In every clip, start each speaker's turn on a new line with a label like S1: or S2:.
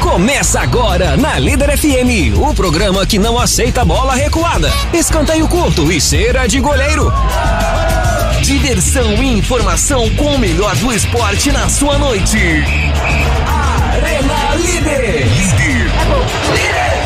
S1: Começa agora na Líder FM, o programa que não aceita bola recuada, escanteio curto e cera de goleiro. Diversão e informação com o melhor do esporte na sua noite. Arena Líder. Líder.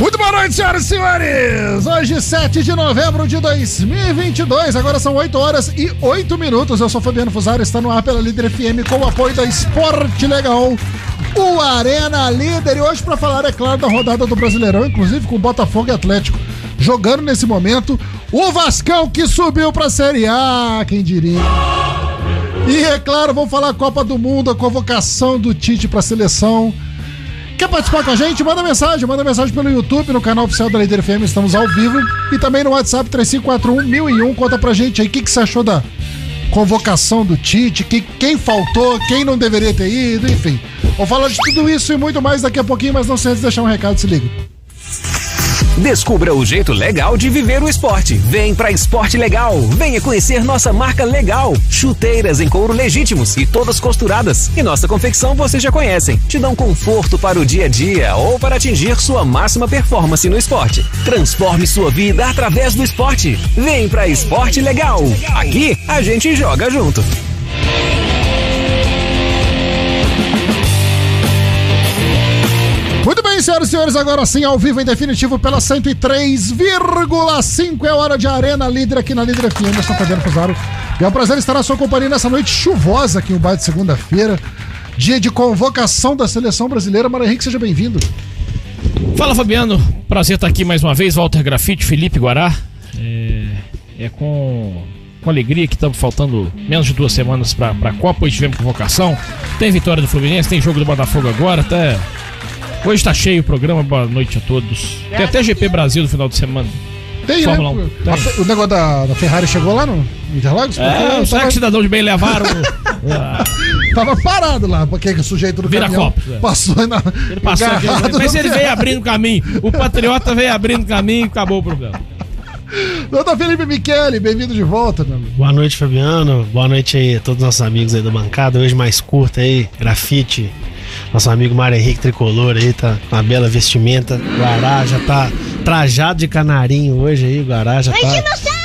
S2: Muito boa noite, senhoras e senhores! Hoje, 7 de novembro de 2022, agora são 8 horas e 8 minutos. Eu sou Fabiano Fusaro, está no ar pela Líder FM com o apoio da Esporte Legal, o Arena Líder. E hoje, para falar, é claro, da rodada do Brasileirão, inclusive com o Botafogo e Atlético jogando nesse momento. O Vascão que subiu para a Série A, quem diria? E é claro, vamos falar Copa do Mundo, a convocação do Tite para a seleção. Quer participar com a gente? Manda mensagem, manda mensagem pelo YouTube, no canal oficial da Líder FM, estamos ao vivo. E também no WhatsApp 3541-1001, conta pra gente aí o que, que você achou da convocação do Tite, que, quem faltou, quem não deveria ter ido, enfim. Vou falar de tudo isso e muito mais daqui a pouquinho, mas não se antes de deixar um recado, se liga.
S1: Descubra o jeito legal de viver o esporte. Vem pra Esporte Legal. Venha conhecer nossa marca legal. Chuteiras em couro legítimos e todas costuradas. E nossa confecção vocês já conhecem. Te dão conforto para o dia a dia ou para atingir sua máxima performance no esporte. Transforme sua vida através do esporte. Vem pra Esporte Legal. Aqui a gente joga junto.
S2: Muito bem, senhoras e senhores, agora sim, ao vivo em definitivo pela 103,5 é hora de Arena Líder aqui na Líder FM. Eu sou Fabiano Fusaro. E é um prazer estar na sua companhia nessa noite chuvosa aqui no bairro de segunda-feira. Dia de convocação da seleção brasileira. Mário Henrique, seja bem-vindo.
S3: Fala Fabiano, prazer estar aqui mais uma vez, Walter Grafite, Felipe Guará. É, é com, com alegria que estamos faltando menos de duas semanas para a Copa, hoje tivemos convocação. Tem vitória do Fluminense, tem jogo do Botafogo agora, até. Hoje está cheio o programa, boa noite a todos. Tem até GP Brasil no final de semana.
S2: Tem, né?
S3: Fórmula 1.
S2: A Fe- O negócio da, da Ferrari chegou lá no Interlagos?
S3: É,
S2: Porque tava,
S3: será que o cidadão de bem levaram? Ah,
S2: tava parado lá, porque o sujeito do
S3: Vira
S2: caminhão
S3: copo, é.
S2: passou aí na,
S3: ele passou aqui,
S2: agarrado
S3: mas
S2: na
S3: ele veio abrindo o caminho. O Patriota veio abrindo o caminho e acabou o problema.
S2: Doutor Felipe Michele, bem-vindo de volta, meu amigo.
S4: Boa noite, Fabiano. Boa noite aí a todos os nossos amigos aí da bancada. Hoje mais curta aí, grafite. Nosso amigo Mário Henrique Tricolor aí, tá com uma bela vestimenta. Guará já tá trajado de canarinho hoje aí, Guará já tá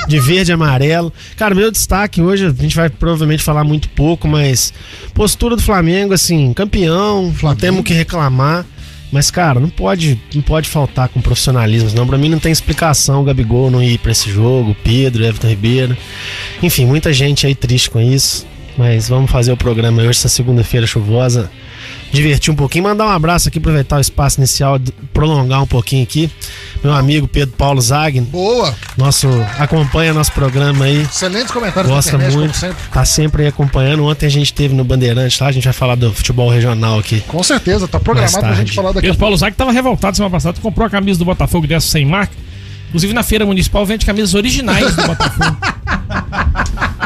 S4: de verde e amarelo. Cara, meu destaque hoje, a gente vai provavelmente falar muito pouco, mas postura do Flamengo, assim, campeão, não temos o que reclamar. Mas, cara, não pode, não pode faltar com profissionalismo, senão pra mim não tem explicação o Gabigol não ir pra esse jogo, o Pedro, o Everton Ribeiro. Enfim, muita gente aí triste com isso. Mas vamos fazer o programa hoje, essa segunda-feira chuvosa. Divertir um pouquinho, mandar um abraço aqui, aproveitar o espaço inicial, d- prolongar um pouquinho aqui. Meu amigo Pedro Paulo Zagni,
S2: Boa,
S4: nosso, acompanha nosso programa aí
S2: excelentes comentários
S4: gosta
S2: na internet,
S4: muito,
S2: como sempre.
S4: tá sempre aí acompanhando. Ontem a gente teve no Bandeirantes lá, a gente vai falar do futebol regional aqui.
S2: Com certeza, tá programado
S4: Mais
S2: pra
S4: tarde.
S2: gente falar daqui a
S3: Pedro Paulo Zac tava revoltado semana passada, comprou a camisa do Botafogo dessa sem marca. Inclusive na feira municipal vende camisas originais do Botafogo.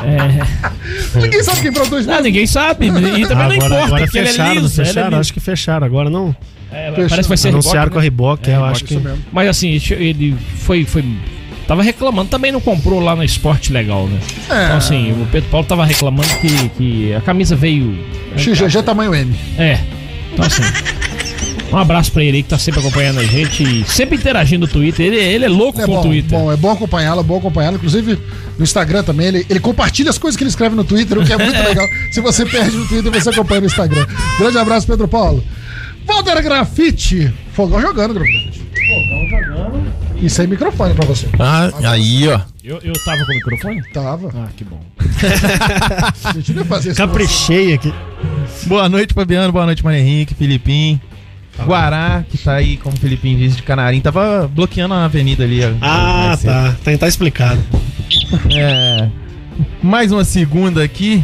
S3: É,
S2: Ninguém sabe quem produz, né?
S3: não, ninguém sabe. E também não importa, porque ele é
S4: não
S3: liso. ele é
S4: fecharam?
S3: liso.
S4: acho que fecharam agora, não?
S3: É, parece que vai ser
S4: Anunciaram
S3: reboque, É,
S4: com a Reebok, eu
S3: Reebok,
S4: acho que...
S2: Isso mesmo.
S3: Mas assim, ele foi, foi. Tava reclamando, também não comprou lá no esporte legal, né?
S2: É.
S3: Então assim, o Pedro Paulo tava reclamando que, que a camisa veio.
S2: XGG tamanho M.
S3: É. Então assim. Um abraço pra ele aí que tá sempre acompanhando a gente e sempre interagindo no Twitter. Ele, ele é louco
S2: É
S3: com o
S2: bom,
S3: Twitter.
S2: bom, é bom acompanhá-la, bom acompanhá-la. Inclusive, no Instagram também, ele, ele compartilha as coisas que ele escreve no Twitter, o que é muito legal. Se você perde no Twitter, você acompanha no Instagram. Grande abraço, Pedro Paulo. Walter Grafite. Fogão jogando, Grafite. Fogão jogando. E sem microfone pra você.
S5: Ah, aí, ó.
S3: Eu, eu tava com o microfone?
S2: Tava.
S3: Ah, que bom.
S2: A gente não ia fazer isso.
S4: Caprichei aqui.
S5: Boa noite, Fabiano. Boa noite, Mário Henrique, Filipim. Guará, que tá aí, como o Filipim disse, de Canarim. Tava bloqueando a avenida ali. ó.
S4: Ah,
S5: Mais cedo.
S4: tá. Tá, tá explicado.
S5: É. Mais uma segunda aqui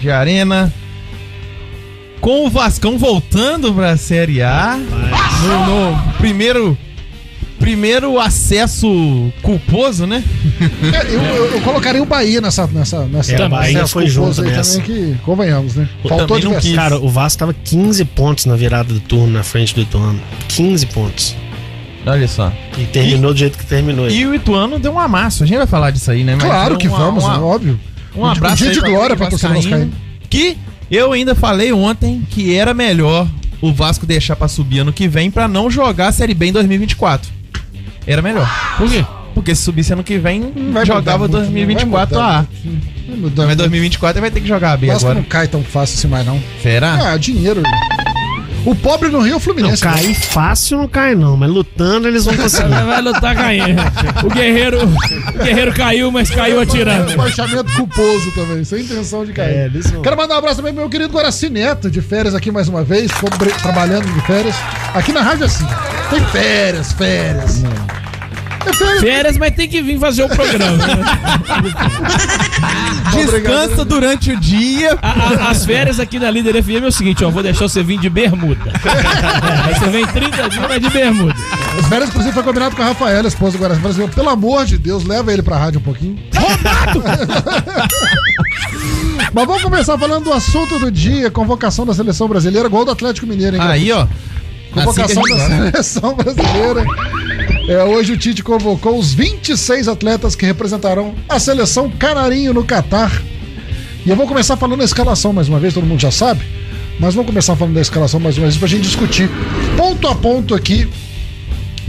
S5: de arena. Com o Vascão voltando pra Série A. No, no primeiro. Primeiro acesso culposo, né?
S2: não. É, Eu, eu, eu colocaria o Bahia nessa. nessa, nessa
S4: É,
S2: nessa
S4: o Bahia foi
S2: culposa
S4: junto
S2: aí
S4: nessa.
S2: Também que, convenhamos, né? Faltou
S5: também não
S2: diversão.
S5: quis.
S4: Cara, o Vasco tava 15 pontos na virada do turno, na frente do turno. 15 pontos.
S5: Olha só.
S4: E terminou do jeito que terminou.
S5: E o Ituano deu um amasso. A gente vai falar disso aí, né? Mas
S2: Claro
S5: deu
S2: que
S5: uma-
S2: vamos,
S5: uma-
S2: né? óbvio.
S5: Um abraço
S2: dia
S5: aí
S2: de glória pra torcida
S5: Que eu ainda falei ontem que era melhor o Vasco deixar pra subir ano que vem pra não jogar a Série B em 2024. Era melhor.
S3: Por quê?
S5: Porque se subisse ano que vem,
S2: vai mudar
S5: jogava
S2: muito, não
S5: 2024
S2: vai mudar
S5: A.
S2: Ai, meu Deus.
S5: Mas 2024 vai ter que jogar a B
S2: O Vasco não
S5: agora.
S2: cai tão fácil assim mais, não.
S5: Será?
S2: Ah, dinheiro. O pobre no Rio é o
S4: Não,
S2: Fluminense.
S4: cair fácil não cai, não, mas lutando eles vão conseguir.
S3: Vai lutar caindo. O guerreiro, o guerreiro caiu, mas caiu atirando.
S2: Rebaixamento um culposo também, sem intenção de cair.
S4: É, eles vão.
S2: Quero mandar um abraço também pro meu querido Guaraci Neto, de férias aqui mais uma vez, ficou bre- trabalhando de férias. Aqui na rádio é assim, tem férias, férias. É férias.
S3: Férias, mas tem que vir fazer o programa.
S2: É,
S5: Descansa durante o dia.
S3: A- a- as férias aqui na Líder FM é o seguinte, ó, vou deixar você vir de bermuda. Aí você vem 30 dias mas de bermuda.
S2: As férias, inclusive, foi combinado com a Rafaela, a esposa do Guaraci. Falei assim, pelo amor de Deus, leva ele pra rádio um pouquinho. Mas vamos começar falando do assunto do dia, convocação da seleção brasileira, gol do Atlético Mineiro, hein,
S5: Aí, ó.
S2: Convocação
S5: Assim que a
S2: da
S5: gente-
S2: seleção brasileira. É, hoje o Tite convocou os 26 atletas que representarão a seleção canarinho no Catar. E eu vou começar falando da escalação mais uma vez, todo mundo já sabe. Mas vamos começar falando da escalação mais uma vez pra gente discutir ponto a ponto aqui.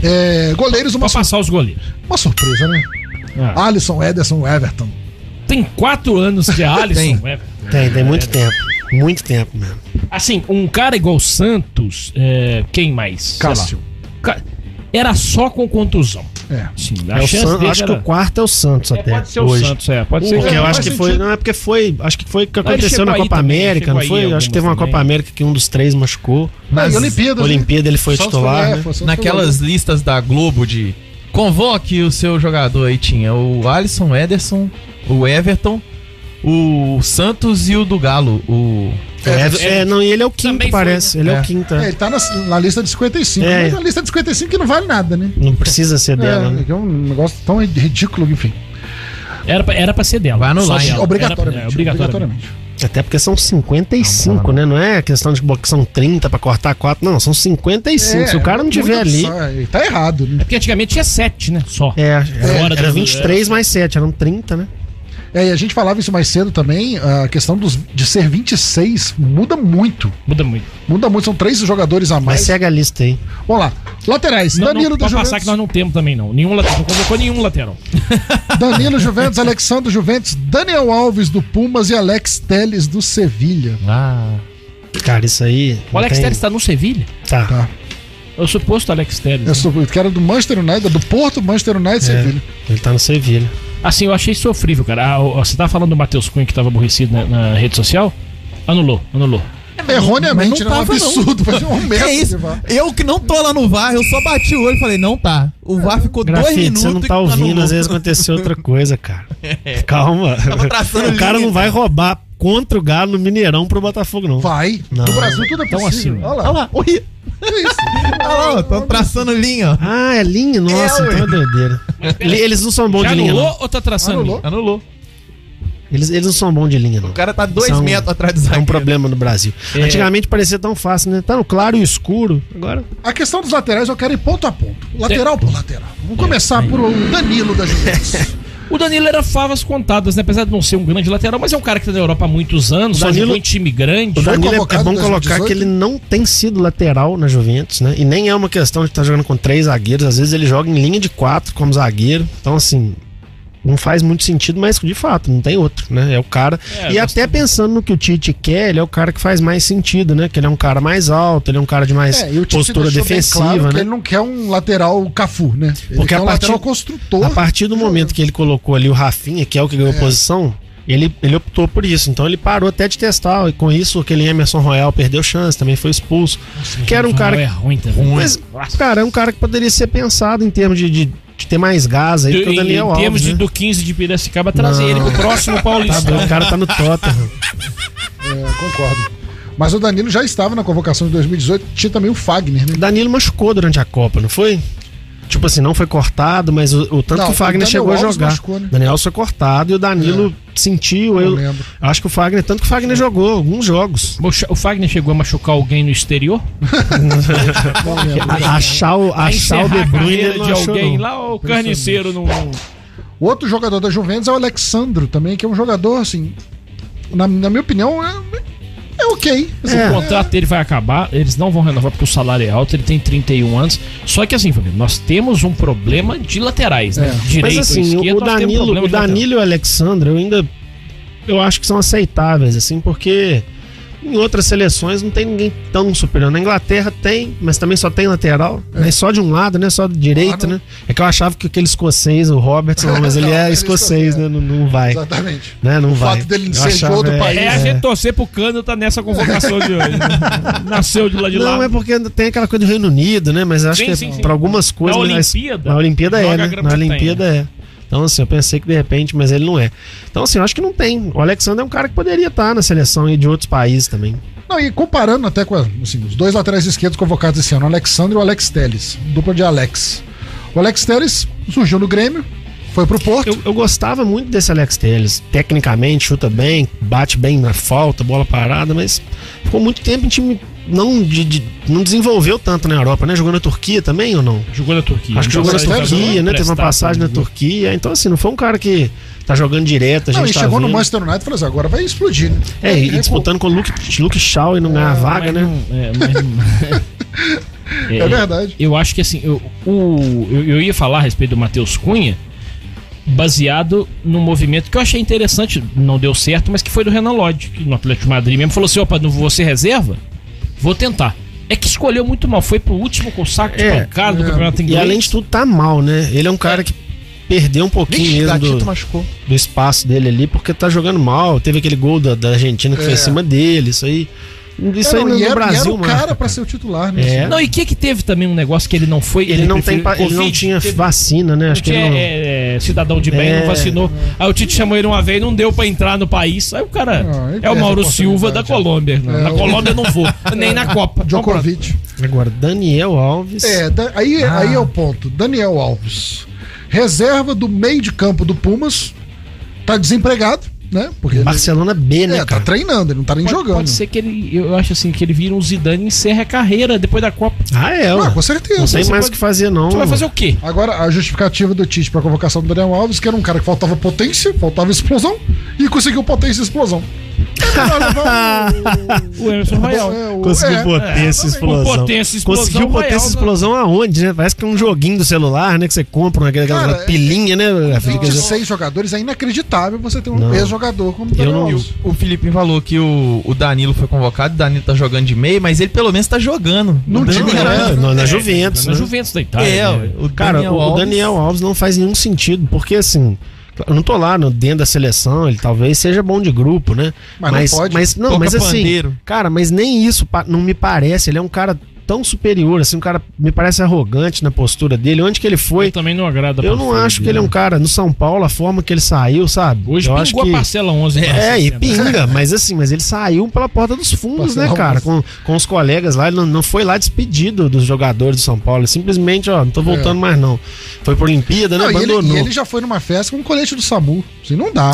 S2: É, goleiros, uma,
S3: Pra
S2: sur-
S3: passar os goleiros.
S2: uma surpresa, né?
S4: É.
S3: Ah.
S2: Alisson, Ederson, Everton.
S3: Tem quatro anos de Alisson.
S5: Tem.
S3: é.
S4: Tem, tem muito tempo. Muito tempo mesmo.
S3: Assim, um cara igual o Santos, é, quem mais? Sei lá.
S2: Cássio.
S3: Ca- Era só com contusão.
S2: É.
S3: Sim,
S4: É
S3: a
S4: o
S3: chance
S4: San-
S3: dele
S4: acho que
S3: era-
S4: o quarto é o Santos
S3: É,
S4: até.
S3: pode ser
S4: hoje.
S3: o Santos, é. Pode ser.
S4: Porque
S2: É,
S4: eu
S2: faz
S4: acho que foi.
S2: sentido.
S4: Não, é porque foi. Acho que foi o que
S3: ele
S4: aconteceu
S3: chegou
S4: na
S3: aí
S4: Copa
S3: também,
S4: América,
S3: chegou
S4: não
S3: aí
S4: foi?
S3: algumas
S4: Acho que teve uma
S3: também.
S4: Copa América que um dos três machucou.
S2: Não,
S5: Nas-
S2: e Olimpíadas. né?
S4: Olimpíada ele foi
S2: Santos
S4: titular,
S2: foi-
S4: né?
S2: foi- Santos
S5: Naquelas listas da Globo de convoque o seu jogador aí tinha o Alisson, o Ederson, o Everton, o Santos e o do Galo, o
S4: É, é, não, e ele é o
S3: Também
S4: quinto,
S3: foi, né?
S4: parece. Ele é,
S5: É.
S4: o quinto.
S2: foi-
S4: é.
S2: É, ele tá na, na lista de 55.
S4: É.
S2: Mas na lista de 55 que não vale nada, né?
S4: Não precisa ser dela, né?
S2: É, é um negócio tão ridículo, enfim.
S3: Era pra, era pra ser dela.
S5: Vai anular,
S3: Só
S5: hein?
S3: dela.
S2: Obrigatoriamente.
S3: Era- é, obrigatoriamente.
S4: Até porque são 55, né? Não é questão de que são 30 pra cortar 4, não. São 55. Se o cara não
S2: muita
S4: tiver ali.
S2: opção, é, Tá errado, né?
S3: É porque antigamente tinha sete, né? Só.
S4: É, era,
S3: Fora
S4: era
S3: do- é.
S4: 23 mais 7, eram 30, né?
S2: É, e a gente falava isso mais cedo também, a questão dos, de ser 26 muda muito.
S3: Muda muito.
S2: Muda muito, são três jogadores a
S4: Mas
S2: mais.
S4: segue a lista aí.
S2: Vamos lá. Laterais,
S3: Não,
S2: Danilo
S3: não,
S2: do
S3: pode
S2: Juventus.
S3: passar que nós não temos também, não. Nenhum lateral. Não convocou nenhum lateral.
S2: Danilo Juventus, Alexandre Juventus, Daniel Alves do Pumas e Alex Teles do Sevilha.
S5: ah,
S4: Cara, isso aí.
S3: O
S4: não
S3: Alex
S4: tem-
S3: Telles tá no Sevilha?
S4: Tá.
S2: Tá.
S3: Eu suposto Alex Telles. né?
S2: Eu sou, que era do Manchester United, do Porto, Manchester United e
S4: É,
S2: Sevilha.
S4: ele tá no Sevilha.
S3: Assim, eu achei sofrível, cara. Ah, o- você tá falando do Matheus Cunha que tava aborrecido na, na rede social? Anulou, anulou.
S2: Erroneamente,
S5: mas não
S2: né?
S5: tava,
S2: um absurdo, foi um
S5: que
S2: metro.
S5: isso?
S2: de vá.
S5: Eu que não tô lá no VAR, eu só bati o olho e falei, não tá. O VAR ficou dois
S4: Grafite,
S5: minutos
S4: você não
S5: e
S4: tá ouvindo,
S5: anulou.
S4: às vezes aconteceu outra coisa, cara.
S5: É.
S4: Calma.
S5: traçando
S4: O cara
S5: linha,
S4: não vai roubar contra o Galo no Mineirão pro Botafogo, não.
S2: Vai.
S4: Não.
S2: No Brasil tudo é
S3: Então,
S2: possível.
S3: assim,
S2: Olha
S5: Olha
S2: lá.
S5: Tá lá, olha
S2: Que isso?
S5: lá, ó, tô traçando linha,
S4: Ah, é linha? Nossa,
S5: É,
S4: então é doideira. Ele- Eles não são bons
S3: Já
S4: de linha, né? não.
S3: anulou ou tá traçando?
S2: Anulou.
S5: ó. Anulou.
S4: Eles, eles não são bons de linha, não.
S5: O cara tá dois
S4: São-
S5: metros atrás do
S4: É
S5: zagueiro.
S4: um problema no Brasil.
S3: É.
S4: Antigamente parecia tão fácil, né? Tá no claro e escuro. Agora.
S2: A questão dos laterais eu quero ir ponto a ponto. Lateral
S4: É.
S2: por lateral. Vamos começar por o Danilo da Juventus.
S3: O Danilo era favas contadas, né? Apesar de não ser um grande lateral, mas é um cara que tá na Europa há muitos anos,
S4: O
S3: só
S4: Danilo-
S3: jogou em time grande.
S4: O Danilo é- é,
S2: convocado
S4: bom
S2: em 2018.
S4: colocar que ele não tem sido lateral na Juventus, né? E nem é uma questão de estar jogando com três zagueiros. Às vezes ele joga em linha de quatro como zagueiro. Então, assim. Não faz muito sentido, mas de fato, não tem outro, né? É o cara.
S3: É,
S4: e
S3: nós
S4: até pensando no que o Tite quer, ele é o cara que faz mais sentido, né? Que ele é um cara mais alto, ele é um cara de mais
S2: É, e o Tite
S4: postura
S2: deixou bem
S4: defensiva,
S2: claro que
S4: né?
S2: ele não quer um lateral Cafu, né? Ele
S4: Porque
S2: quer
S4: a
S2: um
S4: partir-
S2: lateral construtor.
S4: A partir do momento que ele colocou ali o Rafinha, que é o que ganhou posição, ele, ele optou por isso. Então ele parou até de testar. E com isso, aquele Emerson Royal perdeu chance, também foi expulso. que era um cara.
S3: É
S4: que-
S3: ruim também.
S4: Mas, cara, é um cara que poderia ser pensado em termos de, de, de ter mais gás aí,
S3: Do-
S4: porque o
S3: em,
S4: Daniel
S3: em termos
S4: Alves.
S3: de,
S4: né?
S3: do 15 de Piracicaba, trazer
S4: Não.
S3: ele pro próximo
S4: Tá
S3: Paulista.
S4: doido, o cara tá no Tottenham.
S2: É, concordo. Mas o Danilo já estava na convocação de 2018, tinha também o Fagner, né?
S4: O Danilo machucou durante a Copa, não foi? Tipo assim, não foi cortado, mas o, o tanto
S2: Não,
S4: que o Fagner
S2: o Daniel
S4: chegou a
S2: Alves
S4: jogar.
S2: machucou, né?
S4: O Daniel Alves foi cortado e o Danilo sentiu.
S2: Eu
S4: Eu,
S2: lembro.
S4: acho que o Fagner, tanto que o Fagner jogou alguns jogos.
S3: Mocha- O Fagner chegou a machucar alguém no exterior?
S2: Não lembro.
S4: A- Achar o,
S3: Pra
S4: achar o
S3: encerrar
S4: De
S3: a
S4: Bruyne
S3: carreira
S4: ele não
S3: de
S4: achou,
S3: alguém
S4: não.
S3: lá, o carniceiro não.
S2: Outro jogador da Juventus é o Alexandro também, que é um jogador, assim, na, na minha opinião, é, é ok.
S3: Mas O contrato dele vai acabar, eles não vão renovar porque o salário é alto, ele tem 31 anos. Só que assim, Fabiano, nós temos um problema de laterais, né?
S2: É.
S3: Direito
S4: Mas
S3: ou
S4: assim,
S3: esquerdo,
S4: o
S3: nós temos
S4: Danilo,
S3: problema
S4: o
S3: de lateral.
S4: Danilo e o Alexandre, eu ainda eu acho que são aceitáveis, assim, porque em outras seleções não tem ninguém tão superior. Na Inglaterra tem, mas também só tem lateral, né? Só de um lado, né? Só do direito,
S2: É. Claro.
S4: né? É que eu achava que aquele escocês, o Robertson, não, mas ele
S2: Não,
S4: é
S2: ele é
S4: escocês,
S2: escocês.
S4: né? Não, não vai.
S2: Exatamente.
S4: Né? Não
S2: O
S4: vai.
S2: fato dele
S4: Eu
S2: ser de
S4: achava,
S2: outro
S4: é,
S2: país, né?
S3: É a gente torcer pro Cândida nessa convocação de hoje. né? Nasceu Tá de lá de
S4: Não,
S3: lá.
S4: é porque tem aquela coisa do Reino Unido, né? Mas eu acho
S3: Sim,
S4: que
S3: sim, sim.
S4: pra algumas coisas. né,
S3: Na
S4: mas-
S3: Olimpíada,
S4: Na Olimpíada
S3: joga
S4: é,
S3: a
S4: né? Na
S3: Grã-Bretanha.
S4: Olimpíada é. Então, assim, eu pensei que de repente, mas ele não é. Então, assim, eu acho que não tem. O Alexandre é um cara que poderia estar na seleção e de outros países também.
S2: Não, e comparando até com assim, os dois laterais esquerdos convocados esse ano, o Alexandre e o Alex Teles, dupla de Alex. O Alex Teles surgiu no Grêmio, foi pro Porto.
S4: Eu, eu gostava muito desse Alex Telles. Tecnicamente, chuta bem, bate bem na falta, bola parada, mas ficou muito tempo em time. Não, de- de- não desenvolveu tanto na Europa, né? Jogou na Turquia também ou não?
S3: Jogou na Turquia.
S4: Acho que jogou na
S2: Mas tá
S4: Turquia, né? Teve uma
S3: Uhum. Emprestado,
S4: passagem na
S3: jogou.
S4: Turquia. Então, assim, não foi um cara que tá jogando direto. A gente
S2: Não, e
S4: tá
S2: chegou no
S4: vendo.
S2: Manchester United e falou assim: agora vai explodir, né?
S4: É, e
S2: Aí,
S4: disputando com o Luke, Luke Shaw e não ganhar a vaga,
S3: Mas
S4: né?
S3: não- é, mas não-
S2: É verdade.
S3: Eu acho que assim, eu, o, eu, eu ia falar a respeito do Matheus Cunha, baseado num movimento que eu achei interessante, não deu certo, mas que foi do Renan Lodge, que no Atlético de Madrid mesmo falou assim: opa, não vou ser reserva? Vou tentar. É que escolheu muito mal, foi pro último com saco de
S4: É,
S3: pancada do
S2: é.
S3: campeonato
S4: E
S3: inglês.
S4: além de tudo, tá mal, né? Ele é um cara que perdeu um pouquinho
S5: Ixi,
S4: mesmo
S5: Gatito
S4: do,
S5: machucou.
S4: do espaço dele ali, porque tá jogando mal. Teve aquele gol da, da Argentina que foi em
S2: É.
S4: cima dele, isso aí. Isso
S2: É,
S4: aí
S2: não, e
S4: no,
S2: era, e
S4: no
S2: era
S4: Brasil,
S2: o
S4: mano.
S2: cara pra ser o titular, né?
S4: É.
S3: Não, e o que que teve também um negócio que ele não foi?
S4: Ele não, tem,
S3: preferiu-
S4: pa- ele não
S3: Covid,
S4: tinha
S3: teve-
S4: vacina, né? Acho que
S3: Porque
S4: ele não.
S3: é, é, cidadão de bem,
S4: É.
S3: não vacinou. Aí o Tite chamou ele uma vez, não deu pra entrar no país. Aí o cara.
S2: Não, aí
S3: é o
S2: Ah, perde
S3: Mauro
S2: a
S3: Silva da
S2: oportunidade.
S3: Colômbia. irmão.
S2: É,
S3: na
S2: o-
S3: Colômbia eu não vou. Nem na Copa.
S2: Djokovic.
S4: Agora, Daniel Alves.
S2: É, da- aí,
S4: Ah.
S2: aí é o ponto. Daniel Alves, reserva do meio de campo do Pumas, tá desempregado, né? Porque ele,
S4: Barcelona B, né,
S2: é, tá
S4: cara?
S2: treinando, ele não tá nem
S3: Pode,
S2: jogando.
S3: pode ser que ele. Eu acho assim, que ele vira um Zidane e encerra a carreira depois da Copa.
S4: Ah, é,
S2: Ah,
S4: ué.
S2: com
S4: Não
S2: certeza.
S4: tem
S3: você
S4: mais o
S3: pode-
S4: que fazer, não.
S3: Você vai fazer o quê?
S2: Agora, a justificativa do Tite pra convocação do Daniel Alves, que era um cara que faltava potência, faltava explosão, e conseguiu potência e explosão. É melhor levar
S3: O Emerson Royal.
S2: o- é, o-
S4: Conseguiu
S2: é,
S4: potência e explosão.
S3: Com potência e explosão,
S4: Conseguiu
S3: vai
S4: potência e
S3: alto.
S4: explosão aonde, né? Parece que é um joguinho do celular, né? Que você compra, uma, aquela
S2: Cara, é,
S4: aquela pilinha, né? Fica-
S2: 26 jogadores, é inacreditável você ter um
S4: Não.
S2: ex-jogador como o
S4: Eu
S2: Daniel
S4: não-
S2: Alves.
S5: O Felipe falou que o, o Danilo foi convocado, o Danilo tá jogando de meio, mas ele pelo menos tá jogando.
S2: No
S4: Não,
S5: O Danilo
S2: time,
S5: era-
S4: é, na, na Juventus.
S3: Na
S4: né?
S3: Juventus da Itália.
S5: É,
S3: né?
S5: o
S4: Cara,
S5: Daniel
S4: o
S5: Alves-
S4: Daniel Alves não faz nenhum sentido, porque assim. Eu não tô lá no, dentro da seleção, ele talvez seja bom de grupo, né?
S2: Mas não pode.
S4: mas não,
S5: Toca
S4: mas assim,
S5: pandeiro.
S4: cara, mas nem isso pa- não me parece. Ele é um cara tão superior, assim, um cara me parece arrogante na postura dele. Onde que ele
S3: Eu
S4: foi?
S5: Então,
S3: também não agrada
S4: Eu não acho que ele é um cara no São Paulo, a forma que ele saiu, sabe?
S3: Hoje
S4: eu
S3: pingou
S4: acho
S3: a parcela 11. pra né?
S4: É, e
S3: 60.
S4: pinga, mas assim, mas ele saiu pela porta dos fundos, né,
S2: Passou mal.
S4: cara? Com, com os colegas lá, ele não, não foi lá despedido dos jogadores do São Paulo. ele simplesmente, ó, não tô voltando mais não. Foi pra Olimpíada, né?
S2: É. Não, e ele,
S4: abandonou.
S2: e ele já foi numa festa com um colete do SAMU. Assim, não dá.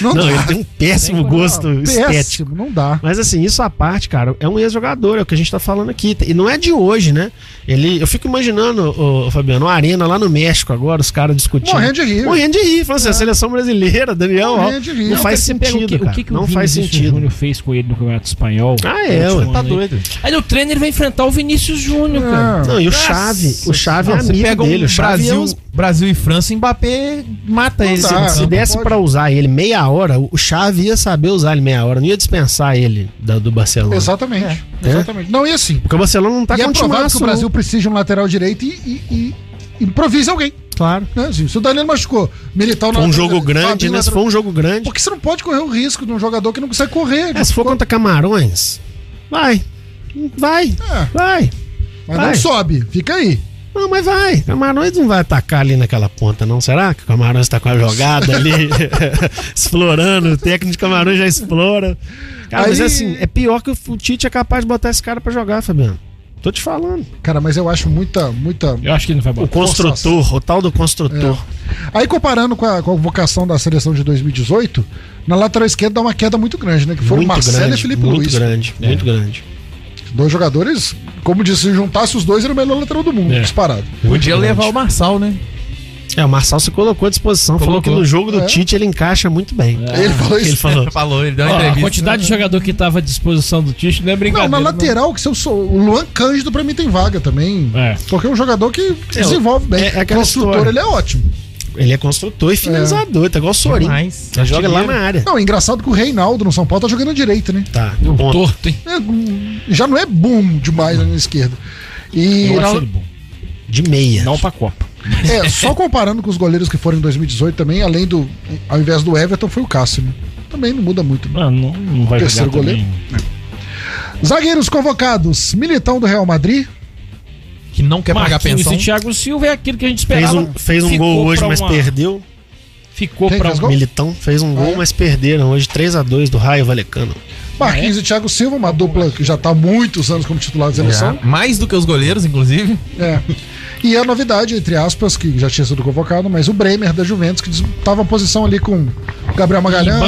S2: Não,
S4: Não,
S2: dá.
S4: ele tem um péssimo
S3: Tem-
S4: gosto estético.
S2: Péssimo, não dá.
S4: Mas assim, isso à parte, cara, é um ex-jogador, é o que a gente tá falando aqui. E não é de hoje, né? Ele, eu fico imaginando, ô, ô, Fabiano, uma arena lá no México agora, os caras discutindo.
S2: Morrendo de rir. É.
S4: Morrendo de rir. Falando assim, a seleção brasileira, Daniel, ó,
S2: Morrendo de rir. É.
S4: não
S2: Não,
S4: faz
S3: Você pega
S4: sentido,
S3: o que,
S4: cara.
S3: o que, que
S4: não
S3: o
S4: faz
S3: Vinícius
S4: sentido.
S3: Júnior fez com ele no Campeonato Espanhol?
S4: Ah, é,
S3: No último
S4: ué.
S3: ano
S5: Tá
S3: aí.
S5: doido.
S3: Aí no treino ele vai enfrentar o Vinícius Júnior,
S2: Ah.
S3: cara.
S4: Não, e o
S5: Nossa.
S4: Chave, o Chave é
S5: Não, você
S4: amigo
S5: pega um
S4: dele, o Chave é
S5: Brasil,
S4: um-
S5: Brasil e França, o Mbappé mata ele.
S2: dá.
S5: no campo.
S4: Se
S2: não
S4: desse
S2: pode.
S4: pra usar ele meia hora, o Chave ia saber usar ele meia hora, não ia dispensar ele da- do Barcelona.
S2: Exatamente.
S4: É.
S2: Exatamente. Não, e assim.
S4: Porque o Barcelona não tá
S2: e
S4: com
S2: é provável que
S4: timaço,
S2: o Brasil
S4: não.
S2: precise de um lateral direito e, e- e improvise alguém.
S4: Claro.
S2: Né? Assim, se o Danilo machucou, militar
S4: Foi um jogo grande,
S2: Fabinho
S4: né? Se
S2: lateral-
S4: for um jogo grande.
S2: Porque você não pode correr o risco de um jogador que não consegue correr.
S4: É, se for contra Camarões, vai. Vai.
S2: É,
S4: Vai.
S2: mas
S4: Vai.
S2: não sobe, fica aí.
S4: Não, mas vai. Camarões não vai atacar ali naquela ponta, não. Será que o Camarões tá com a jogada ali? Explorando. O técnico de Camarões já explora. Cara, mas
S2: Aí-
S4: assim, é pior que o Tite é capaz de botar esse cara pra jogar, Fabiano. Tô te falando.
S2: Cara, mas eu acho muita, muita.
S3: Eu acho que ele não vai
S4: O
S3: botar.
S4: construtor, o tal do construtor.
S2: É. Aí comparando com a com a convocação da seleção de 2018, na lateral esquerda dá uma queda muito grande, né? Que foram
S4: muito
S2: Marcelo
S4: grande,
S2: e Felipe
S4: muito
S2: Luiz. É.
S4: grande, muito grande.
S2: Dois jogadores, como disse, se juntasse os dois, era o melhor lateral do mundo,
S3: É.
S2: disparado.
S5: Podia levar o Marçal, né?
S4: É, o Marçal se colocou à disposição, falou que
S3: Colocou.
S4: no jogo do
S2: É.
S4: Tite ele encaixa muito bem.
S2: Ele falou isso.
S4: Ele falou.
S5: Falou, ele deu uma
S3: Ó, a
S5: entrevista.
S3: quantidade de jogador que tava à disposição do Tite não é
S2: Não,
S3: brincadeira.
S2: na lateral, que se eu sou. O Luan Cândido pra mim tem vaga também.
S3: É.
S2: Porque é um jogador que
S4: É,
S2: desenvolve bem.
S4: é- é aquela
S2: Construtor,
S4: história.
S2: ele é ótimo.
S4: Ele é construtor e finalizador, tá igual o Sorin.
S5: Demais.
S4: Ele joga lá
S5: Artilheiro.
S4: na área.
S2: Não, é engraçado que o Reinaldo no São Paulo tá jogando à direita, né?
S4: Tá,
S3: Um
S4: ponto.
S3: torto, hein?
S2: É, hum, já não é boom demais na esquerda. E
S3: Eu
S2: na-
S3: acho ele bom.
S4: De meia.
S3: Não pra Copa.
S2: é, só comparando com os goleiros que foram em 2018 também, além do. Ao invés do Everton, foi o Cássio. né? Também não muda muito. né?
S3: Não, não, não vai
S2: Terceiro É.
S3: jogar também.
S2: Zagueiros convocados: Militão do Real Madrid.
S5: Que não quer pagar
S3: Marquinhos
S5: pensão.
S3: e Thiago Silva é aquilo que a gente
S4: Fez
S3: esperava.
S4: um, fez um
S3: Ficou
S4: gol hoje,
S3: pra
S4: mas
S3: uma-
S4: perdeu.
S3: Ficou
S2: Quem
S3: pra
S2: fez
S3: um
S2: gol?
S4: Militão fez um gol,
S2: é?
S4: mas perderam hoje 3 a 2 do Raio Valecano.
S2: Marquinhos e Thiago Silva, uma dupla que já tá há muitos anos como titular da
S5: Já.
S2: seleção.
S5: É. Mais do que os goleiros, inclusive.
S2: É. E a novidade, entre aspas, que já tinha sido convocado, mas o Bremer da Juventus, que estava em posição ali com Gabriel Magalhães.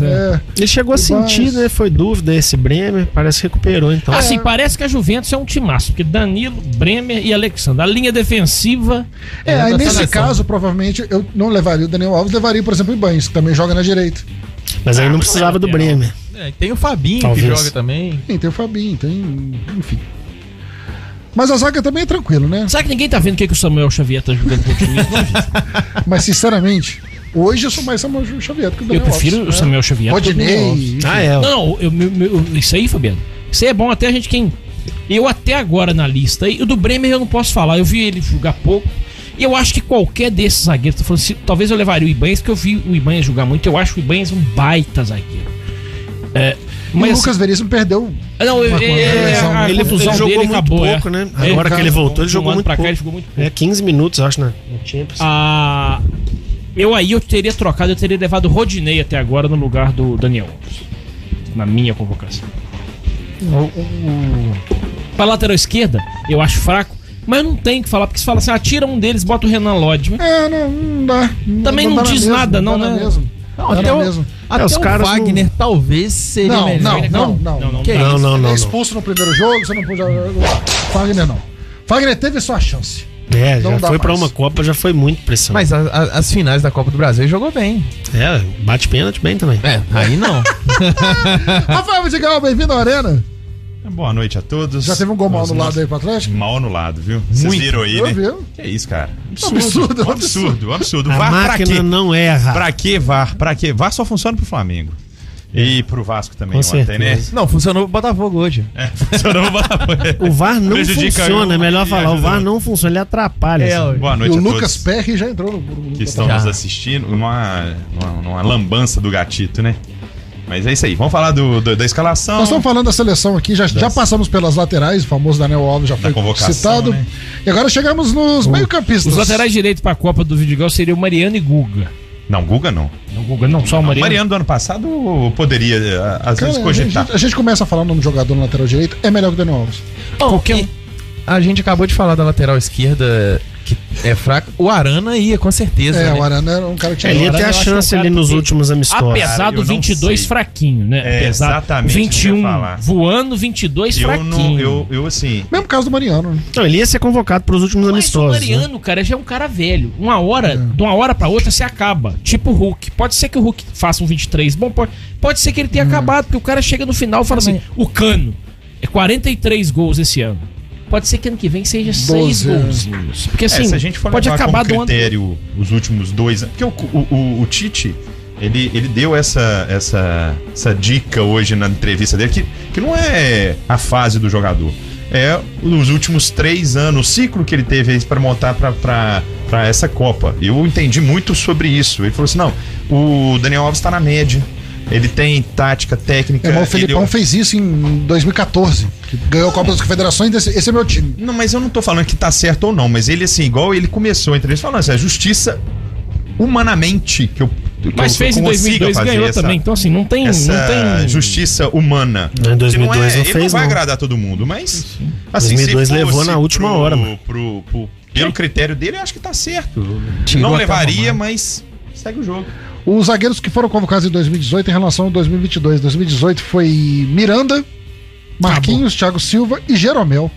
S3: Ibanez, é.
S2: é.
S4: Ele chegou a sentir,
S2: Mas-
S4: né? Foi dúvida esse Bremer, parece que recuperou então.
S2: é.
S3: Assim, parece que a Juventus é um timaço, porque Danilo, Bremer e Alexandre. A linha defensiva.
S2: É, aí
S5: da
S2: nesse
S5: seleção.
S2: caso, provavelmente, eu não levaria o Daniel Alves, levaria, por exemplo, o Ibanez, que também joga na direita.
S4: Mas aí não precisava do Bremer.
S5: É, e tem o Fabinho
S4: Talvez.
S5: que joga também.
S2: Tem, tem o Fabinho, tem. Enfim. Mas a zaga também é tranquilo, né?
S3: Será que ninguém tá vendo o que, que o Samuel Xavier tá jogando com o time? Não, gente.
S2: Mas, sinceramente, hoje eu sou mais Samuel Xavier do que o
S3: Eu
S2: Daniel
S3: prefiro o
S2: Alves. né?
S3: Samuel Xavier. do que o Daniel Alves.
S2: Rodinei.
S4: Ah, é. ó.
S3: Não, eu- meu- meu- isso aí, Fabiano. Isso aí é bom até a gente quem. Eu até agora na lista. E o do Bremer eu não posso falar. Eu vi ele jogar pouco. E eu acho que qualquer desses zagueiros. tô falando, se- talvez eu levaria o Ibanez, porque eu vi o Ibanez jogar muito. Eu acho o Ibanez um baita zagueiro. É,
S2: E o
S3: mas.
S2: Lucas Veríssimo perdeu.
S3: Ah, não, eu-
S2: Marcos,
S3: é, é,
S2: lesão.
S3: a
S4: Ele- ele
S3: confusão
S4: jogou muito pouco,
S3: é.
S4: né?
S3: É,
S4: Agora que ele voltou,
S3: de
S4: ele
S3: um
S4: jogou
S3: ano
S4: muito
S3: pra cá,
S4: pouco.
S3: ele jogou muito pouco.
S4: É 15 minutos, eu acho, né? No Champions.
S3: Ah, eu aí eu teria trocado, eu teria levado o Rodinei até agora no lugar do Daniel Alves. Na minha convocação. Pra lateral esquerda, eu acho fraco. Mas não tem o que falar, porque se fala assim, ah, tira um deles, bota o Renan Lodge.
S2: É, não, não dá.
S3: Também não
S2: dá na
S3: diz
S2: mesma,
S3: nada, não,
S2: dá na
S3: né?
S2: mesma.
S5: Não,
S2: Era
S5: até o,
S2: mesmo.
S5: Então, até
S4: É, os
S5: o
S4: caras não-
S5: Wagner talvez seria
S6: é
S2: Não,
S5: melhor.
S2: não, não, não.
S5: Que
S4: Não, não,
S2: Ele
S4: não,
S2: é
S4: não.
S2: expulso no primeiro jogo, você não pode. Fagner não. Fagner teve sua chance.
S4: É,
S2: Não
S4: já
S2: dá
S4: foi pra
S2: mais.
S4: uma Copa, já foi muito pressão.
S5: Mas a- a- as finais da Copa do Brasil ele jogou bem.
S4: É, bate pênalti bem também.
S5: É, aí não.
S2: Rafael Vidigal, bem-vindo à Arena.
S6: Então, Boa noite a todos.
S2: Já teve um gol mal
S6: Nós
S2: anulado aí pro Atlético?
S6: Mal anulado, viu? Vocês
S5: Muito.
S6: viram aí,
S2: Eu vi.
S6: né? Que isso, cara.
S2: Absurdo,
S6: Um absurdo, um absurdo.
S4: A
S6: VAR pra
S4: máquina
S6: quê?
S4: não erra.
S6: Pra quê VAR? Pra quê? VAR só funciona pro Flamengo. E pro Vasco também
S4: É. Com certeza.
S5: Não, funcionou o Botafogo hoje.
S6: né? É, funcionou o Botafogo.
S4: O VAR não
S6: Prejudica
S4: funciona,
S6: eu.
S4: é melhor falar. O VAR não funciona, ele atrapalha.
S5: É,
S4: assim.
S5: ó.
S6: Boa
S2: E
S6: noite
S2: o
S6: a
S2: Lucas
S6: todos
S2: Perry já entrou no. no- no-
S6: que estão
S5: Já.
S6: nos assistindo numa, numa, numa lambança do gatito, né? Mas é isso aí. Vamos falar do, do- da escalação.
S2: Nós estamos falando da seleção aqui, já, já passamos pelas laterais, o famoso Daniel Alves já foi
S6: convocação,
S2: citado.
S6: né?
S2: E agora chegamos nos meio-campistas.
S3: Os laterais direitos pra Copa do Vidigal seriam Mariano e Guga.
S6: Não, Guga não.
S3: Não, Guga não, só o Mariano.
S6: Mariano do ano passado poderia, eh,
S2: Cara,
S6: às vezes,
S2: a, gente,
S6: cogitar.
S2: a gente começa a falar o nome do jogador no lateral direito, é melhor que o Daniel Alves.
S3: Qualquer um.
S5: E A gente acabou de falar da lateral esquerda que é fraca. O Arana ia, com certeza.
S2: É,
S5: né?
S2: o Arana era um cara que tinha.
S4: Ele ia
S3: Agora
S4: ter
S3: eu
S4: a
S3: acho que
S4: chance
S3: o cara
S4: ali nos
S3: tem-
S4: últimos amistosos.
S3: Apesar
S6: Cara,
S3: do
S6: eu não
S3: 22
S6: sei.
S3: fraquinho, né?
S6: É,
S3: Apesar-
S6: exatamente,
S3: 21
S6: eu ia falar.
S3: voando, 22
S6: Eu
S3: fraquinho.
S6: não, eu, eu assim,
S2: Mesmo caso do Mariano. né?
S4: Não, ele ia ser convocado pros últimos
S3: Mas o
S4: amistosos. né?
S3: Mariano, cara, já é um cara velho. Uma hora, de uma hora pra outra, se acaba. Tipo o Hulk. Pode ser que o Hulk faça um 23. Bom, pode, pode ser que ele
S2: Hum.
S3: tenha acabado, porque o cara chega no final e fala assim: o cano é 43 gols esse ano. Pode ser que ano que vem seja 6
S2: Doze, é.
S3: golzinhos. Porque assim,
S6: é, se a gente for
S3: pode
S6: levar
S3: acabar
S6: como
S3: do ano.
S6: critério os últimos dois anos. Porque o, o- o- o Tite, ele, ele deu essa, essa, essa dica hoje na entrevista dele, que, que não é a fase do jogador. É os últimos três anos, o ciclo que ele teve para montar para essa Copa. Eu entendi muito sobre isso. Ele falou assim: não, o Daniel Alves está na média. Ele tem tática, técnica.
S2: Irmão, o
S6: ele-
S2: Felipão fez isso em 2014. que Ganhou a Copa das Confederações, desse- esse é meu time.
S6: Não, mas eu não tô falando que tá certo ou não, mas ele, assim, igual ele começou a entrevista falando assim, a justiça humanamente que eu. que
S3: Mas
S6: eu
S3: fez em
S6: consiga
S3: 2002
S6: fazer
S3: ganhou
S6: essa-
S3: também. Então assim, não tem. não
S6: Essa
S3: tem...
S6: justiça humana.
S4: Não, em 2002
S6: Que
S4: não
S6: ele
S4: fez,
S6: não vai
S4: não.
S6: agradar todo mundo, mas. Assim,
S4: 2002
S6: se fosse
S4: levou na última
S6: pro-
S4: hora, mano.
S6: pro- pro- pelo critério dele, eu acho que tá certo.
S5: Tirou
S6: não
S5: até
S6: levaria,
S5: o Romário.
S6: mas segue o jogo.
S2: Os zagueiros que foram convocados em 2018 em relação a 2022. 2018 foi Miranda, Marquinhos, Thiago Silva e Jeromel.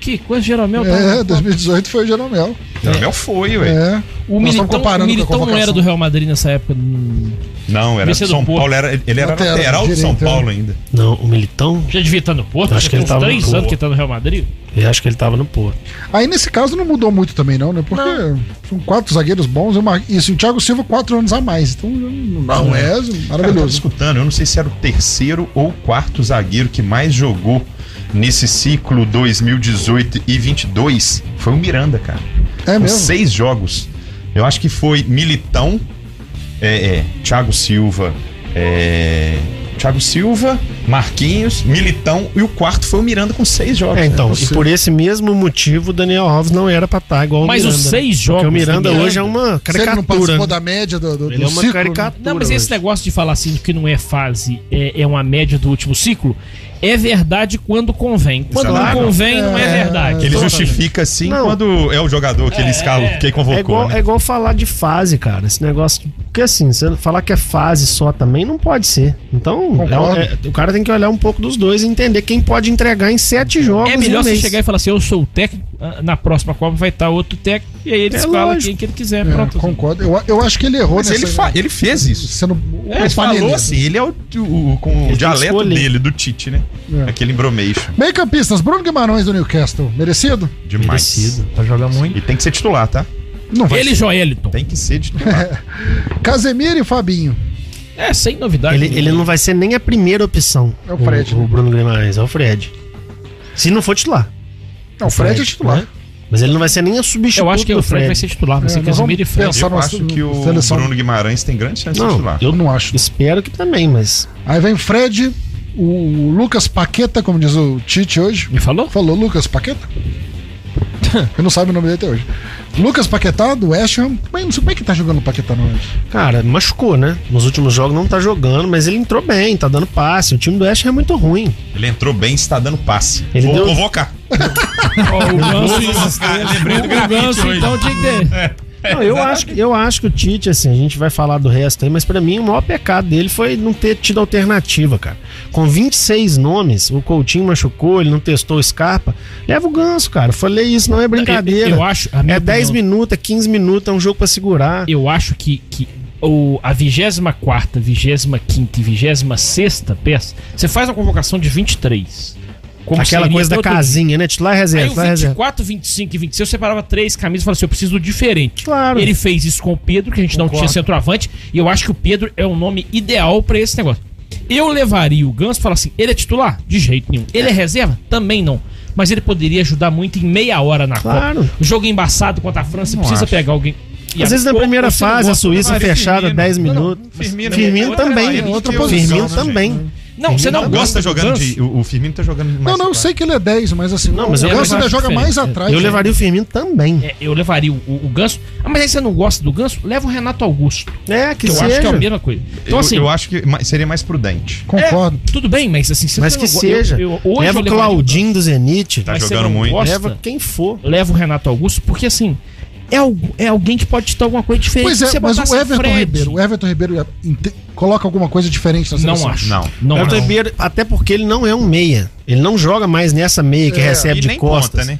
S3: Que coisa, Jeromel. Tá...
S2: É, 2018 foi o Jeromel.
S4: É.
S6: Jeromel Então, foi, ué.
S2: É.
S3: o
S2: nós
S3: Militão,
S2: estamos comparando
S3: o
S2: com a
S3: Militão não
S2: convocação.
S3: era do Real Madrid nessa época. hum,
S6: Não, era
S3: Vencia
S6: do
S3: do
S6: São
S3: Porto.
S6: Paulo. Era, ele era
S2: Lateral
S6: lateral do São
S2: direito, é.
S6: Paulo ainda.
S4: Não, o Militão?
S3: Já devia estar no Porto?
S4: Acho
S3: já
S4: que
S3: tem
S4: ele
S3: uns
S4: tava no
S3: três anos
S4: Porto.
S3: que ele tá no Real Madrid.
S4: Eu acho que ele tava no Porto.
S2: Aí nesse caso não mudou muito também, não, né? Porque são quatro zagueiros bons e, uma... e sim, o Thiago Silva quatro anos a mais. Então não é
S4: Tá
S6: Cara, eu tava
S2: maravilhoso.
S6: escutando, eu não sei se era o terceiro ou quarto zagueiro que mais jogou nesse ciclo 2018 e 22 foi o Miranda, cara.
S2: É
S6: Com
S2: mesmo.
S6: seis jogos. Eu acho que foi Militão, é, é, Thiago Silva, é, Thiago Silva, Marquinhos, Militão e o quarto foi o Miranda com seis jogos.
S4: É,
S6: né?
S4: então, e
S2: possível.
S4: por esse mesmo motivo, o Daniel Alves não era pra estar igual
S3: Mas
S4: o Miranda.
S3: os
S4: né?
S3: seis
S4: Porque
S3: jogos
S4: o Miranda
S3: do Miranda-
S4: hoje é uma
S2: Se ele não
S4: caricatura.
S2: participou
S4: né?
S2: da média do, do,
S4: Ele
S2: do
S4: é uma
S2: ciclo, né?
S4: caricatura.
S3: Não, mas esse
S4: hoje.
S3: negócio de falar assim que não é fase, é, é uma média do último ciclo, é verdade quando convém. Quando
S6: Claro.
S3: não convém, não é
S2: É,
S3: verdade.
S6: Ele
S3: Então,
S6: justifica assim
S4: Não.
S6: quando é o jogador que ele escalou, que convocou.
S4: É igual,
S6: né?
S4: é igual falar de fase, cara. Esse negócio. Porque assim, você falar que é fase só também não pode ser. Então, é um- é- o cara tem que olhar um pouco dos dois e entender quem pode entregar em sete jogos.
S3: É melhor
S4: no
S3: você
S4: mês.
S3: chegar e falar assim, eu sou o técnico, ah, na próxima Copa vai estar outro técnico, e aí ele
S4: É
S3: escala
S4: lógico.
S3: quem que ele quiser,
S2: É,
S3: pronto.
S2: concordo. Eu, eu acho que ele errou
S6: Mas ele, fa- ele fez isso.
S2: Sendo
S6: É, ele falou assim, ele é o, o- o- com o
S4: que
S6: dialeto
S4: escolher.
S6: dele, do Tite, né?
S2: É.
S6: Aquele embromation.
S2: Meio campistas, Bruno Guimarães do Newcastle, merecido?
S6: Demais.
S5: Pra jogar muito.
S6: E tem que ser titular, tá?
S2: Não vai.
S3: Ele e Joeliton.
S6: Tem que ser
S4: É,
S6: titular.
S2: Casemiro e Fabinho.
S3: É, sem novidade.
S4: Ele, ele não vai ser nem a primeira opção.
S2: É o Fred,
S4: O,
S2: né?
S4: o Bruno Guimarães, é o Fred. Se não for titular.
S2: Não, o Fred é titular.
S4: né? Mas ele não vai ser nem a substituto
S3: Eu acho que
S4: do
S3: o Fred vai ser titular, vai
S2: É,
S3: ser
S2: nós
S3: Casemiro e
S2: vamos
S3: Fred.
S2: pensar- Só
S6: Eu
S2: nós-
S6: acho que o
S2: seleção.
S6: Bruno Guimarães tem grande chance de ser
S4: Não,
S6: titular.
S2: Eu
S4: eu
S2: não acho.
S4: espero que também, mas
S2: Aí vem Fred, o Lucas Paqueta, como diz o Tite hoje.
S3: Me falou?
S2: Falou Lucas Paqueta? Eu não sabe o nome dele até hoje. Lucas Paquetá, do West Ham. Mas não sei como é que tá jogando o Paquetá no West.
S4: Cara, machucou, né? Nos últimos jogos não tá jogando, mas ele entrou bem, tá dando passe. O time do Oeste é muito ruim.
S6: Ele entrou bem, está dando passe.
S4: Ele
S6: Vou
S4: deu-
S6: convocar.
S3: Ó, o Ganso,
S6: convocar. Lembrei do
S3: o
S6: grafite
S3: Ganso
S6: hoje.
S3: então tinha que ter.
S4: Não, eu, acho, que- eu acho que o Tite, assim, a gente vai falar do resto aí, mas pra mim o maior pecado dele foi não ter tido alternativa, cara. Com 26 nomes, o Coutinho machucou, ele não testou o Scarpa. Leva o ganso, cara. Eu falei isso, não é brincadeira.
S3: Eu, eu acho, a minha
S4: é 10
S3: opinião-
S4: minutos, é 15 minutos, é um jogo pra segurar.
S3: eu acho que, que o, a 24, 25 e 26 peça, você faz uma convocação de 23. Como
S4: Aquela
S3: seria Então,
S4: coisa da
S3: todo-
S4: casinha, né? Titular e
S3: Aí
S4: reserva,
S3: o
S4: titular e reserva.
S3: 24, 25 e 26, eu separava três camisas e falava assim: eu preciso do diferente.
S4: Claro.
S3: Ele fez isso com o Pedro, que a gente não tinha centroavante, e eu acho que o Pedro é o nome ideal pra esse negócio. Eu levaria o Ganso e falar assim: ele é titular? De jeito nenhum. Ele é reserva? Também não. Mas ele poderia ajudar muito em meia hora na
S4: Claro.
S3: Copa. O jogo é embaçado contra a França, precisa pegar alguém. E
S4: Às vezes na
S3: ou-
S4: primeira
S3: ou você não
S4: fase, a
S3: gosta-
S4: Suíça
S6: Maria
S4: fechada,
S6: Firmino.
S4: 10
S6: Não, não,
S4: minutos.
S6: Firmino-
S3: é
S4: Firmino
S6: Outra-
S4: também.
S6: outra
S4: Firmino
S6: posição, né, gente?
S4: também.
S3: Não, você não
S6: Não gosta jogando
S3: Ganso.
S6: de. O o Firmino tá jogando mais.
S2: Não, não, eu sei que ele é 10, mas assim,
S4: Não, mas
S2: o
S4: eu
S2: Ganso ainda
S3: acho
S2: joga
S3: diferente.
S2: mais
S3: Eu
S2: atrás.
S4: Eu levaria o Firmino também.
S3: É, eu levaria o, o- o Ganso. Ah, mas aí você não gosta do Ganso? Leva o Renato Augusto.
S4: É, que
S3: Que eu
S4: seja.
S3: acho que é a mesma coisa. Então, assim,
S6: eu, eu acho que ma- seria mais prudente.
S2: Concordo.
S3: tudo bem, mas assim, você
S4: Mas
S3: não
S4: que
S3: go-
S4: seja.
S3: eu- eu- hoje eu
S4: Leva o
S3: levaria
S4: Claudinho do Zenit.
S6: Tá
S3: Mas você
S6: jogando
S3: não
S6: muito.
S3: gosta?
S4: Leva quem for.
S3: Ganso, Leva o Renato Augusto, porque assim, é, algu- é alguém que pode te dar alguma coisa diferente.
S2: Pois
S3: Se
S2: é,
S3: você
S2: mas
S3: botasse
S2: o Everton
S3: Fred-
S2: Ribeiro, o Everton Ribeiro eh, inte- coloca alguma coisa diferente na seleção.
S3: Não acho.
S6: Não.
S3: não
S4: Everton
S3: acho.
S4: Ribeiro, até porque ele não é um meia. Ele não joga mais nessa meia
S3: É,
S4: que recebe
S6: e
S4: de
S6: nem
S4: costas.
S6: ponta, né?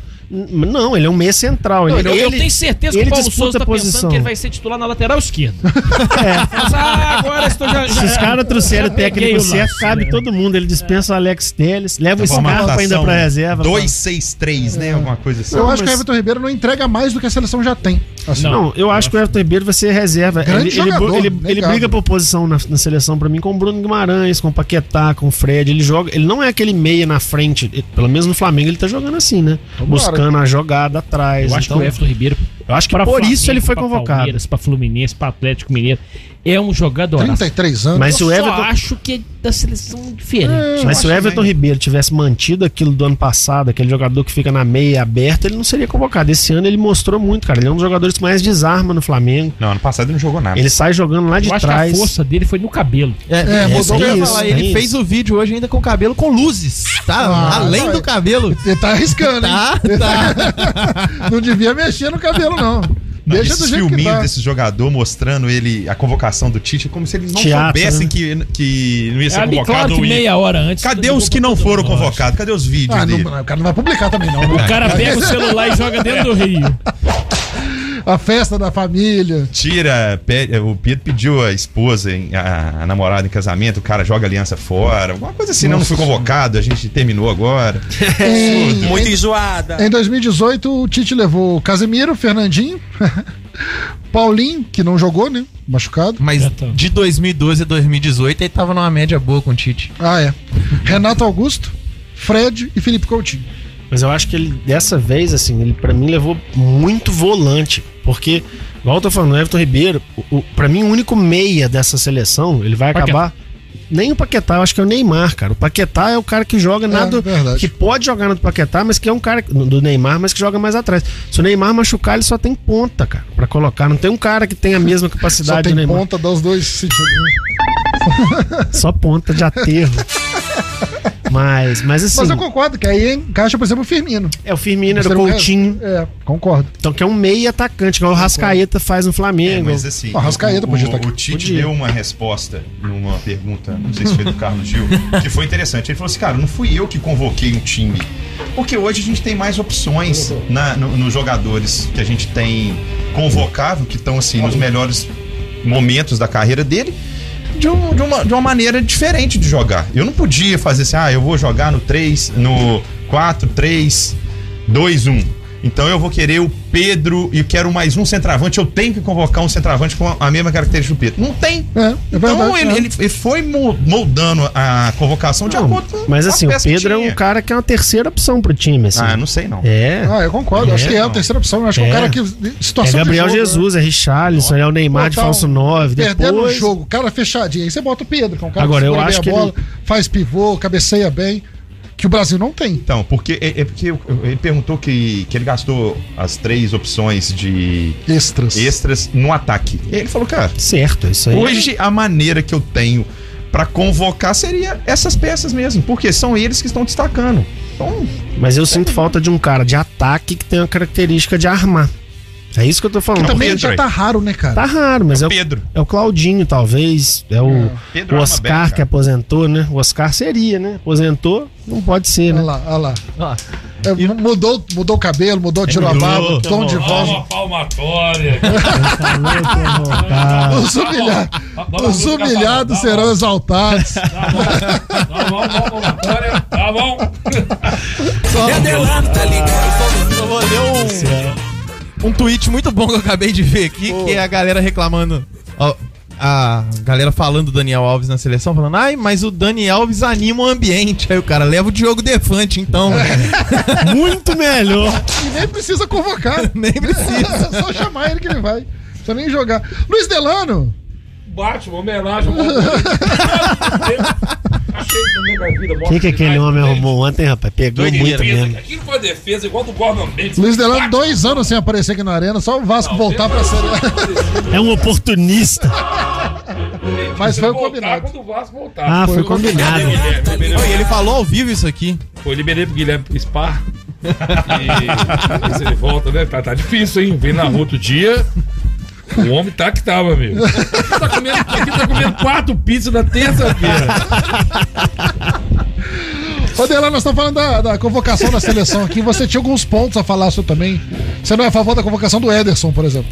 S4: N- Não, ele é um meia central.
S3: Não,
S4: Ele,
S3: eu, eu
S4: ele-
S3: tenho certeza que
S4: ele
S3: o Paulo
S4: disputa
S3: Souza tá pensando
S4: posição.
S3: que ele vai ser titular na lateral esquerda.
S4: É.
S3: Mas, ah, agora estou já.
S4: Se os
S3: já-
S4: caras trouxeram o
S3: Peguei
S4: técnico
S3: o
S4: certo,
S3: laço,
S4: cabe
S3: né?
S4: todo mundo. Ele dispensa o Alex Telles, leva o
S6: Formatação
S4: Scarpa tá ainda pra reserva. É.
S6: 2-6-3, né? Alguma coisa assim.
S2: Então, Eu
S4: Não,
S2: acho que
S4: mas-
S2: o Everton Ribeiro não entrega mais do que a seleção já tem. Assim,
S3: Não.
S4: Não, eu acho que o Everton Ribeiro vai ser reserva.
S2: Grande
S4: ele, ele-
S2: jogador,
S4: ele-
S2: negado.
S4: ele briga por posição na, na seleção pra mim com o Bruno Guimarães, com o Paquetá, com o Fred. Ele joga. Ele não é aquele meia na frente. Ele- pelo menos no Flamengo ele tá jogando assim, né? Buscando a jogada atrás.
S3: Eu acho
S4: então,
S3: que o Everton Ribeiro.
S4: eu acho que
S3: pra
S4: por isso
S3: Flamengo,
S4: ele foi
S3: pra
S4: convocado.
S3: Palmeiras, pra Fluminense, pra Atlético Mineiro. É um jogador.
S2: 33 anos.
S4: Mas se o
S3: eu
S4: Everton, É,
S3: só acho que é da seleção diferente.
S4: mas se o
S6: acho
S4: Everton
S6: também.
S4: Ribeiro tivesse mantido aquilo do ano passado, aquele jogador que fica na meia aberta, ele não seria convocado. Esse ano ele mostrou muito, cara. Ele é um dos jogadores que mais desarma no Flamengo.
S6: Não, ano passado ele não jogou nada.
S4: Ele sai jogando lá de
S3: Eu acho
S4: trás.
S3: que a força dele foi no cabelo.
S5: É,
S2: É,
S5: é,
S2: mudou
S5: eu ia
S4: isso,
S5: falar,
S4: tem
S5: ele
S4: isso.
S5: fez o vídeo hoje ainda com o cabelo com luzes, tá?
S2: Ah,
S5: Além
S2: não,
S5: do
S2: é-
S5: cabelo.
S2: Ele tá arriscando, hein?
S5: Tá, tá.
S2: Não devia mexer no cabelo, não.
S6: Não,
S2: Deixa do
S6: esses
S2: jeito que
S6: filminhos
S2: tá.
S6: desse jogador mostrando ele a convocação do Tite, é como se eles não
S4: Teatro,
S6: soubessem
S4: né?
S6: que, que não ia ser
S3: É Ali,
S6: convocado.
S3: claro
S6: não
S3: que
S6: ia.
S3: meia hora antes.
S6: Cadê os que não foram convocados? Cadê os vídeos
S2: Ah, não-
S6: dele?
S2: o cara não vai publicar também, não. né?
S3: O cara pega o celular e joga dentro do rio.
S2: A festa da família.
S6: Tira, pede- o Pedro pediu a esposa, em- a, a namorada em casamento, o cara joga a aliança fora, alguma coisa assim, não, não fui convocado, a gente terminou agora.
S2: Em,
S7: Muito enjoada.
S2: em 2018, o Tite levou o Casemiro, Fernandinho, Paulinho, que não jogou, né? Machucado.
S5: Mas
S3: Já tá.
S5: de 2012 a 2018 ele tava numa média boa com o Tite.
S2: Ah, é. Renato Augusto, Fred e Felipe Coutinho.
S4: Mas eu acho que ele, dessa vez, assim, ele pra mim levou muito volante. Porque, igual eu tô falando, o Everton Ribeiro, o, o, pra mim, o único meia dessa seleção, ele vai
S3: Paquetá.
S4: acabar. Nem o Paquetá, eu acho que é o Neymar, cara. O Paquetá é o cara que joga nada.
S2: verdade.
S4: que pode jogar no do Paquetá, mas que é um cara. Do Neymar, mas que joga mais atrás. Se o Neymar machucar, ele só tem ponta, cara, pra colocar. Não tem um cara que tem a mesma
S2: Só
S4: capacidade do
S2: tem
S4: Neymar.
S2: ponta dos dois sentidos.
S4: Só ponta de aterro. mas, mas assim.
S2: Mas eu concordo que aí encaixa, por exemplo, o Firmino.
S4: É o Firmino, era o
S2: Seria um
S4: Coutinho.
S2: resto. É, concordo.
S4: Então, que é um meia atacante, igual o Rascaeta faz no
S6: Tá É,
S4: Flamengo.
S6: mas assim,
S2: O Arrascaeta
S6: o,
S2: podia estar
S6: o,
S2: aqui.
S6: o Tite
S4: Podia.
S6: deu uma resposta numa pergunta, não sei se foi do Carlos Gil, que foi interessante. Ele falou assim, cara, não fui eu que convoquei um time. Porque hoje a gente tem mais opções na- no- nos jogadores que a gente tem convocável, que estão assim, nos melhores momentos da carreira dele. De, um- de uma, de uma maneira diferente de jogar. Eu não podia fazer assim, ah, eu vou jogar no 3, no 4, 3, 2, 1. Então eu vou querer o Pedro e quero mais um centroavante. Eu tenho que convocar um centroavante com a mesma característica do Pedro. Não tem.
S2: É, é
S6: Então
S2: verdade,
S6: ele,
S2: né?
S6: ele- ele foi mo- moldando a convocação de acordo com
S4: Mas
S6: a
S4: assim, o
S6: peça que
S4: Pedro é um
S6: tinha.
S4: cara que é uma terceira opção pro time, assim.
S6: Ah, não sei não.
S4: É.
S2: Ah, eu concordo. acho que é a terceira opção. Eu acho que é o
S4: É.
S2: cara que.
S4: É
S2: Situação de
S4: Gabriel
S2: jogo, né?
S4: Jesus, é Richarlison, é o Neymar de
S6: tá
S2: Botar um-
S4: falso 9.
S2: Perdendo o
S4: Depois.
S2: jogo, o cara é fechadinho. Aí você bota o Pedro, que é um cara
S4: Agora, eu
S2: segura bem
S4: acho que
S2: a bola, faz pivô, cabeceia bem, que o Brasil não tem.
S6: Então, porque é, é porque eu- eu- ele perguntou que, que ele gastou as três opções de
S2: Extras.
S6: extras no ataque. E ele falou, cara,
S4: Certo, é isso aí.
S6: hoje a maneira que eu tenho pra convocar seria essas peças mesmo, porque são eles que estão destacando. Então,
S4: Mas eu sinto falta de um cara de ataque que tem a característica de armar. É isso que eu tô falando.
S6: Não,
S2: Também
S6: Pedro
S2: já
S6: aí.
S2: tá raro, né, cara?
S4: Tá raro, mas é o,
S6: Então, Pedro.
S4: é o Claudinho, talvez. É o, o
S6: Pedro arma bem,
S4: Oscar
S6: cara.
S4: que aposentou, né? O Oscar seria, né? Aposentou, não pode
S2: Olha
S4: ser, né?
S2: lá, olha lá.
S5: Ó,
S2: É, mudou, mudou o cabelo, mudou, tirou a barba,
S6: mudou.
S2: tom
S4: Tá
S2: de voz.
S3: palmatória.
S4: tá
S2: Os humilhados, os humilhados serão exaltados.
S3: Tá bom, palmatória. Tá bom.
S7: Adelado, tá ligado?
S5: Eu vou ler um, um tweet muito bom que eu acabei de ver aqui, que é a galera reclamando. ó, a galera falando do Daniel Alves na seleção, falando, ai, mas o Dani Alves anima o ambiente. Aí o cara leva o Diogo Defante, então.
S4: Muito melhor.
S2: E nem precisa convocar.
S5: Nem precisa.
S2: É só chamar ele que ele vai. Não precisa nem jogar. Luiz Delano,
S8: Batman, homenagem ao Wolverine. Achei que também da vida.
S4: O que, que aquele homem arrumou ontem, rapaz? Pegou muito mesmo.
S8: Aquilo foi uma defesa igual do Gordon Bates.
S2: Luiz Delano, dois anos sem aparecer aqui na arena, só o Vasco voltar pra série.
S4: É um oportunista.
S2: Mas foi o
S8: voltar
S2: combinado.
S8: quando o Vasco voltar.
S4: Ah, foi combinado.
S5: Não, e ele falou ao vivo isso aqui.
S8: Pô, liberei pro Guilherme pro Spa. E vamos ver se ele volta, né? Tá, tá difícil, hein? Vim na rua outro dia. O homem tá que tava, amigo. Aqui tá comendo, aqui tá comendo quatro pizzas na terça-feira.
S2: Ô, Delano, nós estamos falando da, da convocação da seleção aqui. Você tinha alguns pontos a falar sobre também. Você não é a favor da convocação do Ederson, por exemplo.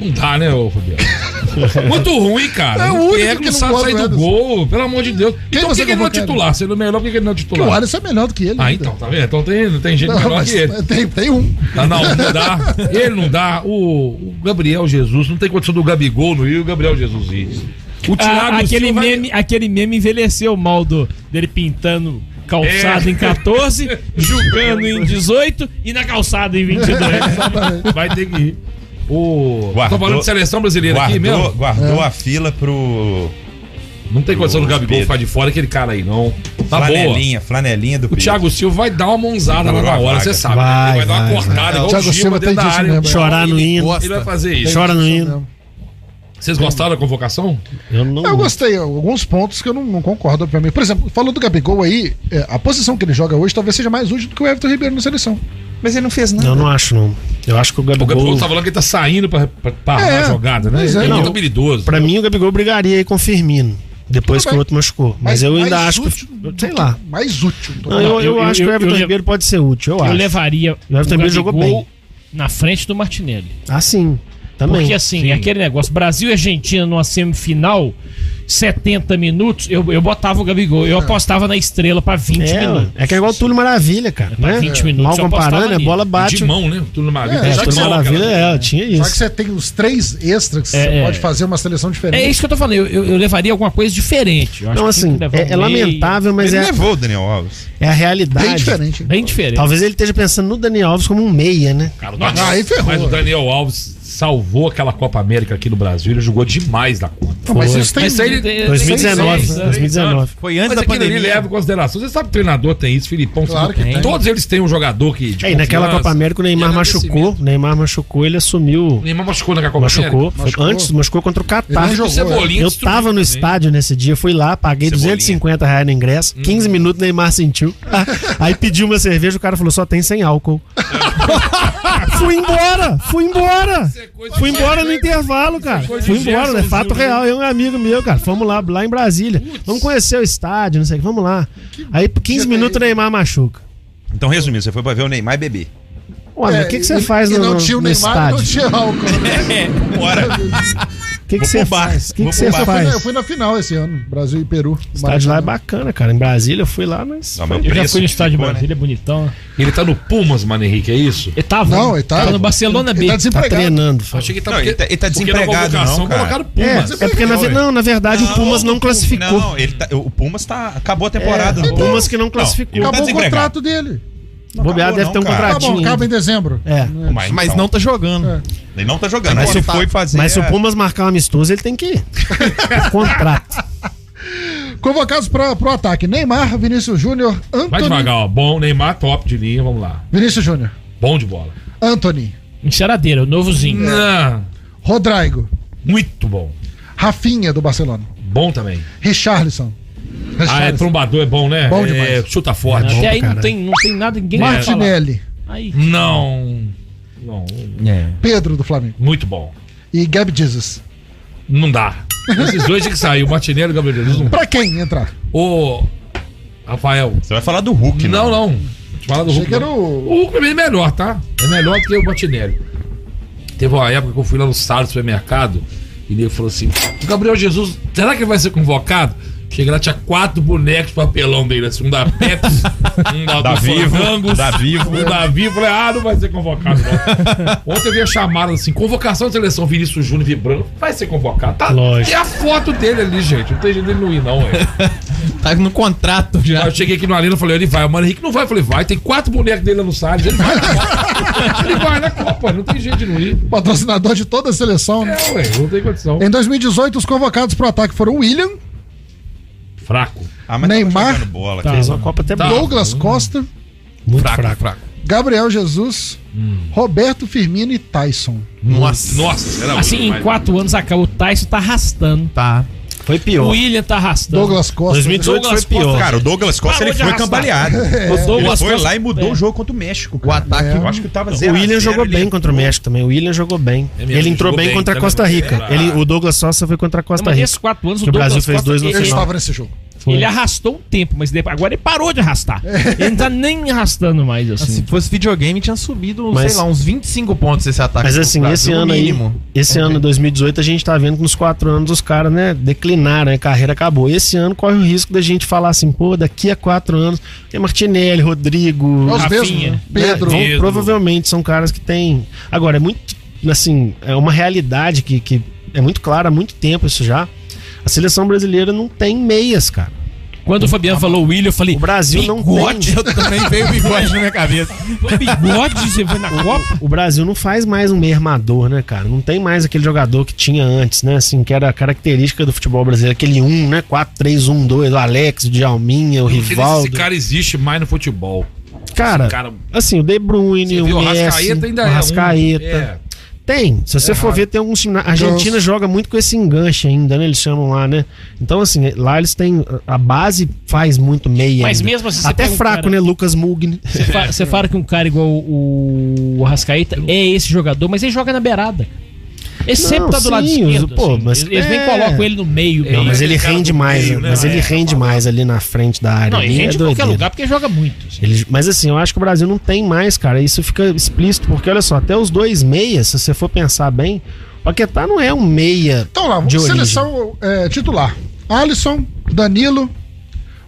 S8: Não dá, né, ô Fabiano? Muito ruim, cara.
S2: É o
S8: Não
S2: único
S8: pega,
S2: que
S8: não
S2: não
S8: sabe
S2: gosta
S8: sair
S2: do
S8: do
S2: Ederson.
S8: gol, pelo amor de Deus. então
S2: você
S8: por
S2: né?
S8: que, que ele não é
S2: convocaria?
S8: titular? Sendo melhor, por que que ele não é
S2: Porque o
S8: titular?
S2: Alisson é melhor do que ele.
S8: Ah,
S2: né?
S8: então, tá vendo? Então tem, tem gente
S2: Não,
S8: melhor
S2: mas
S8: que ele.
S2: tem, tem um.
S8: Ah, não, não dá. Ele não dá. O, o Gabriel Jesus, não tem condição do Gabigol no Rio e o Gabriel Jesus ir. O Thiago
S3: Ah, aquele,
S8: Silva-
S3: meme, aquele meme envelheceu mal do, dele pintando calçado
S8: É.
S3: em 14, julgando em 18 e na calçada em 22.
S8: vai ter que ir. O...
S6: Guardou-
S8: Tô falando de seleção brasileira aqui
S6: Guardou,
S8: mesmo.
S6: guardou
S4: É.
S6: a fila pro
S8: Não tem condição do Gabigol
S6: Pedro.
S8: ficar de fora aquele cara aí, não. Tá boa.
S6: flanelinha, flanelinha do
S8: O Thiago Silva vai dar uma mãozada lá na hora, você sabe. né?
S4: Vai,
S8: ele vai, dar
S4: vai,
S8: uma cortada, igual o
S2: Thiago
S8: Gilma
S2: Silva tem
S8: dentro da
S2: disso
S8: área.
S2: mesmo.
S4: Chorar no hino.
S8: Ele vai fazer isso.
S4: Chora no hino.
S6: Então.
S8: Vocês gostaram da convocação?
S4: Eu não.
S2: Eu gostei, alguns pontos que eu não, não concordo, obviamente. Por exemplo, falou do Gabigol aí, é, a posição que ele joga hoje talvez seja mais útil do que o Everton Ribeiro na seleção.
S6: Mas ele não fez nada.
S4: Eu não acho, não. Eu acho que o
S8: O Gabigol
S4: Gabigol.
S8: tá falando que ele tá saindo pra, pra, pra
S2: É,
S8: armar a jogada, né?
S2: pois é,
S8: Ele é muito
S4: não.
S8: habilidoso.
S4: Pra mim, o Gabigol brigaria aí com o Firmino. Depois
S2: Tudo
S4: que
S2: bem.
S4: o outro machucou. Mas, eu ainda
S2: É mais
S4: acho que.
S2: útil do
S4: Sei
S2: que-
S4: lá.
S2: Mais útil. Tô
S4: Não, eu, eu
S3: eu-
S4: acho que
S3: eu-
S4: o Everton
S3: eu-
S4: Ribeiro pode ser útil, eu,
S3: Eu
S4: acho.
S3: levaria
S4: O Everton Ribeiro jogou bem.
S3: na frente do Martinelli.
S4: Ah, sim. Também.
S3: Porque assim, é aquele negócio, Brasil e Argentina numa semifinal, 70 minutos, eu, eu botava o Gabigol, eu apostava na estrela pra 20
S4: Ah. é,
S3: minutos.
S4: é que é igual o Túlio Maravilha, cara.
S3: pra
S4: né?
S3: 20 minutos
S4: Mal
S3: eu apostava
S4: comparando, né? a
S3: nele.
S4: bola
S8: De
S4: bate.
S8: mão, né? Tudo
S2: É,
S8: numa
S4: É,
S2: já
S4: o
S2: que
S4: Túlio
S8: um
S2: você-
S4: Maravilha, é, tinha
S2: Só que
S4: isso.
S2: você tem os três extras que
S3: É,
S2: você
S3: é.
S2: pode fazer uma seleção diferente.
S3: É isso que eu tô falando, eu, eu, eu levaria alguma coisa diferente. Eu acho
S4: Então,
S3: que tinha
S4: assim,
S3: que levar um
S4: é, é
S3: meio,
S4: lamentável, mas
S6: ele
S4: é,
S6: levou o Daniel Alves.
S4: é a
S2: Bem
S4: realidade.
S2: diferente.
S3: Bem diferente.
S4: Talvez ele esteja pensando no Daniel Alves como um meia, né?
S8: Cara, o Daniel-
S2: Ah, aí ferrou.
S8: Mas o Daniel Alves salvou aquela Copa América aqui no Brasil. Ele jogou demais da conta.
S2: Pô, mas isso tem.
S3: Mas ele- ele-
S4: 2019,
S3: seis, né?
S4: 2019.
S6: Foi antes
S8: Mas
S6: da
S8: aquilo ali
S6: pandemia.
S8: leva em consideração. Você sabe que treinador tem isso, Filipão.
S2: Claro
S8: sabe?
S2: que tem.
S8: Todos eles têm um jogador que. de
S4: É, e naquela
S8: confiança.
S4: Copa América o Neymar
S8: E
S4: machucou.
S8: agradecimento.
S4: O Neymar machucou, ele assumiu.
S8: O Neymar machucou naquela Copa
S4: Machucou.
S8: América.
S4: Foi-
S2: Machucou.
S4: Antes, machucou contra o
S2: Ele não
S4: Catar.
S2: jogou.
S8: O Cebolinha
S4: Eu
S8: destruiu
S4: tava no
S8: também.
S4: estádio nesse dia, fui lá, paguei
S8: Cebolinha.
S4: 250 reais no ingresso, 15 minutos Neymar sentiu. Aí pedi uma cerveja, o cara falou: só tem sem álcool. fui embora, fui embora.
S8: é coisa
S4: Fui
S8: de-
S4: embora no intervalo, cara.
S8: coisa
S4: Fui
S8: de
S4: embora, é
S8: Jeffersonzinho,
S4: fato
S8: né?
S4: real. Eu e um amigo meu, cara, fomos lá, lá em Brasília. Vamos conhecer o estádio, não sei o que, vamos lá. Aí
S8: tá
S4: 15 minutos o Neymar machuca.
S6: Então, resumindo, você foi pra ver o Neymar beber.
S4: Ué, mas o que, que você faz
S2: é, e
S4: no,
S2: não
S4: no-
S2: tinha o
S4: no
S2: Neymar, não
S4: estádio?
S2: tinha álcool.
S6: Bora.
S4: O que, que você
S6: pro bar,
S4: faz? O que,
S6: vou
S4: que você
S6: pro bar.
S2: Eu fui, na, eu
S4: faz?
S2: fui na final esse ano, Brasil e Peru.
S4: O estádio lá é bacana, cara. Em Brasília eu fui lá, mas.
S6: Não, mas o
S3: Eu já
S6: preço
S3: fui no estádio de
S6: ficou, né?
S4: é
S3: Brasília, bonitão.
S8: Ele tá no Pumas, Mano Henrique, é isso?
S3: Ele tava,
S2: Não,
S3: né?
S2: ele tá.
S3: no Barcelona B.
S2: Ele tá
S4: Tá
S2: desempregado.
S4: treinando.
S8: Achei que ele tá,
S6: Não, ele tá- ele tá
S8: porque
S6: desempregado,
S8: na convocação
S6: não, cara.
S8: colocaram
S4: É,
S8: Pumas.
S4: é porque na, ve- não, na verdade o Pumas não classificou.
S6: Não, ele tá- o Pumas tá, acabou a temporada.
S4: É,
S6: no
S4: o Pumas que não classificou.
S6: ele tá
S2: Acabou o
S6: desempregado.
S2: contrato dele.
S4: O Bobear
S6: acabou
S4: deve ter um
S6: não, cara.
S2: Tá bom,
S4: contratinho.
S2: acaba em dezembro.
S4: É.
S6: Mas,
S5: Mas
S6: então,
S5: não tá jogando.
S6: Ele não tá jogando.
S5: Mas
S6: Aí se
S5: se o-
S6: foi fazer.
S4: Mas se o
S6: a-
S4: Pumas marcar um amistoso, ele tem que ir. contrato.
S2: Convocados para pro ataque: Neymar, Vinícius Júnior,
S8: Vai
S2: Anthony.
S8: devagar, ó. Bom, Neymar, top de linha, vamos lá.
S2: Vinícius Júnior,
S8: Bom de bola.
S2: Anthony,
S3: Enxeradeira, o novozinho.
S8: Não,
S2: Rodrigo,
S8: muito bom.
S2: Rafinha do Barcelona,
S8: Bom também.
S2: Richarlison.
S8: Ah, é
S2: Richarlison.
S8: trombador, é bom, né?
S2: Bom
S8: É,
S2: demais.
S8: chuta forte.
S3: Até aí não
S4: caralho.
S3: tem, não tem nada, ninguém vai falar.
S4: É,
S2: Martinelli,
S3: Aí,
S8: Não. Não.
S2: Pedro do Flamengo
S8: Muito bom.
S2: e Gabi Jesus.
S8: Não dá. Esses dois tinha que sair. O Martinelli e o Gabriel Jesus não
S2: Pra quem entrar?
S8: Ô, Rafael.
S6: Você vai falar do Hulk,
S8: Não, não. Fala do
S2: Achei
S8: Hulk.
S2: que era um-
S8: não.
S2: o.
S8: O Hulk pra mim é melhor, tá? É melhor que o Martinelli. Teve uma época que eu fui lá no Sara supermercado e ele falou assim: o Gabriel Jesus, será que ele vai ser convocado? Chega lá, tinha quatro bonecos de papelão dele, assim, um da Pepsi, um da,
S6: Da
S8: do
S6: Vivo,
S8: Fandangos,
S6: da Vivo.
S8: um da Vivo. Falei, ah, não vai ser convocado. Não. Ontem eu vi a chamada assim: convocação da seleção, Vinícius Júnior vibrando. Vai ser convocado, tá?
S4: Lógico.
S8: Tem a foto dele ali, gente. Não tem jeito dele não ir, não, velho.
S5: Tá no contrato
S8: Aí
S5: já.
S8: eu cheguei aqui no Arena e falei, ele vai. O Mano Henrique não vai. Eu falei, vai. Tem quatro bonecos dele lá no Salles. Ele vai na Copa. ele vai na Copa. Não tem jeito de não ir.
S2: Patrocinador de toda a seleção. né?
S8: É, ué. Não tem condição.
S2: Em 2018, os convocados pro ataque foram William,
S8: Fraco.
S6: Ah, mas
S2: Neymar.
S6: Tava jogando bola,
S4: Tá,
S6: cara.
S4: Fez uma Copa até
S8: Tá.
S4: boa.
S2: Douglas Costa,
S4: Muito
S8: Fraco,
S4: fraco.
S8: fraco.
S2: Gabriel Jesus, Roberto Firmino e Tyson.
S5: Nossa.
S8: Nossa. Era
S3: assim, em quatro anos acaba. O Tyson tá arrastando.
S5: Tá.
S4: Foi
S3: O
S4: pior.
S3: William tá arrastando.
S2: Douglas Costa.
S4: 2018
S3: Douglas
S4: foi pior.
S6: Cara, o Douglas Costa
S3: Parou
S6: ele
S3: de
S6: foi
S3: arrastar.
S6: cambaleado.
S3: o
S6: Ele
S3: Douglas
S6: foi
S3: Costa-
S6: lá e mudou
S3: é.
S6: o jogo contra o México.
S5: O
S6: Cara.
S5: ataque.
S6: Eu acho que tava
S4: O
S6: zero a
S4: William
S6: zero,
S4: jogou
S6: ele- é
S4: bem contra o México também. O William jogou bem.
S8: mesmo,
S4: ele entrou
S8: jogou
S4: bem
S8: bem,
S4: contra a
S8: também.
S4: Costa Rica. Ele, o Douglas Sosa foi contra a
S3: Não,
S4: Costa
S3: mas
S4: Rica.
S3: nesses quatro anos
S4: Que o Brasil fez dois no
S2: Eu
S3: ele,
S4: final.
S2: estava nesse jogo.
S4: Foi.
S3: ele arrastou um tempo, mas depois, agora ele parou de arrastar. ele não tá nem arrastando mais, assim.
S5: Se fosse videogame, tinha subido,
S4: Mas-
S5: sei lá, uns 25 pontos esse ataque.
S4: Mas
S5: do
S4: assim,
S5: Brasil,
S4: esse
S5: Tá no
S4: ano aí,
S5: mínimo.
S4: esse ano 2018, a gente tá vendo que nos quatro anos os caras, né, declinaram, né, carreira acabou. E esse ano corre o risco da gente falar assim, pô, daqui a quatro anos, tem Martinelli, Rodrigo,
S2: Nós
S3: Rafinha.
S2: mesmos, né?
S4: né,
S2: Pedro.
S4: vão-
S8: Pedro.
S4: provavelmente são caras que têm. Agora, é muito. Assim, é uma realidade que, que é muito clara há muito tempo isso já. A seleção brasileira não tem meias, cara.
S3: Quando o Fabiano falou William, eu falei,
S4: O Brasil não tem.
S3: bigode?
S5: Eu também veio o bigode na minha cabeça.
S3: Foi bigode? Você foi na Copa?
S4: O Brasil não faz mais um meio armador, né, cara? Não tem mais aquele jogador que tinha antes, né? Assim, que era a característica do futebol brasileiro. Aquele 1, né? 4, 3, 1, 2. O Alex, o Djalminha, o
S8: Não sei nem se Esse
S4: Rivaldo.
S8: cara existe mais no futebol.
S4: Cara,
S8: Cara,
S4: assim, o De Bruyne,
S8: você viu,
S4: o
S8: o
S4: Messi,
S3: é um,
S8: Rascaeta ainda um.
S4: o Rascaeta.
S8: é. um. É.
S4: Tem. Se você for ver, tem alguns times. na- A Argentina joga muito com esse enganche ainda, né? Eles chamam lá, né? Então, assim, lá eles têm. A base faz muito meia.
S3: Mas
S4: ainda.
S3: mesmo assim, você
S4: Até
S3: pega um
S4: fraco,
S3: cara-
S4: né? Lucas Mugni.
S3: Você fa- Você fala que um cara igual o o Arrascaeta é esse jogador, mas ele joga na beirada. Ele
S4: Não,
S3: sempre tá do lado
S4: sim,
S3: esquerdo.
S4: pô, mas-
S3: eles eles nem
S4: é.
S3: colocam ele é no meio.
S4: Não,
S3: mesmo.
S4: mas ele rende mais.
S8: meio, né?
S4: Mas ele
S8: É,
S4: rende mais ali na frente da área.
S3: Não,
S4: ali,
S3: ele rende
S4: é
S3: em qualquer
S4: doideira.
S3: lugar porque ele joga muito. assim.
S4: Eles- mas assim, eu acho que o Brasil não tem mais, cara. Isso fica explícito, porque olha só, até os dois meias, se você for pensar bem, o Paquetá não é um meia.
S2: Então lá,
S4: de origem.
S2: seleção é, titular. Alisson, Danilo,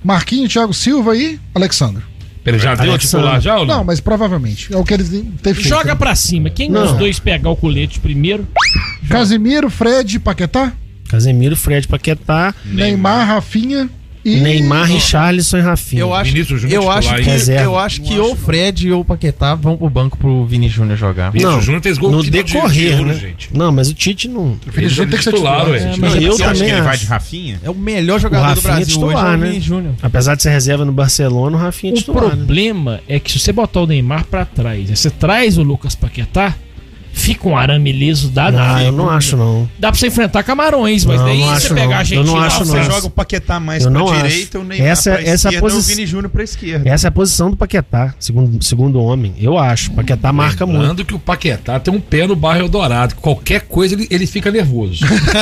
S2: Marquinhos, Thiago Silva e Alexandre.
S8: Ele já deu o titular já ou
S2: Não,
S8: não?
S2: mas provavelmente. É o que ele tem- tem feito. né?
S3: Joga pra cima. Quem
S4: Não.
S3: dos dois pegar o colete primeiro?
S2: Casimiro, Fred, Paquetá,
S4: Casemiro, Fred, Paquetá,
S2: Neymar, Rafinha e.
S4: Neymar, Richarlison e Rafinha.
S5: Eu acho,
S8: Vinícius Júnior
S5: eu
S8: titular,
S5: acho
S8: hein?
S5: que,
S4: Reserva.
S5: eu acho que ou o Fred ou o Paquetá vão pro banco pro Vini Júnior jogar.
S8: Vinícius
S4: não,
S8: Júnior fez gol
S4: no
S8: de- de- de
S4: decorrer,
S8: ouro,
S4: né?
S8: gente.
S4: Não, mas o Tite não.
S8: O Vinícius Júnior tem que ser titular, ué.
S4: Não,
S6: Mas
S4: eu
S6: você acha é que
S4: também
S6: ele vai de
S4: acho.
S6: Rafinha?
S5: É o melhor
S4: O
S5: jogador do
S4: Rafinha é
S5: Brasil hoje, é
S4: titular,
S5: o
S4: né?
S5: Vini Júnior.
S4: Apesar de ser reserva no Barcelona, o Rafinha é
S3: O
S4: titular. né?
S3: problema é que se você botar o Neymar pra trás, aí você traz o Lucas Paquetá, fica um arame liso danado.
S4: Ah,
S5: é
S4: eu não acho, não.
S3: Dá pra você enfrentar camarões, mas
S4: Não,
S3: daí
S4: não
S3: você
S4: acho,
S3: pegar
S4: não.
S3: a
S4: Eu
S3: Argentina...
S4: não acho,
S3: lá,
S4: não.
S6: Você
S4: Nossa.
S6: joga o Paquetá mais
S4: Eu
S6: pra
S4: não
S6: direita,
S4: acho.
S6: o Neymar
S4: Essa-
S6: pra
S4: essa
S6: esquerda e o
S4: posi-
S6: Vini Júnior pra esquerda.
S4: Essa é a posição do Paquetá, segundo, segundo o homem. Eu acho. Paquetá marca muito.
S8: Lembrando que o Paquetá tem um pé no bairro Eldorado. que Qualquer coisa ele, ele fica nervoso.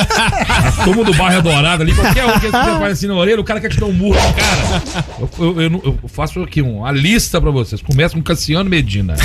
S8: A turma do bairro Eldorado ali, qualquer um que você faz assim na orelha, o cara quer te dar um murro na cara. Eu, eu- eu não- eu faço aqui um, uma lista pra vocês. Começa com Cassiano Medina.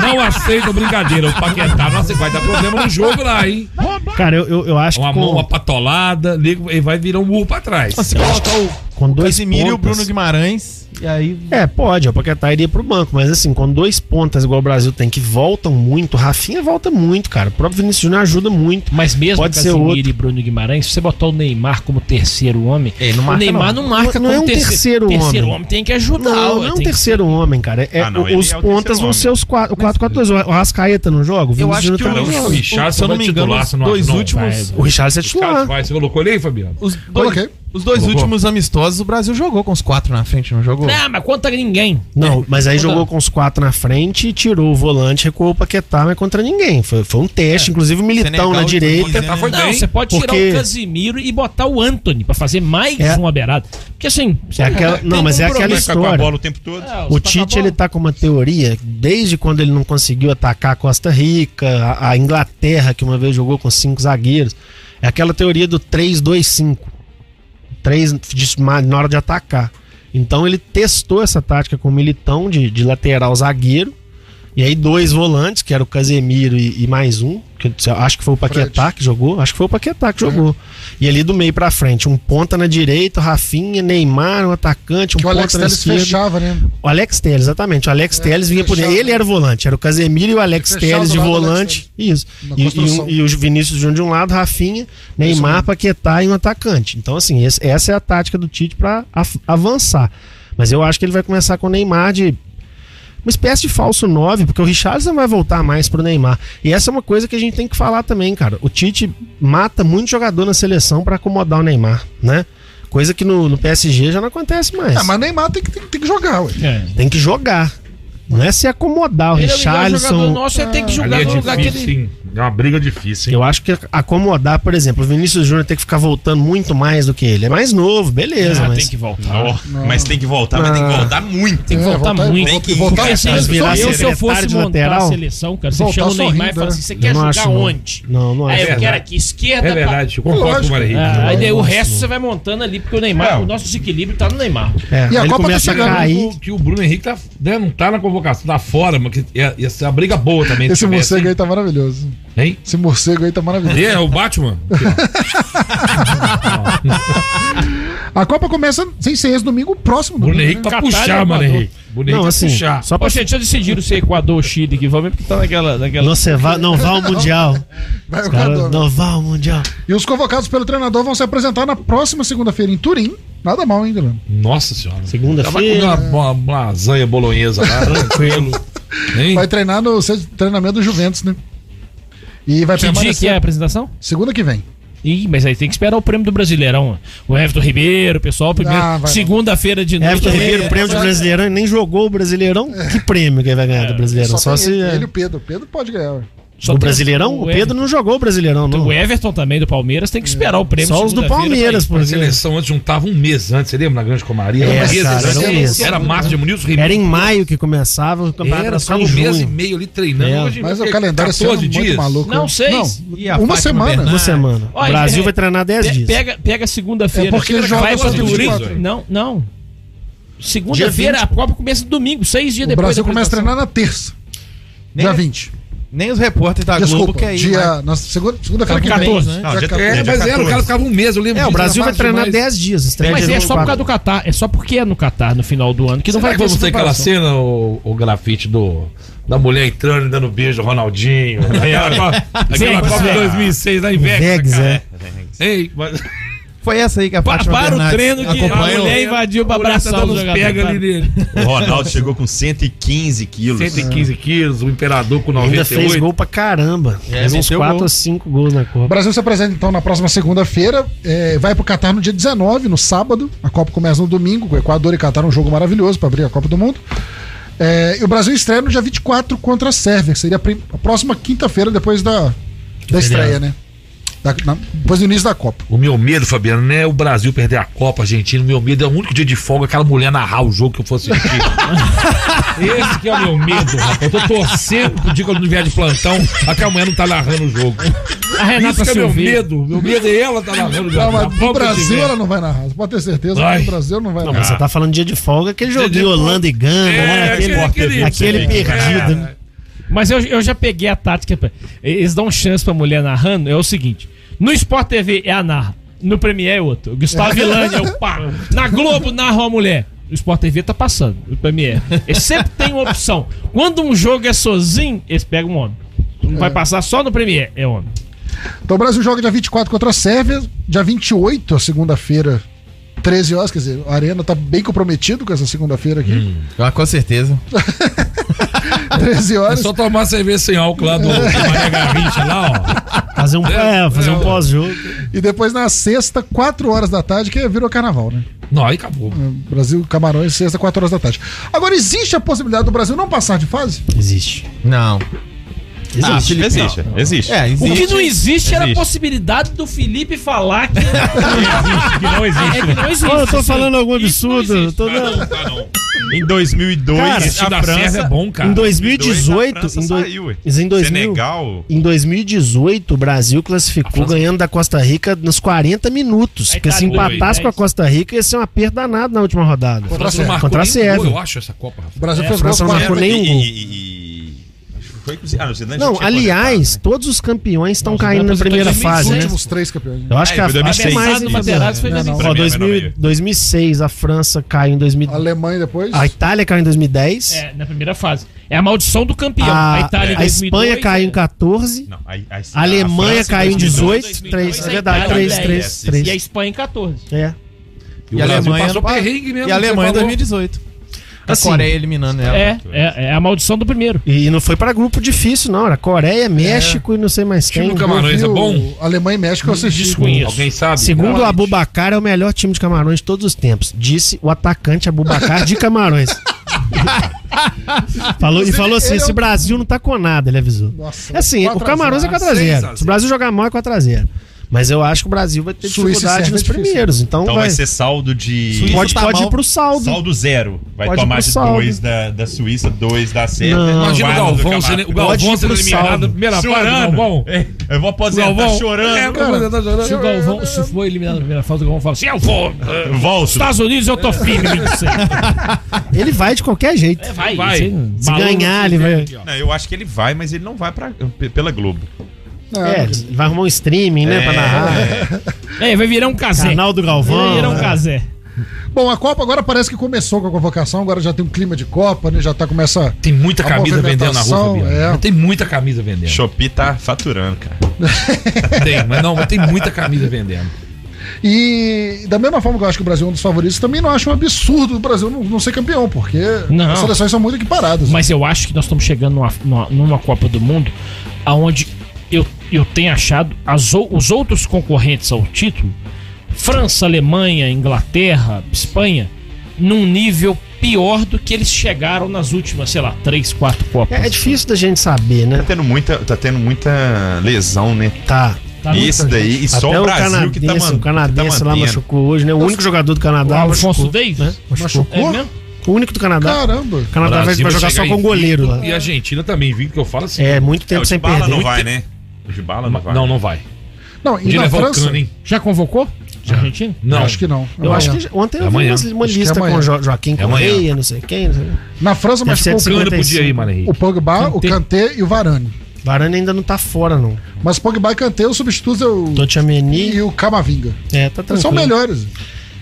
S8: Não aceita brincadeira. O Paquetá, nossa, vai dar problema no jogo lá, hein?
S4: Cara, eu, eu, eu acho
S8: Uma
S4: que
S8: mão, uma
S4: com,
S8: patolada, liga, ele vai virar um murro pra trás.
S5: Se colocar o
S4: com dois
S5: Casimiro e o
S4: pontas-
S5: Bruno Guimarães, e aí
S4: É, pode, o Paquetá iria pro banco, mas assim, com dois pontas igual o Brasil tem que voltam muito, Rafinha volta muito, cara. O próprio Vinícius Júnior ajuda muito.
S3: Mas mesmo
S4: Pode ser
S3: Casemiro
S4: outro.
S3: e Bruno Guimarães, se você botar o Neymar como terceiro homem,
S5: Ele não
S3: o
S5: marca,
S3: Neymar não, marca
S4: Não é
S3: como
S4: um terceiro
S3: Terceiro
S4: homem.
S3: homem tem que ajudar.
S4: Não, não é um
S3: tem que-
S4: terceiro homem, cara. É,
S6: Ah, não,
S4: o-
S6: ele
S4: os
S6: é o
S4: pontas
S6: terceiro
S4: vão
S6: homem.
S4: ser os quatro- o 4-4-2. O Arrascaeta não joga? O
S5: Eu
S4: Vinícius
S5: acho
S4: Júnior
S5: que
S4: também
S8: Cara,
S4: é? não
S8: o
S4: joga.
S8: Richard, se eu não me engano,
S5: os
S8: você não acha,
S5: dois
S8: não?
S5: últimos.
S4: O Richard é
S8: Cara,
S4: titular.
S8: vai, você colocou ele aí, Fabiano?
S5: Os dois,
S2: Coloquei.
S5: os dois
S8: Colocou.
S5: últimos amistosos, o Brasil jogou com os quatro na frente, não jogou?
S3: Não, mas conta ninguém.
S4: Não, mas aí
S3: Não dá.
S4: jogou com os quatro na frente, tirou o volante, recuou o Paquetá, mas contra ninguém. Foi, foi um teste, inclusive o Militão
S5: Senegal
S4: Então, na
S5: e
S4: direita. Tá,
S5: Tunísia,
S8: Paquetá
S5: né?
S8: foi
S3: Não,
S8: bem.
S3: você pode
S4: porque-
S3: tirar o Casimiro e botar o Anthony pra fazer mais
S4: É.
S3: uma beirada. Porque assim, você
S4: É aquela-
S3: tem um
S4: não, mas é
S3: compromisso.
S4: aquela
S6: Vai ficar com a
S4: história.
S6: bola o tempo todo?
S3: É,
S4: O
S3: você tá
S4: Tite
S3: com a
S4: ele
S3: bola.
S4: tá com uma teoria desde quando ele não conseguiu atacar a Costa Rica, a, a Inglaterra que uma vez jogou com cinco zagueiros, é aquela teoria do 3-2-5. Três de- ma- na hora de atacar. Então ele testou essa tática com o Militão de, de lateral zagueiro. E aí dois volantes, que era o Casemiro e, e mais um, que eu acho que foi o Paquetá que jogou, acho que foi o Paquetá que jogou. E ali do meio pra frente, um ponta na direita, o Rafinha, Neymar, um atacante, um
S2: Que o Alex
S4: ponta na
S2: Telles
S4: esquerda.
S2: fechava, né?
S4: O Alex Telles, exatamente. O Alex Telles vinha por
S2: É, fechado. né?
S4: Ele era o volante, era o Casemiro e o Alex
S2: Fechado
S4: Telles de
S2: do lado do Alex
S4: volante. Isso.
S2: Na
S4: E, e,
S2: construção.
S4: um- e o Vinícius Júnior de um lado, Rafinha, Neymar, Paquetá e um atacante. Então, assim, esse- essa é a tática do Tite pra af- avançar. Mas eu acho que ele vai começar com o Neymar de. Uma espécie de falso 9, porque o Richardson vai voltar mais pro Neymar. E essa é uma coisa que a gente tem que falar também, cara. O Tite mata muito jogador na seleção pra acomodar o Neymar, né? Coisa que no, no PSG já não acontece mais.
S2: Ah, mas Neymar tem que, tem, tem que jogar, ué.
S3: É.
S4: Tem que jogar. Não é se acomodar o
S3: Ele é o melhor jogador
S4: Richarlison. Ah,
S3: nosso, ele tem que
S8: Ali
S3: jogar
S8: é
S3: no lugar que
S8: difícil,
S3: ele...
S8: hein? É uma briga difícil, hein?
S4: Eu acho que acomodar, por exemplo, o Vinícius Júnior tem que ficar voltando muito mais do que ele. É mais novo, beleza,
S3: Ah,
S4: mas.
S3: tem que voltar.
S6: Ó, Mas tem que voltar, mas tem
S4: Ah.
S6: que voltar muito.
S3: Tem que
S2: É,
S3: voltar
S2: voltar-
S3: muito.
S6: tem que
S2: voltar-
S3: Porque assim,
S2: Mas
S3: se
S4: virar
S3: eu, se eu
S4: secretário
S3: fosse
S4: de
S3: montar
S4: lateral,
S3: a seleção, cara, você
S2: voltar
S3: chama o Neymar e
S2: sorrindo,
S3: fala assim,
S2: né?
S3: você
S4: Eu
S3: quer
S4: não
S3: jogar
S4: acho, não.
S3: onde?
S4: Não, não
S3: Aí Ah,
S4: acho.
S3: eu
S8: verdade.
S3: quero aqui, esquerda,
S8: É
S3: pra-
S8: verdade, eu concordo com o
S2: Lógico.
S8: Maria Henrique.
S3: Ah, aí daí o
S4: Não,
S3: resto
S4: não.
S3: você vai montando ali, porque o Neymar,
S6: Não.
S3: o nosso desequilíbrio tá no Neymar.
S2: E
S4: É,
S2: a
S4: aí ele
S2: Copa tá
S4: começa a
S2: chegando,
S4: cair.
S8: O- que o Bruno Henrique tá, né, não tá na convocação, tá fora, mas que ia, ia ser uma briga boa também. se
S2: Esse
S8: tivesse,
S2: morcego aí tá maravilhoso.
S8: Hein?
S2: Esse morcego aí tá maravilhoso.
S8: E é o Batman. Aqui, ó. Ó,
S2: A Copa começa sem ser esse domingo, o próximo
S8: o Bruno
S2: domingo.
S8: Henrique
S2: né?
S8: pra
S3: Catar
S8: puxar,
S3: e
S8: mano
S3: Equador.
S8: Henrique. O
S4: é Não,
S8: Bruno Henrique pra
S4: assim,
S8: puxar.
S4: só pra.
S3: Ô, gente, já decidiram se Equador ou Chile que vão mesmo, porque tá naquela... naquela...
S4: Você vai, não vá ao Mundial.
S2: Vai, eu
S4: Cara,
S2: adoro.
S4: não vá ao Mundial.
S2: E os convocados pelo treinador vão se apresentar na próxima segunda-feira em Turim. Nada mal, hein, Guilherme?
S8: Nossa senhora. Tava comendo
S4: Segunda-feira.
S8: uma, uma, uma lasanha bolonhesa lá, tranquilo. Hein?
S2: Vai treinar no centro de treinamento do Juventus, né? E vai
S3: Que dia
S2: permanecer
S3: que é a apresentação?
S2: segunda que vem.
S3: Ih, mas aí tem que esperar o prêmio do Brasileirão. ó. O Everton Ribeiro, o pessoal, primeiro.
S2: Ah, vai.
S3: Segunda-feira de noite.
S4: Everton Ribeiro, prêmio de Brasileirão, ele nem jogou o Brasileirão. Que prêmio que ele vai ganhar do Brasileirão? Só
S2: tem
S4: se. é.
S2: ele, ele e o Pedro. O Pedro pode ganhar, ué.
S3: Só
S4: o
S3: tem-
S4: Brasileirão? O Pedro não jogou o Brasileirão, não.
S3: O Everton também do Palmeiras tem que esperar o prêmio.
S4: Só os do
S3: segunda-feira pra
S4: Palmeiras,
S3: ir.
S4: por
S8: A
S4: exemplo.
S8: seleção antes juntava um mês antes, você lembra? Na Grande Comaria?
S4: É,
S8: Era um mês
S4: cara,
S8: antes.
S4: era um mês.
S8: Era março de Nilson
S4: Era em maio que começava o campeonato
S8: Era,
S4: era só
S8: ficava
S4: em
S8: um mês e
S4: junho.
S8: meio ali treinando.
S4: É.
S8: Hoje,
S2: Mas
S8: é
S2: o calendário esse ano é
S8: 14
S2: muito
S8: dias.
S2: maluco.
S3: Não,
S2: né?
S3: seis.
S5: E a
S2: uma
S5: Fátima
S2: semana.
S5: Bernardes?
S4: Uma semana.
S3: Olha,
S4: o Brasil
S3: é-
S4: vai treinar 10
S3: Pe-
S4: dias.
S3: Pega, pega segunda-feira.
S2: É porque
S3: Fica
S2: joga
S3: vai pra
S8: contra o
S3: Turim.
S8: Turim.
S3: Não, não.
S4: Dia
S3: Segunda-feira,
S4: 20,
S3: a Copa começa domingo, seis dias
S2: O
S3: depois.
S2: Brasil
S3: da
S2: começa a
S3: apresentação.
S2: treinar na terça.
S5: Nem-
S2: Dia 20.
S5: Nem os repórteres
S8: Tá,
S5: da
S2: Desculpa,
S5: Globo é querem ir.
S8: né?
S2: dia.
S5: mais.
S2: na segunda- Segunda-feira que vem.
S3: 14,
S2: Dia
S6: né? Não, dia-
S2: 14.
S8: É,
S6: dia
S8: mas era, o cara
S6: 14.
S8: ficava um mês, eu lembro.
S4: É, o
S8: disso,
S4: Brasil
S8: era
S4: vai treinar
S8: fácil demais.
S4: 10 dias. estreia
S3: Mas
S4: de
S3: é
S4: novo
S3: só por
S4: quarta.
S3: causa do Catar. É só porque é no Catar no final do ano que não
S8: Será
S3: vai
S8: que
S3: ter
S8: vamos
S3: essa
S8: ter aquela
S3: preparação.
S8: cena, o, o grafite do, da mulher entrando e dando beijo, Ronaldinho. Aí a Copa- Aquela
S3: Vegas,
S8: Copa de
S3: é.
S8: 2006 na Invex.
S4: Vegas, é.
S8: né, Ei, mas,
S5: Foi essa aí que a
S3: Pa-
S5: Fátima
S3: para o
S5: Bernardes
S3: treino que a
S5: acompanhou.
S3: mulher invadiu pra
S8: a mulher
S3: abraçar
S8: tá dando
S3: os
S8: uns
S3: jogadores.
S8: pega ali nele.
S6: O Ronaldo chegou com 115 quilos.
S8: 115 quilos, o Imperador com
S4: Ainda fez
S8: 98.
S4: gol pra caramba. fez uns
S5: meteu
S4: 4
S5: gol.
S4: ou 5 gols na
S2: O
S4: Copa.
S2: Brasil se apresenta então na próxima segunda-feira, é, vai pro Catar no dia 19, no sábado. A Copa começa no domingo, com Equador e Catar, um jogo maravilhoso para abrir a Copa do Mundo. É, e o Brasil estreia no dia 24 contra a Sérvia, que seria a, prim- a próxima quinta-feira depois da, da estreia, né? Da- na- depois do início da Copa.
S8: O meu medo, Fabiano, não é o Brasil perder a Copa Argentina. O meu medo é o único dia de folga aquela mulher narrar o jogo que eu fosse assistir. Esse que é o meu medo, rapaz. Eu tô torcendo pro dia que eu não vier de plantão, aquela mulher não tá narrando o jogo.
S3: A Renata
S8: Isso que é meu
S3: Silveira.
S8: medo. Meu medo é ela tá narrando o jogo.
S2: Não,
S8: Na
S2: mas
S8: folga
S2: do
S8: que
S2: Brasil
S8: tiver.
S2: ela não vai narrar. Você pode ter certeza
S8: Ai.
S2: que o Brasil não vai
S4: Não,
S2: narrar.
S4: mas você tá falando dia de folga, aquele joguinho Holanda e Gana, né?
S8: É,
S4: Aquele,
S8: aquele-
S4: aquele
S8: aquele-
S4: perdido. né?
S3: Mas eu, eu já peguei a tática. pra- Eles dão chance pra mulher narrando. É o seguinte: no Sport TV é a narra. No Premier é outro. O Gustavo Villani é o pá. Na Globo narra uma mulher. O Sport TV tá passando. O Premier. Eles sempre tem uma opção. Quando um jogo é sozinho, eles pegam um homem. Não vai passar só no Premier. É homem.
S2: Então o Brasil joga dia 24 contra a Sérvia, dia 28, a segunda-feira, 13 horas, quer dizer, a Arena tá bem comprometido com essa segunda-feira aqui.
S5: Ah, com certeza.
S2: 13 horas.
S8: É Só tomar cerveja sem álcool lá do, do Maria Garrincha lá, ó.
S4: Fazer um, é, fazer um pós-jogo.
S2: E depois na sexta, 4 horas da tarde, que virou carnaval, né?
S8: Não, aí acabou.
S2: Brasil, Camarões, sexta, 4 horas da tarde. Agora, existe a possibilidade do Brasil não passar de fase?
S4: Existe.
S5: Não.
S6: Ah,
S4: Existe.
S6: Felipe, existe, existe.
S5: É,
S3: O que
S5: existe.
S3: não existe era a
S6: Existe.
S3: possibilidade do Felipe falar que não existe.
S8: É
S3: que não existe.
S4: Pô, eu tô falando algum
S3: Isso não
S4: absurdo.
S3: existe.
S4: tô dando-
S6: Em 2002,
S4: Cara,
S6: a
S8: Esse da Serra é bom, cara.
S4: Em
S6: a
S4: 2018,
S6: França
S4: em, do-
S6: saiu, ué.
S4: mas em 2000,
S6: Senegal.
S4: em 2018, o Brasil classificou ganhando da Costa Rica nos 40 minutos. Porque se
S3: Itália,
S4: empatasse
S3: oito,
S4: com a
S3: dez.
S4: Costa Rica, ia ser uma perda danada na última rodada.
S8: A França
S2: Contra a
S8: não marcou
S4: Contra a
S8: nem gol,
S4: Sérvia.
S8: eu acho, essa Copa, rapaz.
S2: O Brasil
S4: É,
S2: fez
S4: a França
S2: gol
S4: não
S2: quatro.
S4: marcou
S6: Lembra?
S4: nenhum gol.
S6: E- e- e- acho que foi com- ah, não, você já
S4: Não,
S6: tinha
S4: aliás,
S6: contado,
S4: todos os campeões estão
S3: Nossa,
S4: caindo na
S3: depois
S4: primeira
S3: eu tô em
S4: fase,
S2: Os
S4: né?
S2: últimos três campeões. né?
S4: Eu acho
S6: É,
S4: que a,
S6: foi
S4: acho que é
S6: 2006.
S4: mais
S3: Abençado no
S4: ainda.
S3: Materazzi foi
S2: Não, não.
S4: Ó,
S6: Pra mim,
S4: 2000
S6: era meio.
S4: 2006, a França caiu em 2000,
S2: Alemanha depois.
S4: a Itália caiu em 2010,
S3: É, na primeira fase. É a maldição do campeão.
S4: a,
S3: a Itália em
S4: a Espanha
S3: 2002,
S4: caiu em 14,
S6: Não, a, Ah, a-
S4: a Alemanha
S6: França
S4: caiu em
S6: 2002,
S4: 18, 3, é
S3: a
S4: verdade,
S3: tá Itália
S4: 3,
S3: em
S4: 3,
S6: 10.
S3: E a
S4: 3.
S3: Espanha em 14.
S4: É.
S5: E a Alemanha
S8: passou
S5: não-
S8: perrengue mesmo. né?
S5: E a Alemanha em
S8: você falou.
S5: 2018. A
S4: Assim,
S5: Coreia eliminando ela.
S3: É, é, é a maldição do primeiro.
S4: E não foi pra grupo difícil, não. Era Coreia, México e não sei mais
S8: Time
S4: quem.
S8: do Camarões é
S2: Eu vi
S8: bom?
S2: o Alemanha e México eu assisti.
S3: Desconheço.
S8: Alguém sabe?
S4: Segundo o Abubacar, é o melhor time de Camarões de todos os tempos. Disse o atacante Abubacar de Camarões. falou, e falou assim:
S2: ele é
S4: esse
S2: um-
S4: Brasil não tá com nada, ele avisou.
S2: Nossa,
S4: É assim, o
S2: 4 a
S4: Camarões é
S8: 6 a
S4: 4x0.
S8: zero.
S4: Se o Brasil jogar mal, é 4x0. Mas eu acho que o Brasil vai ter
S2: Suíça e
S4: dificuldade
S2: Sérvia
S4: nos
S2: é difícil.
S4: primeiros. Então,
S6: Então
S4: vai,
S6: vai ser saldo de.
S5: Suíça
S4: pode,
S5: tá
S4: pode
S5: mal.
S4: ir pro saldo.
S6: Saldo zero. Vai
S4: Pode ir
S6: tomar
S4: pro
S6: de
S4: saldo.
S6: dois da, da Suíça, dois da Sérvia.
S4: Não.
S8: Imagina o
S6: Quatro do
S8: Galvão
S6: Camargo.
S8: sendo, o
S4: Pode ir
S8: Galvão sendo
S4: pro
S8: eliminado
S4: saldo.
S8: na primeira fase do
S3: ah,
S6: Chorando.
S8: Galvão.
S6: É, Eu vou aposentar
S8: Galvão. É,
S6: chorando.
S8: cara, tá chorando.
S3: Se o Galvão se for eliminado na primeira fase, o Galvão fala assim: eu vou. eh,
S8: Tá.
S6: Volso.
S3: Estados Unidos, eu tô firme, 26.
S4: Ele vai de qualquer jeito.
S3: É, vai,
S8: Vai.
S3: sei lá.
S4: Se
S3: Maluco.
S4: ganhar, ele vai.
S6: Não, eu acho que ele vai, mas ele não vai pra, p- pela Globo.
S2: Não,
S4: É, ele vai arrumar um streaming, né? Pra narrar.
S3: É, vai virar um casé.
S4: Canal do
S3: Vai virar
S4: Galvão.
S3: um casé.
S2: Bom, a Copa agora parece que começou com a convocação, agora já tem um clima de Copa, né? Já tá começa.
S8: Tem muita
S2: A
S8: camisa vendendo na rua,
S2: movimentação,
S8: Fabiano.
S2: é.
S8: Tem muita camisa vendendo.
S6: Shopee tá faturando, cara.
S8: Tem, mas não, mas tem muita camisa vendendo.
S2: E da mesma forma que eu acho que o Brasil é um dos favoritos, também não acho um absurdo o Brasil não, não ser campeão, porque
S3: Não.
S2: as seleções são muito equiparadas. né?
S3: Mas eu acho que nós estamos chegando numa, numa, numa Copa do Mundo aonde eu, eu tenho achado as ou- os outros concorrentes ao título, França, Alemanha, Inglaterra, Espanha, num nível pior do que eles chegaram nas últimas, sei lá, três, quatro Copas.
S4: É, é difícil da gente saber,
S6: Tá
S4: né?
S6: tendo muita, tá tendo muita lesão, né?
S4: Tá.
S3: Tá
S6: E esse daí, e só
S4: Até
S6: o
S4: o
S6: Brasil que tá
S4: canadense,
S6: mandando.
S4: o canadense lá machucou hoje, né? O único jogador do
S3: O
S4: Canadá
S3: Alfonso
S4: machucou. né?
S3: Davis?
S2: Machucou?
S3: É mesmo?
S4: O único do Canadá.
S2: Caramba.
S4: O Canadá vai,
S8: Brasil
S4: vai jogar
S8: chegar
S4: só com
S8: invicto
S4: goleiro lá.
S8: E a Argentina também, vindo que eu falo assim.
S4: É, muito
S6: É,
S4: tempo
S6: o
S4: sem
S6: Dybala
S4: perder.
S6: não vai, né? O Dybala não vai.
S8: Não, não vai.
S2: Não, e
S8: De
S2: na
S8: levar o
S2: França?
S8: cano, hein?
S3: Já convocou? Já. Argentina?
S8: Não.
S2: Acho que não.
S4: Eu acho que ontem eu vi
S8: Amanhã.
S4: uma, uma
S2: Acho que é
S4: lista
S2: amanhã.
S4: com jo Joaquim
S8: amanhã.
S4: Correia, não sei quem. Não sei.
S2: Na França
S4: Deve ser
S2: machucou o
S4: de
S2: Can-
S8: Cano podia ir, mano
S2: o
S8: Henrique.
S2: Pogba, o Kanté e o Varane.
S4: Varane ainda não tá fora, não.
S2: Mas Pogba e Kanté, os substitutos é o...
S4: Tchamenni.
S2: E o Camavinga.
S4: É, tá
S2: Eles são
S4: tranquilo.
S2: melhores.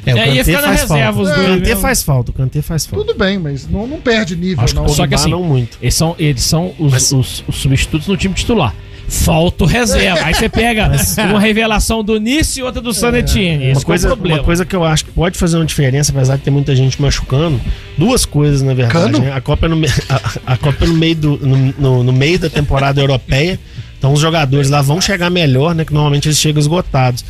S4: É, o
S3: É, ia
S4: Kanté
S3: ficar na
S4: faz
S3: reserva
S4: falta.
S3: os
S4: O
S3: dois
S4: Kanté
S3: mesmo.
S4: faz falta, o Kanté faz falta.
S2: Tudo bem, mas não, não perde nível,
S3: Acho que
S2: não.
S3: o Só
S4: Pogba
S3: assim,
S4: não muito.
S3: Eles são, eles são os, os- os substitutos no time titular. Falta o reserva. Aí você pega uma revelação do Nice e outra do Sanetini. Esse
S4: Uma
S3: que é
S4: coisa,
S3: o problema.
S4: uma coisa que eu acho que pode fazer uma diferença, apesar de ter muita gente machucando, duas coisas, na verdade.
S2: Cano?
S4: né? A, Copa é no, me- a, a Copa é no meio do, no, no- no meio da temporada europeia. Então os jogadores lá vão chegar melhor, né? Que normalmente eles chegam esgotados.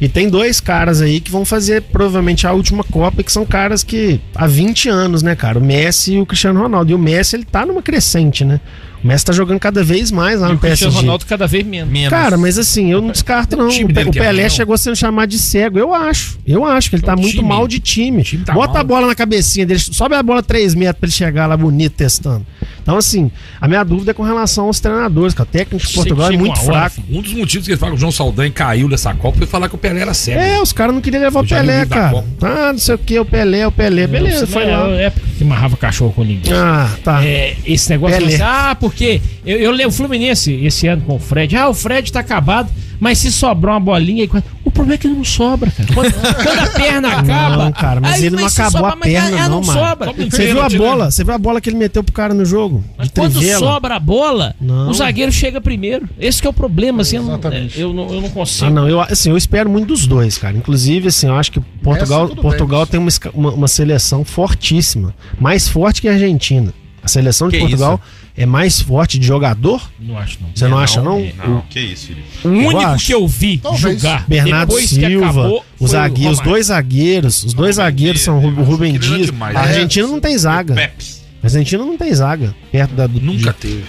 S4: E tem dois caras aí que vão fazer provavelmente a última Copa, que são caras que há 20 anos, né, cara? O Messi e o Cristiano Ronaldo. E o Messi, ele tá numa crescente, né? O Messi tá jogando cada vez mais lá
S3: E
S4: no
S3: o Cristiano
S4: PSG.
S3: Ronaldo cada vez menos.
S5: Menos.
S4: Cara, mas assim, eu não descarto, não. O,
S8: time
S4: Pe-
S8: dele
S4: o
S8: que é
S4: Pelé
S8: ruim, não.
S4: chegou sendo chamado de cego. Eu acho. Eu acho que ele tá
S8: o
S4: muito
S8: time.
S4: mal de time.
S8: time tá
S4: Bota
S8: mal.
S4: a bola na cabecinha dele, sobe a bola 3 metros pra ele chegar lá bonito testando. Então, assim, a minha dúvida é com relação aos treinadores, que o técnico de
S3: Sei
S4: Portugal
S3: que
S4: é
S3: chega
S4: muito
S3: uma hora,
S4: fraco.
S8: Um dos motivos que ele fala que o João Saldanha caiu nessa Copa foi falar que o Pelé era cego.
S4: É, os caras não queriam levar o
S8: Eu já vi
S4: Pelé,
S8: da
S4: cara.
S8: Copa.
S4: Ah, não sei o que, o Pelé, o Pelé. Beleza,
S3: Você
S4: foi
S3: não é
S4: lá.
S3: a época que amarrava cachorro com ninguém.
S4: Ah, tá.
S3: É, esse negócio.
S4: Pelé.
S3: assim, ah, porque eu, eu leio o Fluminense esse ano com o Fred. Ah, o Fred tá acabado, mas se sobrar uma bolinha. e coisa- O problema é que ele não sobra, cara. Quando, quando a perna acaba.
S4: cara, mas ele não
S3: se
S4: acabou a
S3: mas é,
S4: perna, não, mano.
S3: sobra.
S4: Você viu a bola? Você viu a bola que ele meteu pro cara no jogo?
S3: Mas
S4: De
S3: quando
S4: trivela?
S3: sobra a bola,
S4: Não.
S3: o zagueiro chega primeiro. Esse que é o problema, assim, eu não,
S2: Exatamente.
S3: eu não, eu não
S4: Ah,
S3: consigo.
S4: não, eu, assim, eu espero muito dos dois, cara. Inclusive, assim, eu acho que Portugal,
S2: Essa, tudo
S4: Portugal
S2: bem.
S4: tem uma, esca- uma, uma seleção fortíssima. Mais forte que a Argentina. A seleção de
S5: Que
S4: Portugal é mais forte de jogador?
S3: Não, acho, não.
S4: Você não, acha, não?
S3: é.
S6: Não,
S8: um
S6: que isso, Felipe.
S3: O único
S4: acho.
S3: que eu vi
S2: Talvez.
S3: julgar
S4: Bernardo
S3: depois que
S4: Silva,
S3: acabou
S4: os,
S3: foi o
S4: zague- os
S3: Romário.
S4: dois zagueiros, os dois zagueiros são o Rubem
S8: aquilo era
S4: Dias.
S8: demais,
S4: A
S8: né?
S4: Argentina não tem zaga.
S6: Pepe.
S4: A Argentina não tem zaga. Perto da do.
S8: Nunca
S4: de-
S8: teve.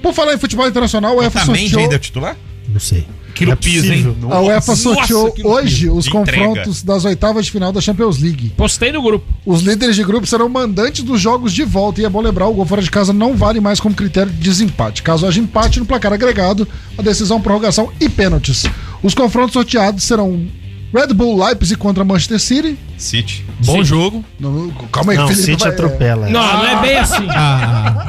S2: Por falar em futebol internacional, a UEFA
S6: Também
S2: sorteou,
S6: ainda é titular?
S4: não sei. Não
S8: Aquilo
S4: é
S8: pisa, hein?
S2: a UEFA sorteou
S8: que
S2: hoje os
S6: De entrega.
S2: confrontos das oitavas de final da Champions League.
S3: Postei no grupo.
S2: Os líderes de grupo serão mandantes dos jogos de volta. E é bom lembrar, o gol fora de casa não vale mais como critério de desempate. Caso haja empate no placar agregado, a decisão, prorrogação e pênaltis. Os confrontos sorteados serão Red Bull Leipzig contra Manchester City.
S6: City.
S8: Bom jogo.
S2: No- calma aí,
S4: Não, o
S2: Felipe,
S4: City
S2: vai-
S4: atropela.
S3: Não, não é bem assim.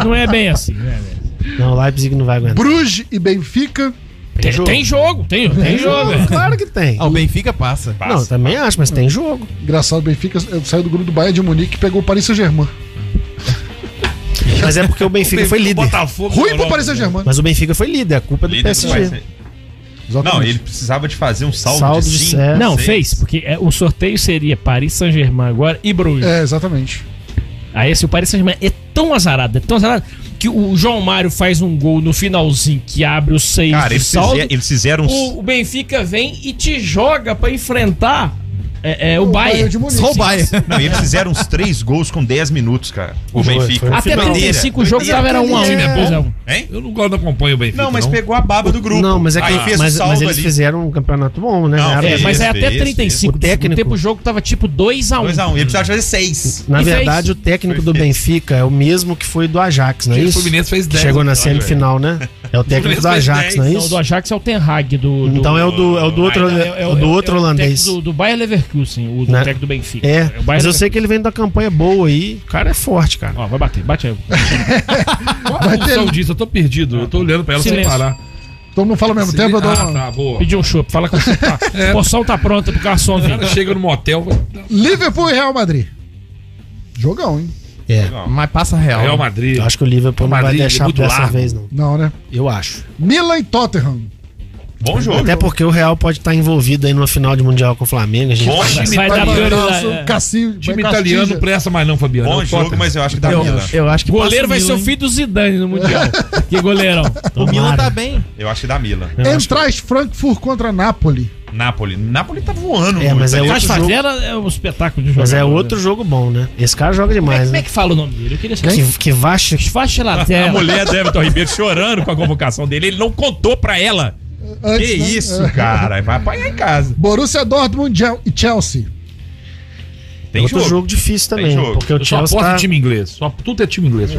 S3: Não é bem assim. não é bem assim.
S4: Não, o Leipzig não vai
S2: é,
S4: aguentar.
S2: Bruges e Benfica.
S3: Tem jogo, tem jogo. Tem, tem jogo. é.
S4: Claro que tem.
S5: Ah, o Benfica passa. tá
S4: Não, eu também acho, mas tem jogo.
S2: Engraçado, Benfica eh, saiu do grupo do Bayern de Munique e pegou o Paris Saint-Germain.
S4: Mas é porque o Benfica foi líder.
S8: Botafogo.
S2: Ruim pro Paris Saint-Germain.
S4: Mas o Benfica foi líder, a culpa é do
S6: Líder do
S4: PSG.
S6: Paris. Não, ele precisava de fazer um saldo,
S4: Saldo de
S6: de 5.
S4: sete.
S3: Não,
S6: Seis.
S3: fez, porque é, o sorteio seria Paris Saint-Germain agora e Bruges.
S2: É, exatamente.
S3: Aí se o Paris Saint-Germain é tão azarado, é tão azarado, que o João Mário faz um gol no finalzinho que abre o 6
S6: Cara,
S3: de
S6: eles,
S3: saldo.
S6: fizer- eles fizeram um.
S3: O, o Benfica vem e te joga pra enfrentar é, é, o, Bayern.
S2: de Munique.
S5: Só o Bayern.
S6: Não, eles fizeram uns três gols com 10 minutos, cara. O
S4: Foi,
S6: Benfica.
S4: foi.
S3: Até
S6: Doideira,
S3: 35 o jogo
S6: doideira.
S3: tava era 1 a 1
S8: time é bom?
S3: dois a um.
S6: Hein?
S8: Eu não gosto, não acompanho o Benfica.
S6: Não, mas pegou a baba do grupo.
S4: Não, mas é
S6: Aí
S4: que
S6: fez
S4: mas,
S6: o saldo
S4: mas eles
S6: ali.
S4: fizeram um campeonato bom, né?
S6: Não,
S4: Ganharam-
S3: É,
S6: fez.
S3: mas é
S6: Isso,
S3: até
S6: isso,
S3: 35.
S4: isso. O
S3: do segundo
S4: técnico-
S3: tempo o jogo tava tipo 2 a 1
S6: 2x1. Ele precisava de fazer 6.
S4: Na
S3: E fez.
S4: verdade, o técnico
S6: Foi
S4: do
S6: feito.
S4: Benfica é o mesmo que foi do Ajax, não é
S8: O
S4: isso?
S8: Fluminense fez
S4: Que
S8: 10.
S4: chegou na
S8: né?
S4: semifinal, né? É o técnico do
S8: fez
S4: Ajax,
S8: 10,
S4: não é
S3: Não, o do
S4: isso?
S3: Ajax é o Ten Hag do, do-
S4: Então é o do, é o do outro,
S3: É, é, é,
S4: é, do outro
S3: é,
S4: holandês.
S3: É o técnico do, do Bayer Leverkusen, o do
S4: Né?
S3: técnico do Benfica. o
S4: É,
S3: Bayer
S4: mas eu
S3: Leverkusen.
S4: sei que ele vem da campanha boa aí. O cara é forte, cara.
S3: Ó, vai bater, bate aí.
S8: Qual a função disso? Eu tô perdido. Eu tô olhando pra ela
S3: Silêncio.
S8: sem parar.
S2: Todo mundo fala ao mesmo tempo, eu dou
S8: Ah,
S2: uma-
S8: tá, boa.
S3: Pedir um chup, fala que o chup tá.
S8: É.
S3: Poção tá pronta pro garçom
S8: O
S3: vir.
S8: cara chega no motel,
S2: Liverpool e Real Madrid. Jogão, hein?
S4: É.
S5: Mas passa real.
S8: Real Madrid.
S4: Eu acho que o Liverpool não vai
S8: Madrid é
S4: deixar
S8: muito
S4: dessa
S8: largo.
S4: vez, não.
S2: Não, né?
S4: Eu acho.
S2: Milan e Tottenham.
S6: Bom jogo.
S4: Até porque o Real pode estar envolvido aí numa final de Mundial com o Flamengo. A gente
S6: Bom,
S4: vai-
S6: time,
S3: Vai
S2: tá
S3: dar prioridade. é.
S2: Cassi,
S8: Time italiano não presta mais não, Fabiano. É
S6: bom
S8: o
S6: jogo,
S8: Tottenham.
S6: mas eu acho que dá
S5: Eu,
S6: Milan.
S5: eu acho que
S3: Goleiro
S5: passa
S3: vai ser o
S5: Milan,
S3: filho do Zidane no Mundial. que goleirão.
S5: hein? O Milan
S4: Tomara.
S5: tá bem.
S6: Eu acho que dá Milan.
S4: Eu acho que-
S2: Entrais Frankfurt contra Napoli.
S6: Napoli. Napoli tá voando.
S4: É, mas
S6: tá
S4: é
S6: ligado?
S3: Faz
S4: outro jogo.
S3: favela é um espetáculo de jogo.
S4: Mas é outro jogo bom, né? Esse cara
S3: Como é,
S4: joga demais,
S3: como é
S4: né?
S3: que fala o nome dele? Eu queria saber.
S4: Que, que vacha.
S3: Faixa
S8: é,
S6: A
S3: lateral.
S6: mulher da Everton Ribeiro chorando com a convocação dele. Ele não contou pra ela.
S2: Antes,
S6: que
S2: né?
S6: isso,
S2: É.
S6: cara. Vai apanhar em casa.
S2: Borussia Dortmund e Chelsea.
S6: Tem
S4: outro jogo,
S6: jogo.
S4: difícil
S6: Tem
S4: também.
S6: jogo.
S4: Porque o
S8: Eu só aposto
S4: Chelsea tá...
S8: em time inglês. Só, tudo é time inglês.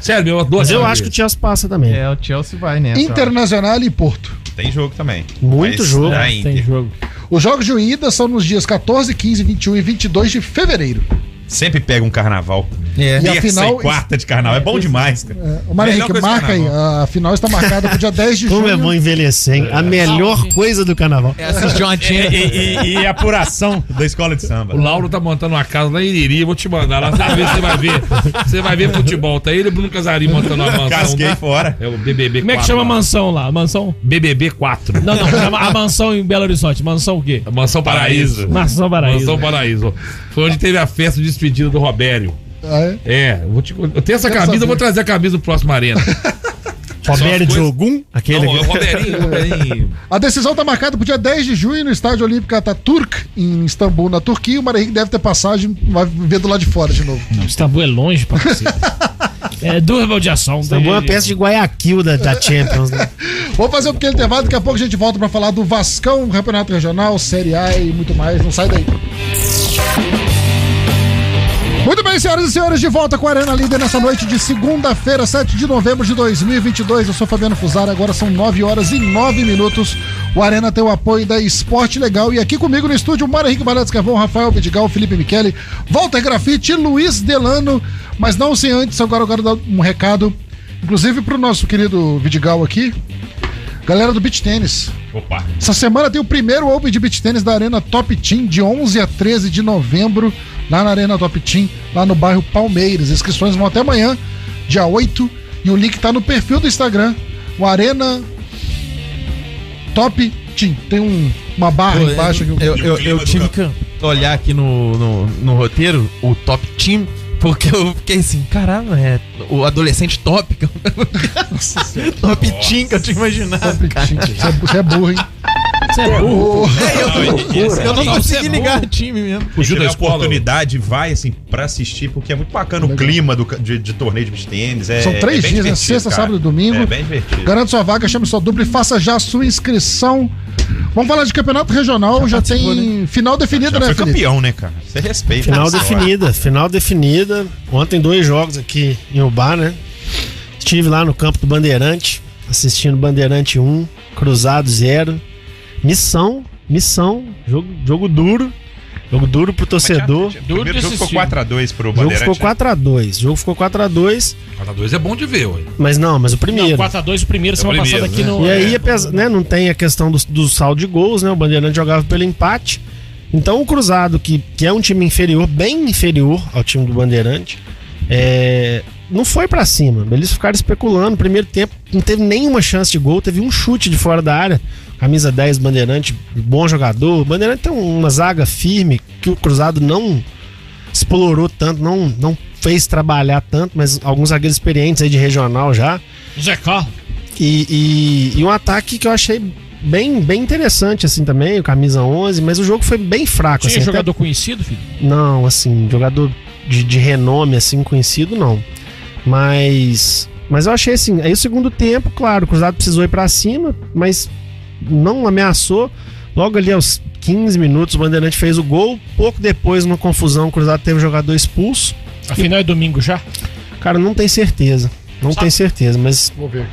S8: Sério, eu adoro
S4: Mas eu
S8: time
S4: acho que o
S8: inglês.
S4: Chelsea passa também.
S5: É, o Chelsea vai nessa.
S2: Internacional e Porto.
S6: Tem jogo também.
S4: Muito jogo.
S6: da
S4: Tem
S3: Tem
S6: Inter.
S3: jogo.
S2: Os jogos de ida são nos dias 14, 15, 21 e 22 de fevereiro.
S6: Sempre pega um carnaval.
S5: É.
S2: E a
S6: Terça
S2: final-
S6: e quarta de carnaval. É bom demais, cara.
S2: O Mário
S6: Melhor
S2: Henrique,
S6: coisa
S2: marca
S6: que
S2: aí. A final está marcada para o dia 10 de
S4: Como
S2: junho.
S4: é bom envelhecer, hein? A melhor coisa do carnaval.
S5: É assistir uma
S6: E,
S5: tia.
S6: e- e- e a apuração da escola de samba.
S8: O Lauro tá montando uma casa lá em Iriri, vou te mandar lá, você vai ver, você vai ver, você vai ver futebol, tá ele e Bruno Casarim montando uma mansão.
S6: Casquei fora.
S8: É o BBB
S3: Como é que chama a
S8: mansão?
S3: mansão lá? A mansão?
S8: BBB 4.
S3: Não, não, chama a mansão em Belo Horizonte. Mansão o quê?
S8: Mansão Paraíso.
S3: Mansão Paraíso. né?
S8: Mansão Paraíso. Foi onde teve a festa de despedida do Robério.
S2: Ah, é?
S8: É, eu, vou te, eu tenho essa
S2: Quero
S8: camisa,
S2: saber.
S8: eu vou trazer a camisa pro próximo Arena.
S4: Roberto
S8: coisas-
S4: de Ogum,
S8: Não, é
S4: aquele.
S8: o Roberinho, o Roberinho.
S2: A decisão está marcada para o dia 10 de junho no Estádio Olímpico Ataturk, em Istambul, na Turquia. O Mário Henrique deve ter passagem, vai ver do lado de fora de novo.
S3: Não, Istambul é longe pra você. É duas baldeação.
S4: Tá bom, uma peça de Guayaquil da, da Champions, né?
S2: Vou fazer um pequeno intervalo, daqui a pouco a gente volta para falar do Vascão, Campeonato Regional, Série A e muito mais. Não sai daí. Muito bem, senhoras e senhores, de volta com a Arena Líder nessa noite de segunda-feira, 7 de novembro de 2022. Eu sou Fabiano Fusaro, agora são 9 horas e 9 minutos. O Arena tem o apoio da Esporte Legal e aqui comigo no estúdio, Mário Henrique Baralho Escarvão, Rafael Vidigal, Felipe Michele, Walter Grafite, Luiz Delano. Mas não sem antes, agora eu quero dar um recado, inclusive pro nosso querido Vidigal aqui, galera do Beach Tênis.
S6: Opa.
S2: Essa semana tem o primeiro Open de Beach Tênis da Arena Top Team, de 11 a 13 de novembro, lá na Arena Top Team, lá no bairro Palmeiras. Inscrições vão até amanhã, dia 8, e o link tá no perfil do Instagram, o Arena Top Team. Tem um- uma barra
S5: Eu-
S2: embaixo. que
S5: Eu, eu, eu tive que olhar aqui no, no, no roteiro o top team. Porque eu fiquei assim, caralho, é o adolescente top. que eu- top team que eu tinha imaginado.
S2: Top Team. Você é, você é burro, hein?
S3: Você é burro.
S5: Eu não consegui
S3: Você é
S5: ligar time mesmo.
S6: Se tiver
S8: da escola.
S6: oportunidade, vai assim pra assistir, porque é muito bacana o
S2: Legal.
S6: clima do, ca- de, de torneio de beach tênis. É,
S2: São três
S6: é bem
S2: dias, né?
S6: divertido,
S2: Sexta,
S6: cara.
S2: sábado e domingo.
S6: É bem divertido.
S2: Garante sua vaga, chame sua dupla e faça já a sua inscrição. Vamos falar de campeonato regional, já, tem final definido,
S6: Já
S2: né,
S6: foi
S2: Felipe?
S6: campeão, né, cara? Você respeita.
S4: Final
S6: Nossa,
S4: definida, final definida. Ontem dois jogos aqui em Ubá, né? Estive lá no campo do Bandeirante, assistindo Bandeirante 1, Cruzado 0. Missão, missão, jogo, jogo duro. Jogo duro pro torcedor.
S6: O primeiro jogo ficou
S3: assistir.
S6: 4x2 pro
S4: O jogo ficou
S6: é Bandeirante. né?
S4: 4x2. O jogo ficou 4x2,
S8: Cada dois é bom de ver, ué.
S4: mas não, mas o primeiro.
S3: 4x2, o primeiro semana
S8: primeiro,
S3: passada aqui
S8: né?
S3: no.
S4: E aí, apesar- né, não tem a questão do, do saldo de gols, né? O Bandeirante jogava pelo empate. Então o Cruzado, que, que é um time inferior, bem inferior ao time do Bandeirante, é, não foi pra cima. Eles ficaram especulando. Primeiro tempo, não teve nenhuma chance de gol, teve um chute de fora da área. Camisa 10, Bandeirante, bom jogador. O Bandeirante tem uma zaga firme que o Cruzado não explorou tanto, não, não fez trabalhar tanto, mas alguns zagueiros experientes aí de regional já.
S3: Zé Carlos.
S4: E, e- e um ataque que eu achei bem, bem interessante, assim, também, o camisa 11, mas o jogo foi bem fraco.
S3: Tinha
S4: Assim,
S3: jogador conhecido, filho?
S4: até- não, assim, jogador de, de renome, assim, conhecido, não. Mas, mas eu achei, assim, aí o segundo tempo, claro, o Cruzado precisou ir pra cima, mas não ameaçou. Logo ali aos 15 minutos, o Bandeirante fez o gol. Pouco depois, numa confusão, o Cruzado teve um jogador expulso.
S3: Afinal é domingo já?
S4: Cara, não tem certeza. Não tem certeza, mas.
S2: Vou ver aqui.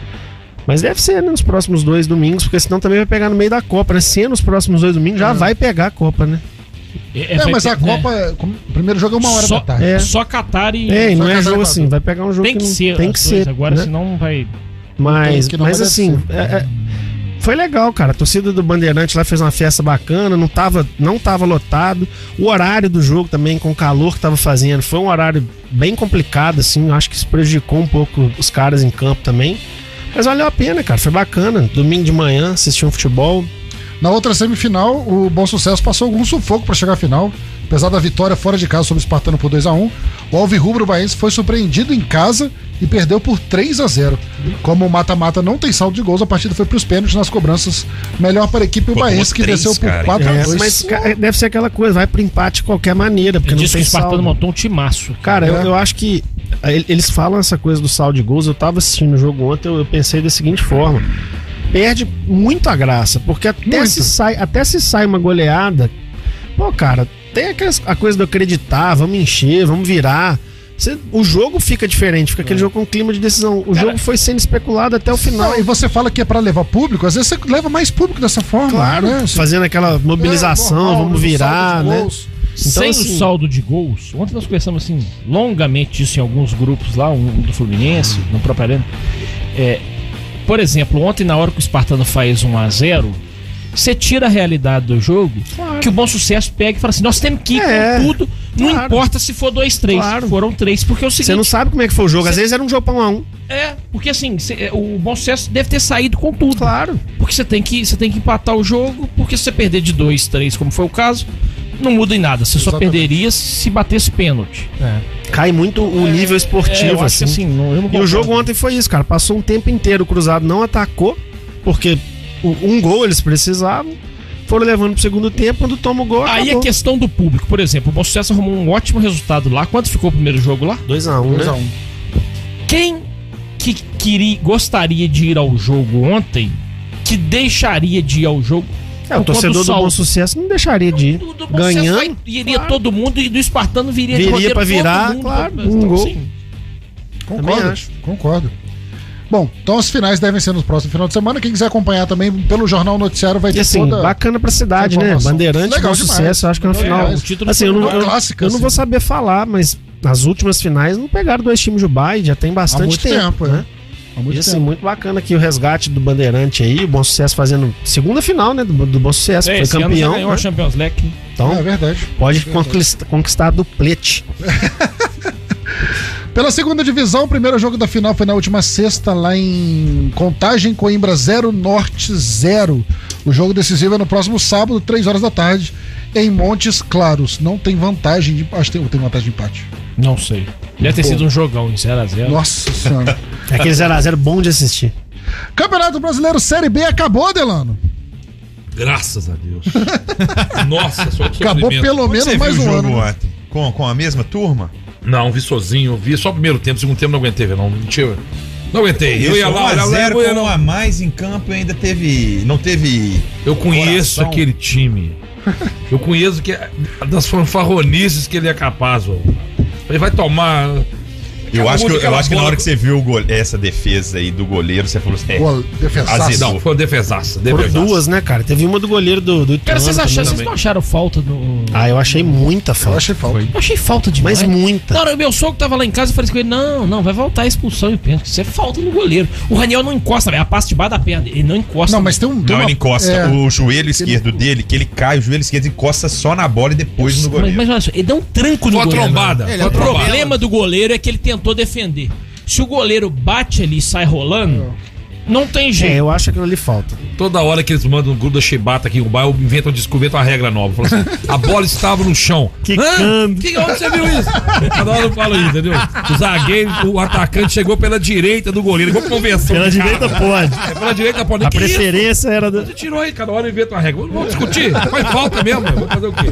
S4: Mas deve ser né, nos próximos dois domingos, porque senão também vai pegar no meio da Copa, né? Se é nos próximos dois domingos,
S3: Uhum.
S4: já vai pegar a Copa, né?
S3: É,
S2: É,
S3: vai
S2: mas
S3: ter-
S2: a Copa, como- o primeiro jogo é uma hora
S3: só,
S2: da tarde.
S4: É.
S3: Só Catar e.
S4: É, e não
S2: Só
S4: é
S2: casar
S4: jogo
S2: com
S4: assim,
S2: azul.
S4: vai pegar um jogo
S3: Tem que
S4: não-
S3: ser.
S4: Tem
S3: as
S4: que
S3: duas
S4: ser.
S3: Agora,
S4: né?
S3: senão não vai.
S4: Mas,
S2: que não
S4: mas
S2: vai
S4: assim, é- é- foi legal, cara. A torcida do Bandeirante lá fez uma festa bacana, não tava, não tava lotado. O horário do jogo também, com o calor que tava fazendo, foi um horário bem complicado, assim. eu Acho que isso prejudicou um pouco os caras em campo também. Mas valeu a pena, cara. Foi bacana. Domingo de manhã, assistir um futebol.
S2: Na outra semifinal, o Bom Sucesso passou algum sufoco pra chegar à final. Apesar da vitória fora de casa sobre o Espartano por 2 a 1 o Alvirrubro Baense foi surpreendido em casa e perdeu por 3 a 0 Como o mata-mata não tem saldo de gols, a partida foi para os pênaltis nas cobranças. Melhor para a equipe o
S6: Pô,
S2: Baense, que
S6: tomou três,
S2: desceu por
S6: cara.
S2: 4 a 2
S4: É, mas ca- deve ser aquela coisa, vai pro empate de qualquer maneira, porque não
S3: Diz que o
S4: tem
S3: Espartano
S4: saldo.
S3: montou um timaço.
S4: Cara, eu,
S2: É.
S4: eu acho que a- el- eles falam essa coisa do saldo de gols. Eu tava assistindo o jogo ontem, eu, eu pensei da seguinte forma: perde muito a graça, porque até
S2: Muito.
S4: se, sai, até se sai uma goleada, pô, cara, tem aquelas, a coisa do acreditar, vamos encher, vamos virar. Você- o jogo fica diferente, fica aquele jogo com um clima de decisão. O jogo foi sendo especulado até o final.
S2: Não, e você fala que é pra levar público, às vezes você leva mais público dessa forma.
S4: Claro,
S2: né?
S4: fazendo aquela mobilização,
S2: É, normal,
S4: vamos
S2: no
S4: virar,
S2: saldo de
S4: né?
S2: gols.
S3: Sem
S4: assim-
S3: o saldo de gols, ontem nós conversamos assim, longamente isso em alguns grupos lá, um do Fluminense, no próprio Arena. É, por exemplo, ontem na hora que o Espartano faz 1 a 0 você tira a realidade do jogo, que o bom sucesso pega e fala assim: nós temos que ir
S4: É,
S3: com tudo, não
S4: claro.
S3: importa se for 2, 3,
S4: Claro.
S3: foram 3, porque é o seguinte.
S4: Você não sabe como é que foi o jogo. Às
S3: Cê-
S4: vezes era um jogo pra um a um.
S3: É, porque assim, cê- é, o bom sucesso deve ter saído com tudo.
S4: Claro.
S3: Porque você tem que, você tem que empatar o jogo, porque se você perder de 2, 3, como foi o caso, não muda em nada. Você só
S2: Exatamente.
S3: perderia se batesse pênalti.
S4: Cai muito o nível
S3: É, eu
S4: esportivo,
S3: acho que
S4: assim.
S3: assim, não, eu não
S4: E o
S3: concordo.
S4: jogo ontem foi isso, cara. Passou um tempo inteiro, o Cruzado não atacou, porque o- um gol eles precisavam. Foram levando pro segundo tempo, quando toma o gol.
S3: Aí é a
S4: acabou.
S3: questão do público, por exemplo, o Bom Sucesso arrumou um ótimo resultado lá. Quanto ficou o primeiro jogo lá?
S4: 2x1, né?
S3: Quem que queria, gostaria de ir ao jogo ontem, que deixaria de ir ao jogo?
S4: É, o
S3: por conta
S4: torcedor do
S3: saldo?
S4: Bom Sucesso não deixaria de ir.
S3: Do- do Bom Sucesso
S4: Ganhando.
S3: vai- iria todo mundo e do Espartano viria,
S4: Viria
S3: roteiro
S4: pra
S3: todo
S4: virar,
S3: mundo,
S4: claro,
S3: todo-
S4: um
S3: então,
S4: gol.
S3: assim,
S2: Concordo,
S4: acho.
S2: concordo. Bom, então as finais devem ser no próximo final de semana. Quem quiser acompanhar também pelo Jornal Noticiário vai ter
S4: E assim,
S2: toda...
S4: bacana pra cidade, né?
S2: Informação.
S4: Bandeirante,
S2: Legal
S4: Bom
S2: demais.
S4: Sucesso. Eu acho que na
S2: Legal
S4: final.
S2: demais.
S3: o título
S4: Assim, eu
S3: foi
S4: não,
S2: uma
S4: eu-
S2: clássica,
S4: eu não
S2: assim.
S4: vou saber falar, mas nas últimas finais não pegaram dois times de Dubai, já tem
S2: Há
S4: bastante
S2: muito tempo, né? Há muito
S4: e assim,
S2: tempo.
S4: muito bacana aqui o resgate do Bandeirante aí, o Bom Sucesso fazendo segunda final, né? Do, do Bom Sucesso,
S3: é,
S4: que foi
S3: esse ano já
S4: campeão.
S3: ganhou
S4: né?
S3: a Champions League.
S4: Então,
S2: É verdade.
S4: pode conquistar, conquistar duplete.
S2: Pela segunda divisão, o primeiro jogo da final foi na última sexta, lá em Contagem, Coimbra 0, Norte 0. O jogo decisivo é no próximo sábado, 3 horas da tarde, em Montes Claros. Não tem vantagem de. Acho que tem, tem vantagem de empate.
S3: Não sei. Deve ter sido um jogão em 0x0.
S2: Nossa senhora.
S4: É aquele 0x0 bom de assistir.
S2: Campeonato Brasileiro Série B acabou, Delano.
S8: Graças a Deus. Nossa, só que
S2: Acabou pelo
S6: Onde
S2: menos
S6: você
S2: mais
S6: viu
S2: um
S6: o jogo
S2: ano. né?
S6: ontem? Com, com a mesma turma?
S8: Não, vi sozinho, vi só o primeiro tempo, o segundo tempo não aguentei, velho. Não, não tinha- não aguentei. eu ia lá, olhava, eu, ia
S6: não
S8: lá.
S6: a mais em campo e ainda teve. Não teve.
S8: eu conheço
S6: Coração.
S8: aquele time. Eu conheço que é das fanfarronices que ele é capaz, velho. Ele vai tomar.
S6: Eu acho, que, eu
S8: Acabou aquela
S6: acho que na
S8: bola-
S6: hora que você viu o gole- essa defesa aí do goleiro, você falou assim: é,
S2: Gol, defesaço.
S6: Azedão.
S8: Não, foi uma defesaça.
S4: Foram
S8: defesaça.
S4: duas, né, cara? Teve uma do goleiro do, do
S3: Cara,
S4: Ituano
S3: vocês, acharam,
S4: também.
S3: vocês não acharam falta do.
S4: Ah, eu achei muita
S2: Eu
S4: falta.
S2: achei falta.
S3: Eu achei falta demais.
S4: Mas muita.
S3: Na hora, meu sogro tava lá em casa e falei assim com ele: não, não, vai voltar a expulsão e o pênalti. Isso é falta no goleiro. O Raniel não encosta, velho. A pasta de baixo da perna. Ele não encosta.
S2: Não, mas tem um. tem uma-
S6: Não, ele encosta
S2: é,
S6: o joelho esquerdo dele, que ele cai, o joelho esquerdo encosta só na bola e depois no
S3: mas,
S6: goleiro.
S3: mas olha só, ele deu um tranco no
S8: Foi uma
S3: goleiro.
S8: trombada.
S3: mano.
S8: Ele é
S3: o
S8: trombada.
S3: problema do goleiro é que ele tentou defender. Se o goleiro bate ali e sai rolando, não tem
S4: É,
S3: jeito.
S4: eu acho aquilo ali falta.
S8: Toda hora que eles mandam no grupo da Chibata aqui no bairro, inventam, descobertam uma regra nova. Falam assim, a bola estava no chão.
S4: Quicando.
S8: Hã? Que onde você viu isso? Cada hora eu falo isso, entendeu? O zagueiro, o atacante chegou pela direita do goleiro, igual convenção.
S4: Pela
S8: de cara.
S4: direita pode.
S8: É, pela direita, pode.
S4: A
S8: Que isso?
S4: preferência era da.
S8: Você tirou aí, cada hora inventa uma regra. Vamos discutir, faz falta mesmo, vamos fazer o quê?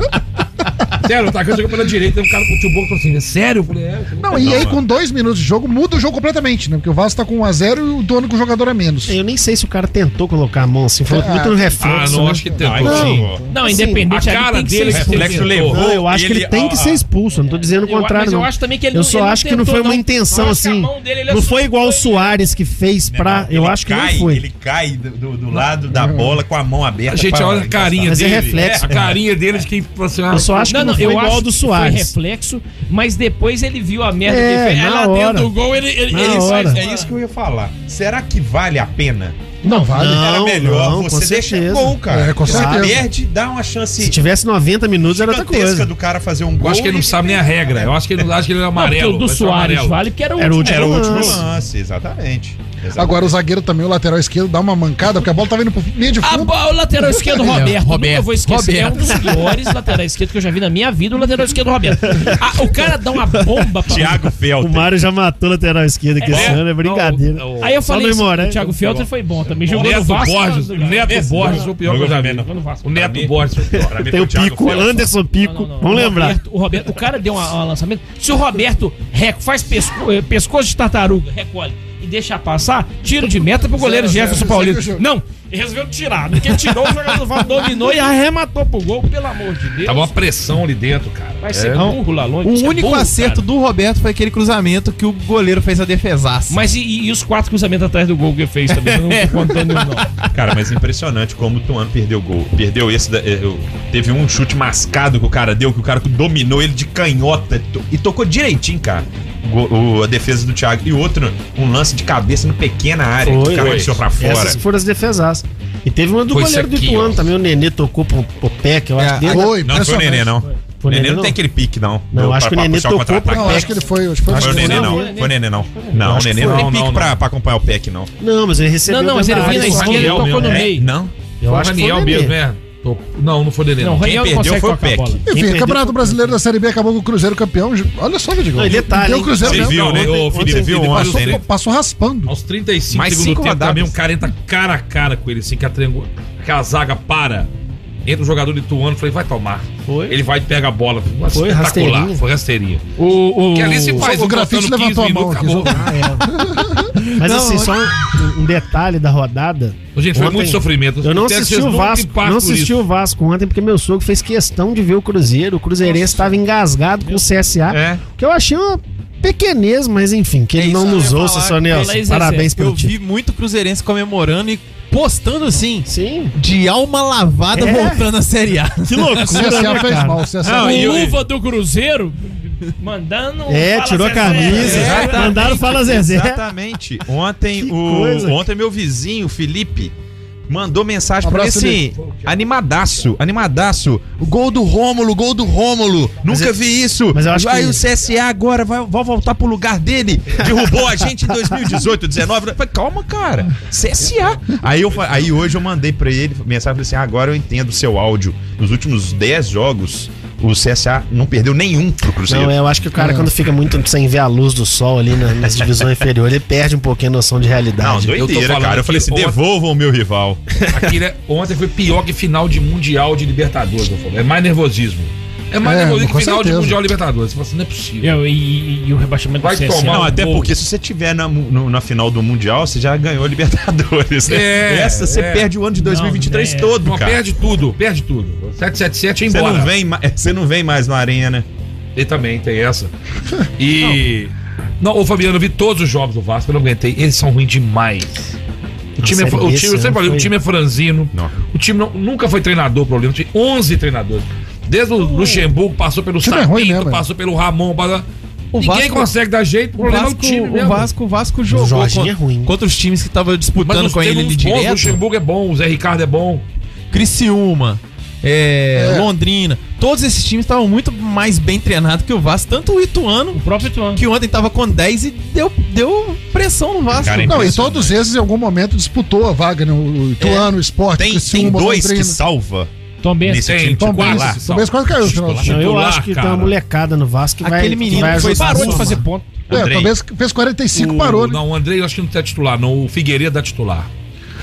S8: Sério, o atacante chegou pela direita, o cara curtiu o boco e falou assim, é sério? Eu falei, é.
S2: Não, e aí com dois minutos de jogo, muda o jogo completamente, né? Porque o Vasco tá com 1x0 e o dono com o jogador a menos.
S4: Eu nem sei se o cara tentou colocar a mão assim, falou que muito no
S8: Ah,
S4: reflexo.
S8: não,
S4: né?
S8: acho que
S6: Não, aí
S8: tentou.
S6: sim, ó.
S3: Não,
S4: Assim,
S3: independente
S8: a
S3: ali,
S8: cara
S3: tem que ser
S8: dele, é
S3: expulso.
S6: reflexo levou.
S4: Não, eu acho que ele
S6: Ele-
S4: tem que ser expulso, eu não tô dizendo o
S3: é. Eu-
S4: contrário.
S3: mas eu
S4: não.
S3: acho também que ele
S4: Eu
S3: não-
S4: só
S3: ele não
S4: acho que não foi
S3: tentou,
S4: uma
S3: não.
S4: intenção
S3: Eu acho que a
S4: assim.
S3: mão dele, ele
S4: não foi igual o
S3: assustou ele.
S4: Soares que fez pra. eu
S6: É, Ele
S4: acho que
S6: cai,
S4: não foi.
S6: Ele cai do, do- do lado da bola com a mão aberta.
S8: A gente
S6: pra-
S8: olha a carinha
S4: Mas é
S8: dele.
S4: reflexo,
S8: a
S4: né?
S8: carinha dele de quem falou assim, ah,
S4: Eu só acho que não, foi
S3: eu
S4: igual
S3: acho
S4: ao do
S3: que
S4: Soares.
S3: Foi reflexo, mas depois ele viu a merda
S4: É,
S3: que ele fez. Aí
S4: na
S3: lá
S4: hora.
S3: dentro do gol ele, ele,
S4: Na
S3: ele faz-
S4: hora.
S6: É isso que eu ia falar. Será que vale a pena?
S2: Não vale.
S4: Não,
S6: Era melhor
S4: não, com
S6: você deixar
S4: certeza.
S6: gol, cara.
S2: É, com
S6: Você
S2: certeza.
S6: perde, dá uma chance
S4: Se tivesse 90 minutos era outra
S6: gigantesca
S4: coisa.
S6: do cara fazer um gol.
S8: Eu acho que ele não
S6: e-
S8: sabe nem a regra. Eu acho que ele, acho que ele é
S3: Não, porque
S8: amarelo.
S3: o do
S8: vai ser
S3: Soares
S8: amarelo.
S3: vale porque era o
S4: Era o
S3: último.
S4: último
S6: Era o último
S4: lance.
S6: lance, exatamente.
S2: Agora o zagueiro também, o lateral esquerdo, dá uma mancada, porque a bola tava indo pro meio de
S3: A
S2: fundo.
S3: bola, o lateral esquerdo, Roberto.
S5: Roberto,
S3: Roberto. Eu vou esquecer.
S5: Roberto.
S3: É um dos piores lateral esquerdo que eu já vi na minha vida, o lateral esquerdo, Roberto. Ah, o cara dá uma bomba pra
S6: Thiago
S4: O
S6: Felton.
S4: Mário já matou o lateral esquerdo aqui
S3: né?
S4: esse ano, é brincadeira.
S3: Aí eu falei,
S4: no
S3: assim,
S4: Imoré.
S3: o Thiago Felton foi bom também.
S8: O
S3: Jogou
S8: Neto
S3: no Vasco.
S8: Borges,
S3: mas-
S8: o Neto Borges foi o pior que eu já vi.
S3: Jogou no Vasco.
S8: O Neto Borges foi o pior.
S4: Tem o Pico, Anderson Pico.
S3: Não, não, não.
S4: Vamos
S3: O
S4: lembrar.
S3: Roberto- o, Roberto, o cara deu um lançamento. Se o Roberto reco, faz pesco- eh, pescoço de tartaruga, recolhe e deixa passar, tiro de meta pro goleiro
S2: Zero,
S3: Jefferson
S2: zero,
S3: Paulino.
S2: segue o jogo.
S3: Não, ele resolveu tirar. Porque tirou, o jogador do Vasco dominou e arrematou pro gol, pelo amor de Deus.
S2: Tá
S8: Tava uma pressão ali dentro, cara.
S3: Vai ser
S8: É,
S3: burro lá longe.
S5: O
S3: Isso é
S5: único
S3: burro,
S5: acerto
S3: cara.
S5: do Roberto foi aquele cruzamento que o goleiro fez a defesaça.
S3: Mas e, e os quatro cruzamentos atrás do gol que ele fez também? Eu não tô contando, não.
S6: Cara, mas é impressionante como o Tuano perdeu o gol. Perdeu esse. da- eh, eu- teve um chute mascado que o cara deu, que o cara dominou ele de canhota to- e tocou direitinho, cara. o go- o- a defesa do Thiago. E outro, um lance de cabeça no pequena área que
S4: Foi,
S6: o cara
S4: foi.
S6: deixou pra fora.
S4: Essas foram as defesaças. E teve uma do
S8: Foi isso
S4: goleiro do
S8: aqui,
S4: Ituano
S8: ó.
S4: também. O Nenê tocou pro, pro pé, que eu acho
S5: É,
S4: dele.
S2: Foi,
S6: Não, não foi o Nenê, não. O
S4: Foi o
S6: Nenê,
S4: Nenê,
S6: não,
S4: não.
S6: tem aquele pique, não.
S4: Não,
S6: Do-
S4: acho que o Nenê
S6: puxar
S4: tocou
S6: contra-ataque.
S2: Não, acho que ele foi. Acho que foi assim, né?
S6: Foi o Nenê,
S2: não.
S6: não.
S3: Foi o Nenê.
S6: Foi o Nenê, não. Não, o Nenê
S4: foi.
S6: não tem
S8: Não,
S6: pique
S8: não,
S6: pra, pra acompanhar o PEC, não.
S4: Não, mas ele recebeu.
S3: Não,
S4: mas
S3: mas ele
S4: na
S3: vinha
S4: área
S3: na
S4: ele
S3: esquerda e
S8: Raniel
S3: tocou
S8: mesmo,
S3: no
S8: né?
S3: meio.
S6: Não.
S4: Eu
S8: o
S4: acho que foi
S8: Raniel
S4: o Nenê.
S8: mesmo, né? Tô- Não, não foi dele,
S3: Não,
S8: não.
S3: o Raniel não
S6: perdeu
S3: consegue
S6: foi o
S3: tocar a
S6: Peck.
S3: bola.
S4: Quem
S2: Enfim,
S4: perdeu
S2: Campeonato
S4: foi-
S2: Brasileiro da Série B acabou com o Cruzeiro campeão. Olha só, Vidigão.
S4: Não, e detalhe,
S2: Deu o
S4: hein?
S2: Cruzeiro
S6: Vocês
S2: mesmo.
S6: viram, né?
S8: Ô,
S6: O Felipe
S8: ontem-
S6: viu
S8: ontem
S6: ontem,
S2: Passou,
S6: né?
S2: passou raspando.
S8: Aos 35
S6: Mais
S8: segundos
S6: cinco
S8: do tempo
S6: rodadas.
S8: também, um cara entra cara a cara com ele, assim, que a, triangu... aquela zaga para. Entra o jogador lituano, falei, vai tomar.
S4: Foi.
S8: Ele vai e pega a bola.
S4: Foi
S8: Espetacular,
S4: rasteirinha.
S8: Foi rasteirinha.
S3: O, o,
S8: Que ali se faz
S2: o
S8: um
S2: grafite
S8: botando
S2: levantou a
S8: 15
S2: mão
S8: minutos,
S2: aqui,
S8: acabou.
S4: Mas
S5: Não,
S4: assim,
S5: ontem-
S4: só um, um detalhe da rodada.
S8: Gente, foi
S4: Ontem-
S8: muito sofrimento.
S4: Eu não
S8: Espero que
S4: assisti
S8: vocês
S4: o
S8: nunca
S4: Vasco,
S8: passem
S4: não
S8: por
S4: assisti
S8: isso.
S4: o Vasco ontem porque meu sogro fez questão de ver o Cruzeiro. O Cruzeirense estava engasgado com o CSA,
S6: É.
S4: que eu achei uma pequenez, mas enfim, que
S5: É
S4: ele
S5: isso
S4: não
S5: que eu
S4: nos
S5: ia
S4: ouça,
S5: falar,
S4: só Nelson.
S3: fala aí, Zezé.
S4: Parabéns pelo
S5: Eu
S4: time.
S5: vi muito cruzeirense comemorando e postando assim,
S4: Sim,
S5: de alma lavada
S4: É.
S5: voltando à Série A.
S4: que
S2: O
S4: loucura,
S2: CSA
S4: né,
S2: fez
S4: cara?
S2: mal. O CSA
S6: Não,
S3: o
S6: e eu-
S3: luva do Cruzeiro mandando.
S4: É,
S3: Fala,
S4: tirou a
S3: Zezé.
S4: camisa.
S3: É.
S5: Exatamente.
S4: Mandaram fala Zezé.
S6: Exatamente. Ontem,
S4: Que
S6: o,
S4: coisa.
S6: ontem meu vizinho, Felipe, mandou mensagem pra mim
S2: Abraço,
S6: assim: animadaço, animadaço. O gol do Rômulo, gol do Rômulo. Nunca vi isso.
S4: mas eu acho
S6: vai
S4: que-
S6: o CSA agora, vai, vai voltar pro lugar dele. Derrubou a gente em 2018, 19. Eu Falei, calma, cara. CSA. Aí, eu, fa- aí hoje eu mandei pra ele mensagem falei assim: "Ah, agora eu entendo o seu áudio. Nos últimos 10 jogos, o CSA não perdeu nenhum pro Cruzeiro.
S4: Não, é, eu acho que o cara, quando fica muito sem ver a luz do sol ali na- nas divisões inferiores, ele perde um pouquinho a noção de
S6: Não,
S4: realidade.
S8: Eu tô
S6: doideira,
S8: falando
S6: cara. Eu falei
S8: que
S6: assim:
S8: ontem-
S6: devolvam o meu rival.
S8: Aquilo é- ontem foi pior que final de Mundial de Libertadores, eu falo. É mais nervosismo. É mais
S2: É,
S8: nervosismo
S2: com
S8: que final
S2: certeza.
S8: de Mundial de Libertadores. Você fala assim, não é possível.
S3: Eu- E, e- e o rebaixamento
S8: Vai
S3: do CSA.
S8: tomar
S6: Não,
S8: um
S6: até
S8: gol.
S6: porque se você tiver na, no- na final do Mundial, você já ganhou a Libertadores, né?
S8: É,
S6: Essa você
S8: é.
S6: perde o ano de 2023
S2: é.
S3: né?
S6: todo,
S8: Não,
S6: cara.
S8: perde tudo, perde tudo. 777 é
S6: Você
S8: embora.
S6: não, vem, ma- você não vem mais na arena. né?
S8: Ele também tem essa. E. Não, ô Fabiano, eu vi todos os jogos do Vasco, eu não aguentei. Eles são ruins demais. O time,
S4: Série
S8: é, fra-
S4: B
S8: o time,
S4: esse
S8: eu sempre
S4: ano
S8: falei, o
S4: foi-
S8: time é franzino.
S6: Não.
S8: O time não- nunca foi treinador, problema. Tinha 11 treinadores. Desde o Luxemburgo, passou pelo
S2: time é
S8: Sapinto,
S2: ruim mesmo, é.
S8: passou pelo Ramon. Passa...
S5: O
S8: Ninguém
S5: Vasco-
S8: consegue dar jeito, o
S5: O
S8: problema
S5: Vasco,
S8: é o time
S5: o
S8: mesmo.
S5: Vasco, o Vasco jogou
S4: Jorginho
S5: contra,
S4: é ruim.
S5: contra os times que estavam disputando
S8: Mas
S5: com ele ali
S8: de bons, o
S5: direto.
S8: Luxemburgo é bom, o Zé Ricardo é bom.
S5: Criciúma, é,
S2: É.
S5: Londrina. Todos esses times estavam muito mais bem treinados que o Vasco. Tanto o Ituano,
S3: O próprio Ituano.
S5: que ontem tava com 10 e deu, deu pressão no Vasco.
S6: Cara, é
S2: Não, e todos esses em algum momento disputou a vaga no Tuano, o Esporte,
S6: Tem, tem
S2: Criciúma,
S6: dois que
S2: Londrina.
S6: salva
S3: Também.
S6: nesse time
S2: Tom
S6: titular.
S2: Benz, Tom Benz quase caiu no final.
S8: Titular.
S4: Não, eu
S8: Titular,
S4: acho que tá tem
S8: cara.
S4: uma molecada no Vasco que vai,
S5: Aquele menino
S4: que vai
S5: que foi-
S4: ajudar
S5: parou de
S4: a
S5: fazer
S4: somar.
S3: ponto.
S2: É,
S6: Andrei.
S2: Tom Benz fez 45,
S8: O-
S2: parou, né?
S8: Não, o Andrei eu acho que não tá titular, não. O Figueiredo é titular.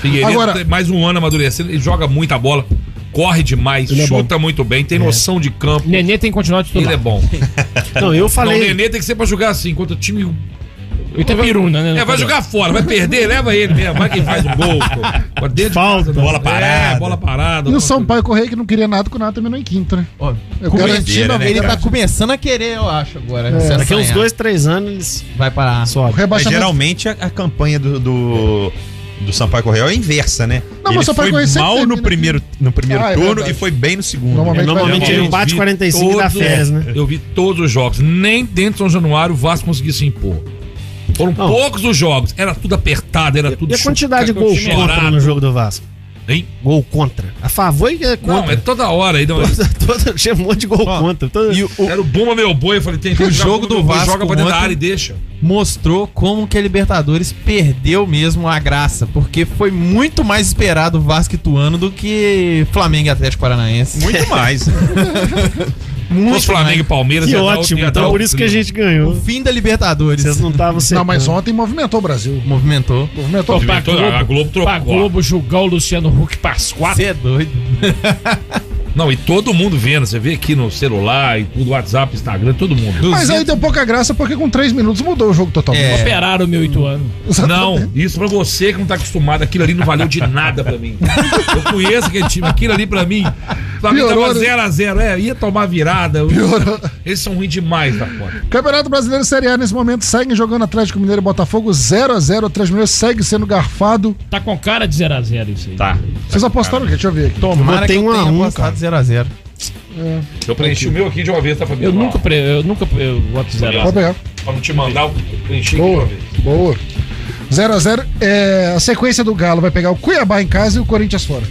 S8: Figueiredo
S2: Agora-
S8: tem mais um ano amadurecendo, ele joga muita bola, corre demais,
S4: Ele é
S8: chuta muito bem, tem noção de campo.
S3: Nenê tem que continuar
S8: Ele
S3: titular.
S8: é bom.
S4: Não, eu
S8: Não, o
S4: falei.
S8: Nenê tem que ser pra jogar assim, enquanto o time.
S3: Ele tem piruna, né?
S8: É, vai jogar fora, vai perder, leva ele mesmo. Vai quem faz o gol. pô. Mas dentro de
S4: Falta.
S8: casa, não.
S4: Bola
S8: É,
S6: parada.
S8: bola parada.
S2: E o Sampaio Correia, que não queria nada com nada, terminou em quinto, né?
S5: Ó,
S2: Eu
S6: Correia,
S2: garanti
S6: né,
S2: na
S5: ele tá
S6: cara?
S5: começando a querer, eu acho, agora.
S2: É.
S5: se
S4: Daqui a uns
S5: assanhar.
S4: dois, três anos eles
S5: Vai parar.
S2: O
S4: sobem.
S6: Mas
S2: rebaixamento.
S6: geralmente a, a campanha do, do, do Sampaio Correia é inversa, né?
S2: Não, mas o
S6: ele
S2: Sampaio
S6: foi
S2: Correia sempre
S6: mal no
S2: termina
S6: primeiro, no primeiro
S2: Ah, é
S6: turno
S2: verdade.
S6: e foi bem no segundo.
S2: Normalmente
S6: né?
S4: Normalmente
S2: vai
S4: ele
S2: bem.
S8: eu
S4: um bate
S8: vi
S4: 45 e dá férias, né?
S8: Eu vi todos os jogos. Nem dentro de São Januário o Vasco conseguiu se impor. Foram
S4: Não.
S8: poucos os jogos. Era tudo apertado, era tudo
S4: E a quantidade de né?
S8: chutado,
S4: gols
S8: chorado.
S4: contra no jogo do Vasco?
S8: Hein?
S4: Gol contra. A favor e é
S8: Não,
S4: contra.
S8: é toda hora aí. Não,
S4: Toda, toda, tinha um monte de gol
S5: Ó,
S4: contra. Toda...
S5: E o, o-
S8: Era o Bumba Meu Boi. Eu falei, tem
S5: O jogo do
S8: Bumba Meu Boi,
S5: Vasco
S8: Joga pra dentro da
S5: ontem-
S8: área e deixa.
S5: mostrou como que a Libertadores perdeu mesmo a graça, porque foi muito mais esperado o Vasco e Tuano do que Flamengo e Atlético Paranaense.
S6: Muito mais.
S5: Muito
S8: Os Flamengo e Palmeiras.
S4: Que
S8: ia dar o-
S4: ótimo.
S8: ia dar
S4: Então
S8: o-
S4: por isso que a gente ganhou.
S5: mais. Fim da Libertadores.
S4: Vocês não tá- estavam sem.
S2: Não, mas ontem movimentou o Brasil.
S5: Movimentou.
S2: Movimentou o
S3: tá
S8: Pô, pra
S2: Brasil.
S8: Globo, a Globo trocou.
S3: Pra Globo julgar o Luciano Huck Pasquato.
S5: Você é doido.
S8: Não, e todo mundo vendo. Você vê aqui no celular, e tudo, WhatsApp, Instagram, todo mundo.
S2: Mas aí deu pouca graça porque com três minutos mudou o jogo totalmente.
S5: É.
S3: Operaram o meu oito anos.
S8: Não, isso pra você que não tá acostumado, aquilo ali não valeu de nada pra mim. Eu conheço aquele time, aquilo ali pra mim. O Flamengo
S2: Piorou,
S8: tava
S2: né?
S8: 0x0, é, ia tomar virada.
S2: Piorou.
S8: Eles são ruins demais da conta.
S2: Campeonato Brasileiro Série A nesse momento segue jogando Atlético Mineiro e Botafogo 0x0. O 3 Mineiro segue sendo garfado.
S3: Tá com cara de 0x0 isso aí.
S6: Tá.
S2: Vocês apostaram o quê? Deixa eu ver aqui.
S4: Tomara que
S5: eu
S4: um a
S5: tenha
S4: um,
S5: apostado 0x0.
S8: Eu preenchi o meu aqui de uma vez, tá, Fabiano?
S3: Eu nunca, pre... eu nunca eu boto 0
S2: Pode pegar.
S8: Pra não te mandar, eu preenchi aqui de uma
S2: Boa,
S8: vez.
S2: boa. 0x0. É, a sequência do Galo vai pegar o Cuiabá em casa e o Corinthians fora.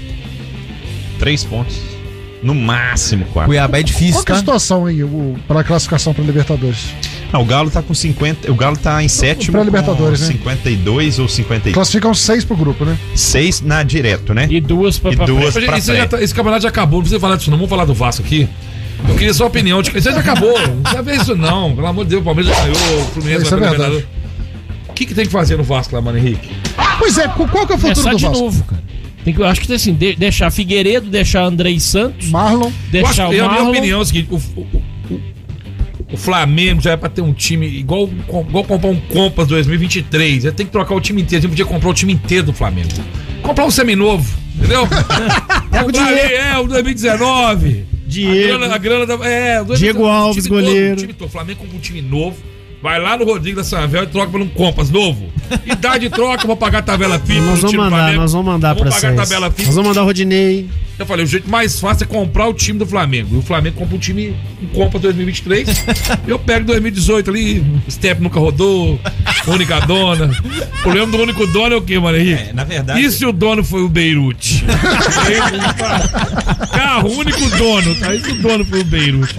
S6: Três pontos. No máximo, quatro.
S5: Cuiabá é difícil,
S2: Qual que é a
S5: tá?
S2: situação aí o, pra classificação pra Libertadores?
S6: Ah, o Galo tá com 50. O Galo tá em sétimo.
S2: Pra Libertadores,
S6: com
S2: né?
S6: 52 ou 56
S2: Classificam seis pro grupo, né?
S6: na direto, né?
S3: E duas pra,
S6: E
S3: pra
S6: duas
S3: frente.
S8: Mas,
S6: pra
S8: gente, isso já
S6: frente.
S8: tá- esse campeonato já acabou, não precisa falar disso, não. Vamos falar do Vasco aqui. Eu queria sua opinião. Tipo, isso já acabou. Não precisa ver isso, não. Pelo amor de Deus, o Palmeiras já ganhou, o Fluminense
S2: Isso
S8: vai
S2: é
S8: ganhar o
S2: verdade.
S8: Libertadores. O que, que tem que fazer no Vasco lá, mano Henrique?
S2: Pois é, qual que é o futuro
S3: Começar
S2: do
S3: de
S2: Vasco?
S3: novo, cara. Tem que, eu acho que tem assim, de- deixar Figueiredo, deixar Andrei Santos,
S2: Marlon.
S8: Eu acho,
S3: deixar
S8: que-
S3: o
S8: a minha
S3: Marlon.
S8: opinião é o seguinte: o, o- o- o Flamengo já é pra ter um time igual, igual comprar um Compass 2023. Já tem que trocar o time inteiro. A gente podia comprar o time inteiro do Flamengo. Comprar um seminovo, entendeu? comprar ali, é, o 2019.
S4: Diego.
S8: A grana, a grana da, é, o 2019,
S4: Diego
S8: o time
S4: Alves,
S8: todo,
S4: goleiro.
S8: o time todo. O Flamengo compra um time novo. Vai lá no Rodrigo da Sanvel e troca por um Compass novo. E dá de troca, eu vou pagar a tabela FIFA.
S4: Nós vamos
S8: do time do
S4: mandar,
S8: Flamengo.
S4: nós vamos mandar
S8: Vou
S4: pra
S8: pagar
S4: vocês.
S8: a tabela FIFA.
S4: Nós vamos mandar o Rodinei.
S8: Eu falei, o jeito mais fácil é comprar o time do Flamengo. E o Flamengo compra um time, um compra 2023. eu pego 2018 ali, Step nunca rodou, única dona. O problema do único dono é o quê, mano Henrique?
S6: na verdade.
S8: E se o dono foi o Beirute? Carro, único dono. Tá? E se o dono foi o Beirute?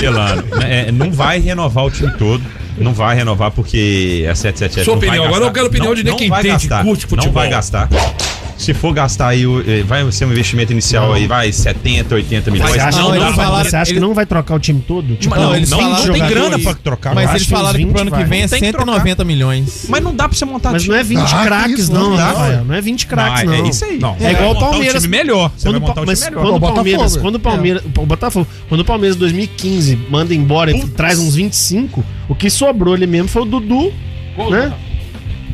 S6: Gelado. É, não vai renovar o time todo. Não vai renovar porque é a 777
S8: Sua
S6: não vai
S8: opinião. Agora
S6: gastar.
S8: eu quero a opinião de quem
S6: vai
S8: entende, curte futebol.
S6: Não vai gastar. Se for gastar aí, o- eh, vai ser um investimento inicial aí, vai 70, 80 milhões.
S8: é um
S4: Você acha,
S5: não,
S4: que,
S5: eles
S4: não vai-
S5: falaram-
S4: você acha que
S5: eles-
S4: não vai trocar o time todo? Tipo,
S5: Não, eles
S4: não,
S5: falaram-
S4: tem
S5: jogadores.
S4: grana pra
S6: trocar.
S4: eu
S5: Mas
S4: acho
S5: eles
S4: que
S5: falaram
S4: uns
S5: que pro
S4: 20
S5: ano que vem é
S6: vai. Tem que trocar.
S5: 190 milhões.
S6: Mas não dá pra você
S8: tá
S6: montar
S4: Mas não é 20
S2: Ah, que
S4: craques,
S2: isso,
S4: não,
S2: não dá,
S4: Rafael.
S2: velho.
S4: Não é 20 craques, não.
S6: É isso aí.
S8: Não, Tá um
S4: É igual o Palmeiras.
S6: time melhor. Você
S4: Quando,
S6: vai
S4: o
S6: montar
S4: Pa-
S6: o
S4: mas
S6: time melhor.
S4: quando o
S2: Botafogo,
S4: Palmeiras,
S2: é.
S4: quando o Palmeiras, o Botafogo, quando o Palmeiras 2015 manda embora e traz uns 25, o que sobrou ali mesmo foi o Dudu, né?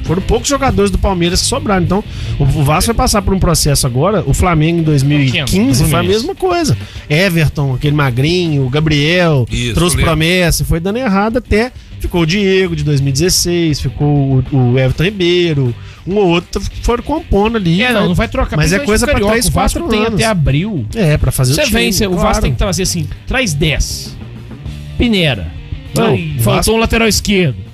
S4: Foram poucos jogadores do Palmeiras que sobraram. Então, o o Vasco vai passar por um processo agora. O Flamengo em 2015 foi a
S3: Fluminense.
S4: mesma coisa. Everton, aquele magrinho, o Gabriel,
S8: Isso,
S4: trouxe
S8: lembro.
S4: promessa, e foi dando errado até. Ficou o Diego de 2016, ficou o, o Everton Ribeiro, um ou outro foram compondo ali.
S3: É,
S4: vai-
S3: não, não vai trocar.
S4: Mas é
S3: principalmente
S4: coisa
S3: o
S4: pra
S3: Carioca.
S4: três,
S3: O Vasco
S4: quatro
S3: tem
S4: anos.
S3: até abril.
S4: É, pra fazer
S3: Você
S4: o time.
S3: vem, você- o
S4: claro.
S3: Vasco tem que trazer assim, traz 10. Pinera.
S4: Não,
S3: Aí,
S4: o
S3: faltou
S4: Vasco-
S3: um lateral esquerdo.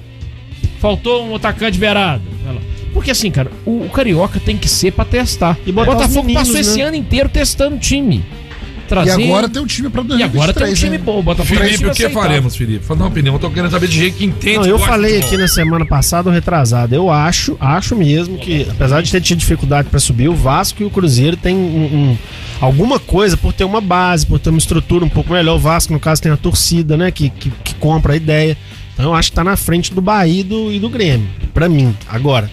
S3: Faltou um atacante beirado. Vai lá. Porque assim, cara, o, o Carioca tem que ser pra testar.
S4: E
S3: E
S4: botar os
S3: Botafogo
S4: meninos,
S3: passou esse
S4: né?
S3: ano inteiro testando time.
S2: E
S3: Trazendo,
S2: agora tem um time pra
S3: e agora tem um
S2: 2023,
S3: time
S2: né?
S3: bom. O Botafogo tem um
S8: Felipe,
S3: time
S8: o que
S3: aceitável.
S8: faremos, Felipe? Fala uma opinião. Eu tô querendo saber de gente que entende.
S4: Não, eu
S8: gosta de
S4: falei
S8: futebol.
S4: aqui né, na semana passada, ou retrasada, eu acho, acho mesmo que, apesar de ter tido dificuldade pra subir, o Vasco e o Cruzeiro tem um- um- alguma coisa por ter uma base, por ter uma estrutura um pouco melhor. O Vasco, no caso, tem a torcida, né, que, que, que compra a ideia. Então eu acho que tá na frente do Bahia e do, e do Grêmio, pra mim. Agora,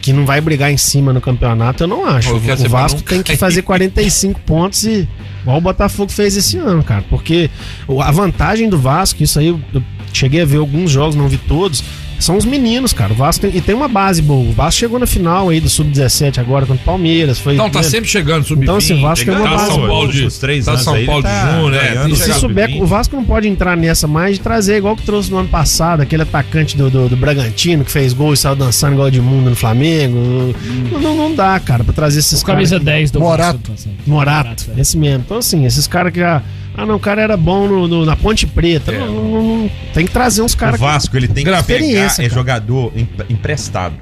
S4: que não vai brigar em cima no campeonato, eu não acho.
S8: Eu quero
S4: o
S8: ser pra
S4: Vasco
S8: não
S4: tem que
S8: cair.
S4: fazer 45 pontos e. Igual o Botafogo fez esse ano, cara. Porque o- a vantagem do Vasco, isso aí eu eu cheguei a ver alguns jogos, não vi todos, são os meninos, cara. O Vasco tem, e tem uma base boa. O Vasco chegou na final aí do Sub-17 agora contra o Palmeiras. Foi,
S8: Não, tá
S4: né?
S8: sempre chegando, sub
S4: Então, assim, o Vasco é uma
S8: tá
S4: base
S8: São
S4: boa.
S8: Paulo de,
S6: Os três
S8: tá
S6: anos
S8: São
S6: aí,
S8: Paulo
S6: tá
S8: de Júnior, é.
S6: ganhando.
S8: tem
S4: E se
S8: chegado
S4: souber,
S8: bem.
S4: o Vasco não pode entrar nessa mais de trazer igual que trouxe no ano passado, aquele atacante do, do, do Bragantino que fez gol e saiu dançando igual de mundo no Flamengo. Não, não- não dá, cara, pra trazer esses
S3: O camisa
S4: caras.
S3: 10 do
S2: Morato.
S3: Vasco.
S4: Morato, esse mesmo. Então, assim, esses caras que já. Ah, não, o cara era bom no- no- na Ponte Preta.
S6: É.
S4: Não, não- não- tem que trazer uns
S6: O
S4: caras que.
S6: Vasco, ele tem que
S4: Grave.
S6: pegar
S4: Experiência,
S6: é
S4: cara.
S6: jogador em- emprestado.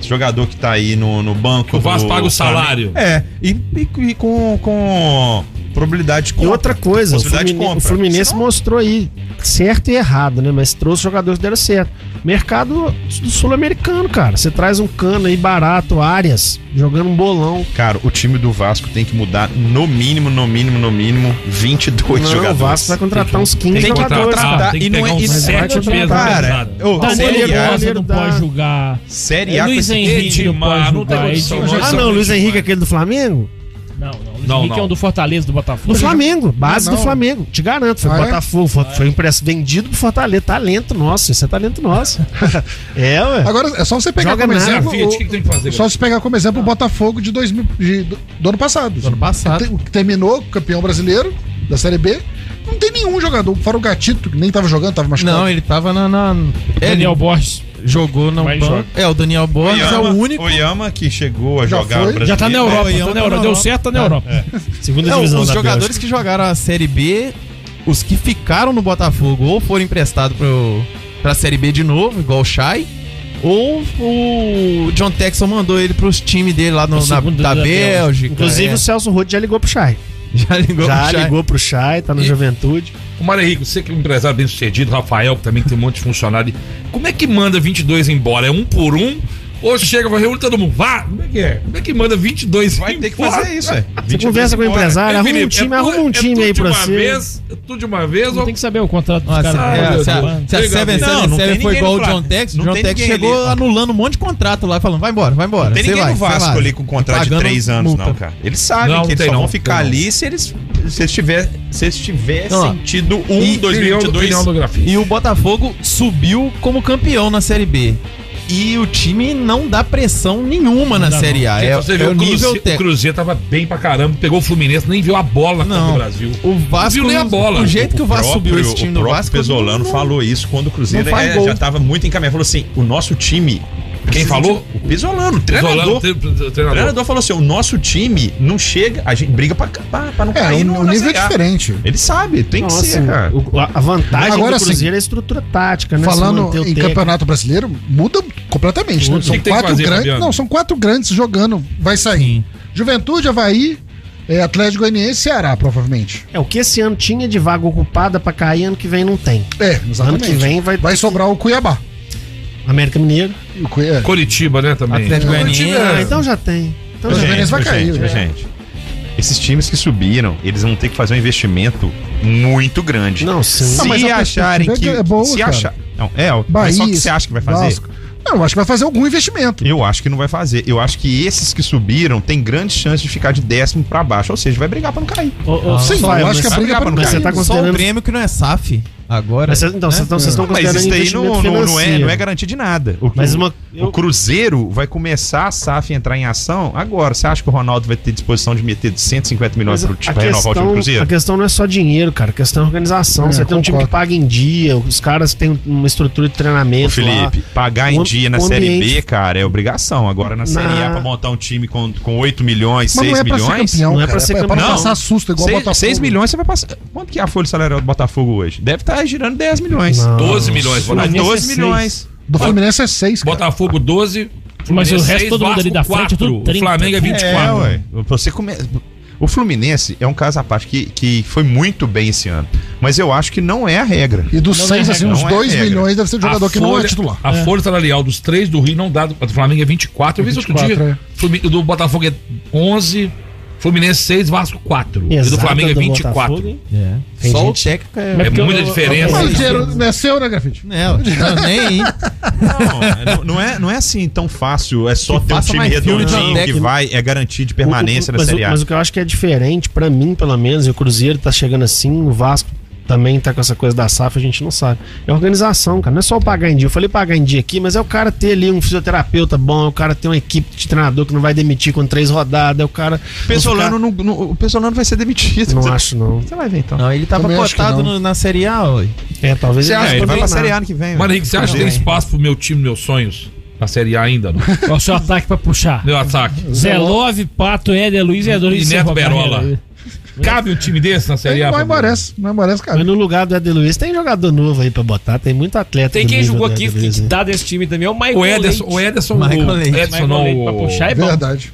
S6: Esse jogador que tá aí no, no banco.
S8: O
S6: do-
S8: Vasco paga o salário.
S6: É, e, e- e com, com probabilidade de
S4: E
S6: compra.
S4: outra coisa, o
S6: Possibilidade de
S4: Fluminense, o
S6: compra.
S4: Fluminense mostrou aí certo e errado, né? Mas trouxe jogadores que deram certo. Mercado do sul-americano, cara. Você traz um cano aí barato, áreas, jogando um bolão.
S6: Cara, o time do Vasco tem que mudar no mínimo, no mínimo, no mínimo 22
S4: Não, o
S6: jogadores.
S4: Vasco vai contratar uns 15
S6: tem que
S4: jogadores.
S6: contratar.
S4: cara.
S8: tem
S6: e
S8: que
S6: não
S8: pegar um
S6: é-
S8: uns
S6: e-
S8: sete
S4: vai
S8: pesos
S4: contratar.
S6: Cara,
S8: pesados.
S6: ô,
S3: Danilo
S6: Série A,
S3: Rosa não um pode jogar.
S6: Série
S3: É,
S6: A com
S3: Luiz
S6: esse-
S3: Henrique não
S8: Edmar,
S3: pode
S8: não tem
S3: jogar.
S8: condição,
S3: Edmar-
S8: Nossa,
S4: Ah, não,
S8: muito
S4: Luiz Henrique,
S8: demais.
S4: aquele do Flamengo?
S3: Não, não. Luiz
S8: Não,
S3: Henrique
S8: não.
S3: é um do Fortaleza, do Botafogo.
S4: Do Flamengo, base
S2: Não, não.
S4: do Flamengo. Te garanto, foi
S2: Ah, é?
S4: Botafogo, foi, foi impresso, vendido pro Fortaleza. Talento nosso, isso é talento nosso. é, ué.
S2: Agora, é só você pegar
S4: Joga
S2: como
S4: nada,
S2: exemplo.
S8: Grafite, o que, que
S2: o-
S8: tem que fazer?
S2: Só você pegar como exemplo o Botafogo de 2000, de- do, do ano passado. Do ano
S5: passado.
S2: terminou campeão brasileiro da Série B. Não tem nenhum jogador, fora o Gatito, que nem tava jogando, tava machucado.
S5: Não, ele tava na. na- é,
S3: Daniel Borges.
S5: ele jogou no
S3: Mas
S5: banco.
S3: joga.
S5: É, o Daniel Borges é o único.
S6: Oyama que chegou a
S2: Já
S6: jogar
S2: foi?
S6: brasileiro.
S3: Já tá na Europa,
S5: Não,
S3: tá
S5: tá
S3: na
S5: na
S3: Europa. Deu
S5: Europa.
S3: certo, tá na Europa.
S8: É.
S4: Segunda
S5: Não,
S4: divisão
S5: os
S4: da
S5: jogadores
S4: Bélgica.
S5: que jogaram a Série B, os que ficaram no Botafogo ou foram emprestados pro, pra Série B de novo, igual o Shai, ou o John Texel mandou ele pros times dele lá no,
S3: Pro
S5: na,
S3: segundo
S5: da
S3: da Bélgica.
S5: Bélgica.
S4: Inclusive
S5: é.
S4: o Celso Roth já ligou pro Chay.
S5: já ligou
S4: Já
S5: pro Shai.
S4: ligou pro Chay, tá no
S8: E-
S4: Juventude.
S8: O Mário Henrique, você que é um empresário bem sucedido, Rafael, que também tem um monte de funcionário. Como é que manda 22 embora? É um por um? Ou chega, vai reúne todo mundo? Vá! Como é que é? Como é que manda 22
S6: Vai ter que
S8: embora?
S6: fazer isso, é.
S4: Você conversa com o empresário,
S8: Ei,
S4: arruma um
S8: Felipe,
S4: time,
S8: é
S4: arruma
S8: tudo-
S4: um
S8: é
S4: time
S8: tudo
S4: aí
S8: de
S4: pra
S8: uma
S4: você.
S8: vez? É tudo de uma vez?
S3: Não
S8: Ou...
S3: tem que saber o contrato dos
S5: Nossa,
S3: caras.
S5: é,
S3: Meu
S5: se, a,
S3: Deus,
S5: se a
S8: Deus.
S5: Seven
S8: Não,
S5: Seven
S6: não tem
S5: Seven foi
S6: ninguém
S5: igual
S6: no
S5: o John
S6: Flamengo.
S5: Tex, o
S6: Não
S5: John
S6: tem
S5: Tex
S6: ninguém
S5: chegou
S6: ali, ó.
S5: anulando um monte de contrato lá, falando, vai embora, vai embora.
S6: Não tem
S5: você
S6: ninguém
S5: vai,
S6: no
S5: você
S6: Vasco
S5: vai.
S6: ali com contrato de
S5: Pagando
S6: três anos,
S5: multa.
S6: não, cara. Eles sabem
S8: Não,
S6: que eles
S8: tem
S6: só
S8: não,
S6: vão
S8: tem
S6: ficar
S8: não.
S6: ali se eles, se eles, tiver, se eles tivessem
S5: Ó,
S6: tido um
S5: e-
S6: 2022.
S8: Opinião do grafite.
S5: E o Botafogo subiu como campeão na Série B. E o time não dá pressão nenhuma na
S3: dá,
S5: Série A. É,
S8: você
S5: é
S8: vê,
S5: o
S8: o,
S5: nível
S8: Cruzeiro, o
S5: técnico.
S8: Cruzeiro tava bem pra caramba, pegou o Fluminense, nem viu a bola na Copa
S5: Não.
S8: do Brasil.
S5: O Vasco.
S8: Não viu nem a bola.
S5: O jeito que o Vasco
S6: próprio-
S5: subiu esse time
S6: o
S5: do
S6: próprio
S5: Vasco.
S6: Pesolano
S5: não-
S6: falou isso quando o Cruzeiro
S5: não faz
S6: é,
S5: gol.
S6: já tava muito encaminhado. Falou assim: o nosso time. precisa
S8: falou?
S6: de- O Pesolano, o treinador.
S8: Isolando, tre- tre-
S6: O
S8: treinador.
S6: treinador falou assim: o nosso time não chega, a gente briga pra, pra, pra não
S2: É,
S6: cair
S2: um,
S6: no
S2: um
S6: na
S2: nível
S6: Série A.
S2: diferente.
S6: Ele sabe, tem
S4: Nossa,
S6: que ser, cara.
S4: o- a a vantagem
S2: Agora
S4: do
S2: sim.
S4: Cruzeiro é a estrutura tática, né? Se
S2: Falando
S4: manter o
S2: em
S4: técnico.
S2: campeonato brasileiro, muda completamente. né?
S4: Muda.
S2: São
S8: O que que tem que
S2: quatro
S8: fazer,
S2: grandes.
S8: Fabiano?
S2: Não, são quatro grandes jogando. Vai sair. Juventude, Havaí, eh, Atlético Goianiense e Ceará, provavelmente.
S4: É o que esse ano tinha de vaga ocupada pra cair, ano que vem não tem.
S2: É, exatamente.
S4: Ano que vem vai-
S2: vai sobrar o Cuiabá.
S4: América Mineiro.
S2: E o Cui- é.
S8: Coritiba, né, também.
S5: Atlético Goianiense.
S4: Ah, então já tem. Então
S2: Mas
S4: já
S2: o
S6: é.
S4: tem.
S2: Fluminense vai cair,
S6: gente,
S2: né?
S6: gente. Esses times que subiram, eles vão ter que fazer um investimento muito grande.
S4: Não, sim.
S6: se
S2: Não, mas a
S6: acharem que.
S2: perspectiva é boa,
S6: se
S2: cara.
S6: achar. Não, é,
S2: Bahia,
S6: mas só que você acha que vai fazer?
S2: Vasco. Não, eu acho que vai fazer algum investimento.
S6: Eu acho que não vai fazer. Eu acho que esses que subiram têm grande chance de ficar de décimo pra baixo. Ou seja, vai brigar pra não cair.
S4: Ô, ô,
S2: Sim,
S4: só,
S2: eu
S4: mas-
S2: acho que a briga é pra não
S4: mas você
S2: cair.
S4: tá
S5: Só o
S4: considerando.
S5: Grêmio que não é SAF agora.
S4: Mas cê- então, vocês estão
S6: Mas
S4: considerando
S6: isso daí né? não,
S4: investimento
S6: não- não é,
S4: financeiro.
S6: não é garantia de nada. O,
S4: Mas
S6: o-
S4: uma- eu-
S6: o Cruzeiro vai começar a SAF entrar em ação agora. Você acha que o Ronaldo vai ter disposição de meter 150 milhões
S4: Mas
S6: é pro time, pra renovar o time do Cruzeiro?
S4: a questão não é só dinheiro, cara. A questão é organização.
S2: É,
S4: você tem um time que
S2: concordo.
S4: paga em dia, os caras têm uma estrutura de treinamento.
S6: Ô, Felipe,
S4: lá.
S6: pagar em
S4: O-
S6: dia na
S4: o
S6: Série
S4: ambiente-
S6: B, cara, é obrigação. Agora na Série A, pra montar um time com, com 8 milhões,
S2: Mas
S6: 6
S2: não é pra ser
S6: milhões.
S2: campeão,
S4: Não é
S2: cara.
S4: pra ser
S2: É pra não
S6: campeão.
S2: passar susto igual o Botafogo.
S6: 6, milhões você vai passar. Quanto que é a folha salarial do Botafogo hoje? Deve estar girando 10 milhões.
S4: Não.
S8: 12 milhões,
S6: Mas
S8: Ronaldo.
S6: 12
S4: 16.
S6: milhões.
S2: Do Fluminense é seis, cara.
S8: Botafogo 12.
S3: Mas o
S8: Fluminense
S3: resto,
S8: 6,
S3: todo mundo ali da
S8: Vasco
S3: frente, é tudo
S8: 4,
S3: 30.
S8: O Flamengo é 24.
S6: É, ué. Você come... O Fluminense é um caso à parte que, que foi muito bem esse ano. Mas eu acho que não é a regra.
S2: E dos
S3: Não
S2: seis,
S3: é
S2: assim,
S3: regra,
S2: uns
S6: não é
S2: dois
S6: regra.
S2: milhões deve ser de jogador que não é titular.
S8: A folha salarial dos três do Rio não dá. Do Flamengo é 24. Eu vi isso outro
S2: 24,
S8: dia. Flumi- Do Botafogo é 11. Fluminense 6, Vasco 4. e do
S4: Exata
S8: Flamengo é
S4: Botafogo,
S8: 24ro.
S4: hein? Tem
S5: Só o
S4: gente-
S5: técnico é.
S8: É
S3: porque
S8: muita
S3: eu-
S8: diferença.
S2: Mas o dinheiro não é seu, né, Grafite?
S5: Não, não, nem.
S6: Não, não é, não é assim tão fácil. É só
S5: Que
S6: ter um
S5: faça
S6: time
S5: mais filme de
S6: redondinho que
S5: técnico.
S6: vai, é garantia de permanência
S4: o, o,
S6: na
S4: mas,
S6: Série
S4: o,
S6: A.
S4: mas o que eu acho que é diferente, pra mim, pelo menos, e o Cruzeiro tá chegando assim, o Vasco também tá com essa coisa da SAF, a gente não sabe. É organização, cara. Não é só o pagar em dia. Eu falei pagar em dia aqui, mas é o cara ter ali um fisioterapeuta bom, é o cara ter uma equipe de treinador que não vai demitir com três rodadas, é o cara.
S6: O Pesolano, não, não- o Pesolano vai ser demitido.
S4: Não acho, não.
S6: Você vai ver então.
S5: Não, ele tava
S2: Também acho que
S5: cotado
S2: não.
S5: no- na Série A, ó.
S4: É, talvez
S6: Você acha que ele vai pra
S4: também
S6: Série
S4: não.
S6: A ano que vem?
S8: Mano,
S6: velho?
S8: Henrique, você acha que tem espaço pro meu time, meus sonhos? Na Série A ainda, não?
S3: Qual é o seu ataque pra puxar?
S8: Meu ataque.
S3: Zé Love, Pato, Éder, Luiz, Éder, Luiz
S8: E Neto
S3: Serro,
S8: Berola.
S3: Carreira.
S8: Cabe um time desse na Série A?
S2: Não
S8: Fabinho?
S2: embarece, não embarece, cara.
S4: Mas no lugar do Ed Luiz tem jogador novo aí pra botar, tem muito atleta.
S9: Tem
S4: do
S9: quem
S4: nível
S9: jogou
S4: do
S9: aqui
S4: Ed Luiz,
S9: que
S4: né?
S9: dá desse time também é o Michael
S8: O Ederson,
S9: Leite.
S8: o Ederson,
S5: Michael
S8: o
S5: Leite.
S8: Ederson
S9: Michael
S8: não,
S9: Leite pra
S8: o,
S9: puxar é bom.
S2: Verdade.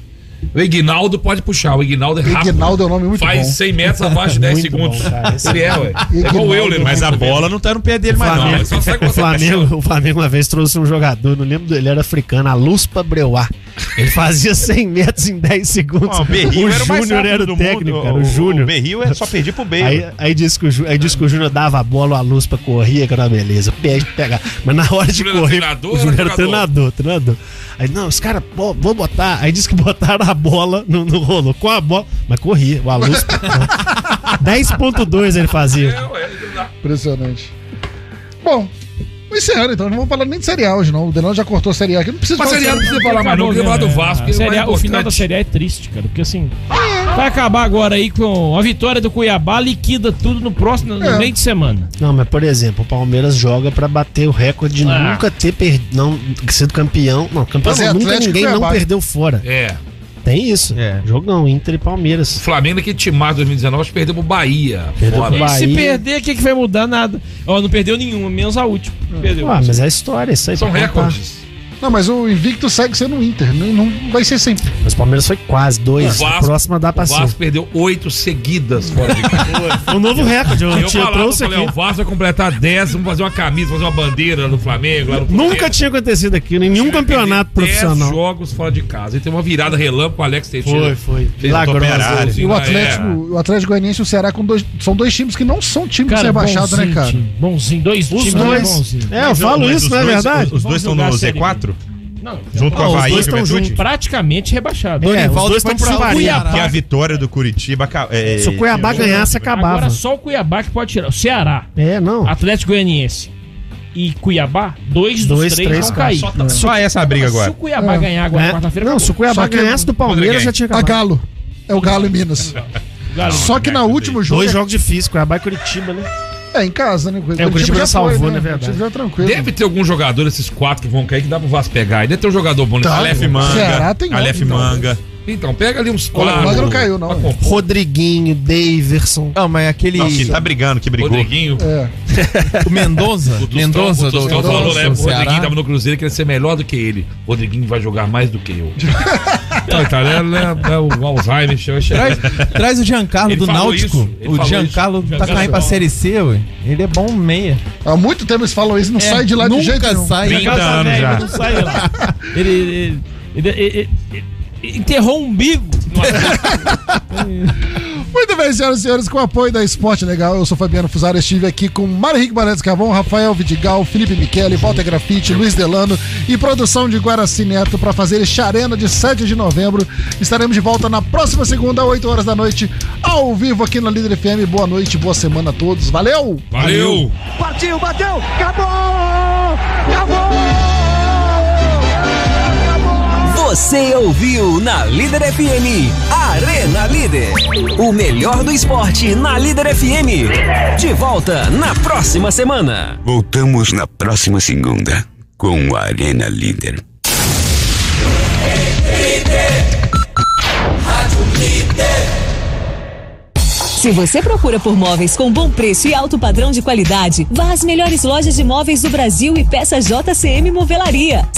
S8: o Ignaldo pode puxar, o Ignaldo é Então, rápido.
S2: Ignaldo é um nome muito
S8: Faz
S2: bom.
S8: 100 metros abaixo de 10
S4: Muito
S8: segundos.
S4: bom, cara. Esse
S8: Ele é, ué. É igual o Euler.
S6: Mas a bola não tá no pé dele mais, não.
S8: Não, ele só sai com
S4: O Flamengo, o Flamengo uma vez trouxe um jogador, não lembro dele, era africano, a Luspa Breuá. Ele fazia 100 metros em 10 segundos.
S6: Não, Berrio
S4: o
S6: era mais
S4: Júnior
S6: rápido
S4: era
S6: do
S4: o
S6: mundo.
S4: técnico, era
S6: O-
S4: o
S6: O
S4: Júnior.
S6: Berrio é só perdi pro
S4: Aí,
S6: Beiro.
S4: aí disse que o Jú- aí disse que o Júnior dava a bola, a Luspa corria, que era uma beleza. Pega, pega. Mas na hora de
S8: Júnior era
S4: correr,
S8: treinador
S4: o
S8: ou
S4: Júnior
S8: era
S4: era treinador, treinador. Aí, não, os caras, pô, vou botar. Aí disse que botaram a bola no, no rolo com a bola, mas corria, o Aluspa. 10.2 ele fazia.
S8: é
S2: Impressionante. Bom, encerrando então, não vamos falar nem de Série A hoje, não. O Denão já cortou a Série A aqui, não precisa
S8: Mas
S2: falar
S8: Série A não
S2: de
S8: precisa falar mais, não. Vamos falar do Vasco.
S3: A
S8: que é
S3: né? Série A-
S8: mais
S3: o final da
S8: importante.
S3: Série A é triste, cara. Porque assim, vai acabar agora aí com a vitória do Cuiabá, liquida tudo no próximo, no
S2: É.
S3: meio de semana.
S4: Não, mas por exemplo, o Palmeiras joga pra bater o recorde de
S3: Ah.
S4: nunca ter perdido, não sido campeão. Não, campeão
S2: Mas é
S4: não, nunca
S2: Atlético e
S4: ninguém não
S2: Cuiabá.
S4: perdeu fora.
S8: É.
S4: Tem isso.
S5: É.
S4: Jogão Inter e
S8: O
S4: Palmeiras.
S8: Flamengo é naquele timado de 2019 acho que perdeu pro Bahia.
S4: Perdeu
S8: Fora.
S4: pro Bahia.
S3: Se perder, o que, que vai mudar? Nada. Ó, não perdeu nenhuma, menos a última. Perdeu.
S4: Ah, mas é história, isso aí
S8: São
S4: pra contar.
S8: recordes.
S2: Não, mas o Invicto segue sendo o Inter, né? não vai ser sempre.
S4: Mas o Palmeiras foi quase dois.
S8: O
S4: A
S8: Vasco-
S4: próxima dá
S8: O
S4: pra ser.
S8: Vasco perdeu oito seguidas fora de casa.
S4: Um novo recorde. Eu,
S8: Eu
S4: tinha-
S8: falava, eu
S4: trouxe
S8: falei,
S4: aqui.
S8: o Vasco vai completar 10, vamos fazer uma camisa, fazer uma bandeira do Flamengo. Lá no
S4: Nunca tinha acontecido aqui, em nenhum campeonato
S8: Dez
S4: profissional.
S8: jogos né? fora de casa. E teve uma virada relâmpago, o Alex Teixeira. Assim, é.
S4: foi.
S8: né?
S6: Operário.
S2: E o
S8: Ah,
S2: Atlético, o Atlético Goianiense e o Ceará com dois, são dois times que não são times
S3: Cara,
S2: rebaixados,
S3: bonzinho,
S2: né, cara?
S3: time, Bonzinho, dois
S4: Os
S3: times né,
S4: dois.
S3: bonzinho.
S4: É, eu falo
S6: Mas
S4: isso,
S6: os
S4: não é
S6: dois-
S4: verdade?
S6: Os dois estão no
S3: Vamos jogar a Série B.
S6: Z4?
S3: Não,
S6: Junto com
S4: Não,
S6: a
S4: os
S6: Bahia e
S4: dois estão
S6: Juventude?
S4: juntos.
S3: praticamente rebaixado.
S4: É, os
S5: Dorival
S4: dois
S5: foi
S4: estão pro
S5: pra
S4: Bahia.
S3: Cuiabá.
S6: Que é a vitória do Curitiba... aca- é,
S4: Se o Cuiabá
S6: é,
S4: ganhasse, acabava.
S3: Agora só o Cuiabá que pode tirar. O Ceará,
S4: É, não.
S3: Atlético Goianiense e Cuiabá, dois dos
S4: Dois,
S3: três,
S4: três,
S3: vão
S4: cara.
S3: cair. Então,
S4: Só tá
S6: Só essa a briga
S3: Se
S6: agora.
S3: o Cuiabá ganhar agora
S4: É.
S3: quarta-feira,
S4: Não, se o Cuiabá
S2: Só que-
S4: ganhasse do Palmeiras, já tinha
S2: A
S4: acabado.
S2: Galo. É o Galo em Minas.
S3: Galo.
S2: Só
S8: é,
S2: que na última jogo.
S4: Dois jogos difíceis, Cuiabá e Curitiba, né?
S2: É, em casa, né?
S4: É, o Curitiba
S2: já foi,
S4: salvou, né,
S2: O
S4: verdade.
S2: Curitiba já é tranquilo.
S8: Deve ter algum jogador, esses quatro que vão cair, que dá pro Vasco pegar. E deve ter um jogador bom. nesse
S2: Tá.
S8: Aleph
S6: Aleph
S8: Manga.
S2: Ceará tem
S6: Manga.
S4: é
S6: Aleph
S2: nove, então.
S6: Manga.
S8: Então, pega ali uns
S2: O
S8: quatro.
S2: Manga não caiu, não.
S8: Pra compor.
S4: Rodriguinho, Daverson.
S5: Não, mas aquele.
S6: Não, que tá brigando, que brigou.
S8: Rodriguinho.
S2: É.
S5: O Mendonça.
S8: O Tostão-
S5: Mendonça
S8: o
S5: do,
S8: Tostão falou, né? O
S5: do Ceará.
S8: Rodriguinho tava no Cruzeiro, queria ser melhor do que ele. O Rodriguinho vai jogar mais do que eu. Então, tá, né, né, é o Alzheimer chega chega.
S5: Traz, traz o Giancarlo
S8: Ele
S5: do
S8: falou
S5: Náutico.
S8: isso, ele
S5: O
S8: falou
S5: Giancarlo
S8: isso.
S5: tá
S8: Giancarlo
S5: caindo pra
S8: é bom.
S5: Série C, ué. Ele é bom meia.
S2: Há muito tempo eles falam isso, não
S4: É.
S2: sai de lá
S5: Nunca
S2: de jeito nenhum.
S5: sai.
S6: 30 anos
S8: né?
S6: já.
S3: tá Não sai de lá. Ele, ele, ele- ele- ele- ele enterrou um umbigo.
S2: Muito bem, senhoras e senhores, com o apoio da Esporte Legal, eu sou Fabiano Fusaro, estive aqui com Mário Henrique Barreto Escavão, Rafael Vidigal, Felipe Michele, Walter Grafite, Luiz Delano e produção de Guaraci Neto para fazer este Arena de 7 de novembro. Estaremos de volta na próxima segunda, 8 horas da noite, ao vivo aqui na Líder FM. Boa noite, boa semana a todos. Valeu!
S8: Valeu.
S7: Partiu, bateu, acabou! Acabou!
S1: Você ouviu na Líder FM, Arena Líder. O melhor do esporte na Líder FM. De volta na próxima semana.
S10: Voltamos na próxima segunda com o Arena Líder.
S11: Se você procura por móveis com bom preço e alto padrão de qualidade, vá às melhores lojas de móveis do Brasil e peça JCM Movelaria.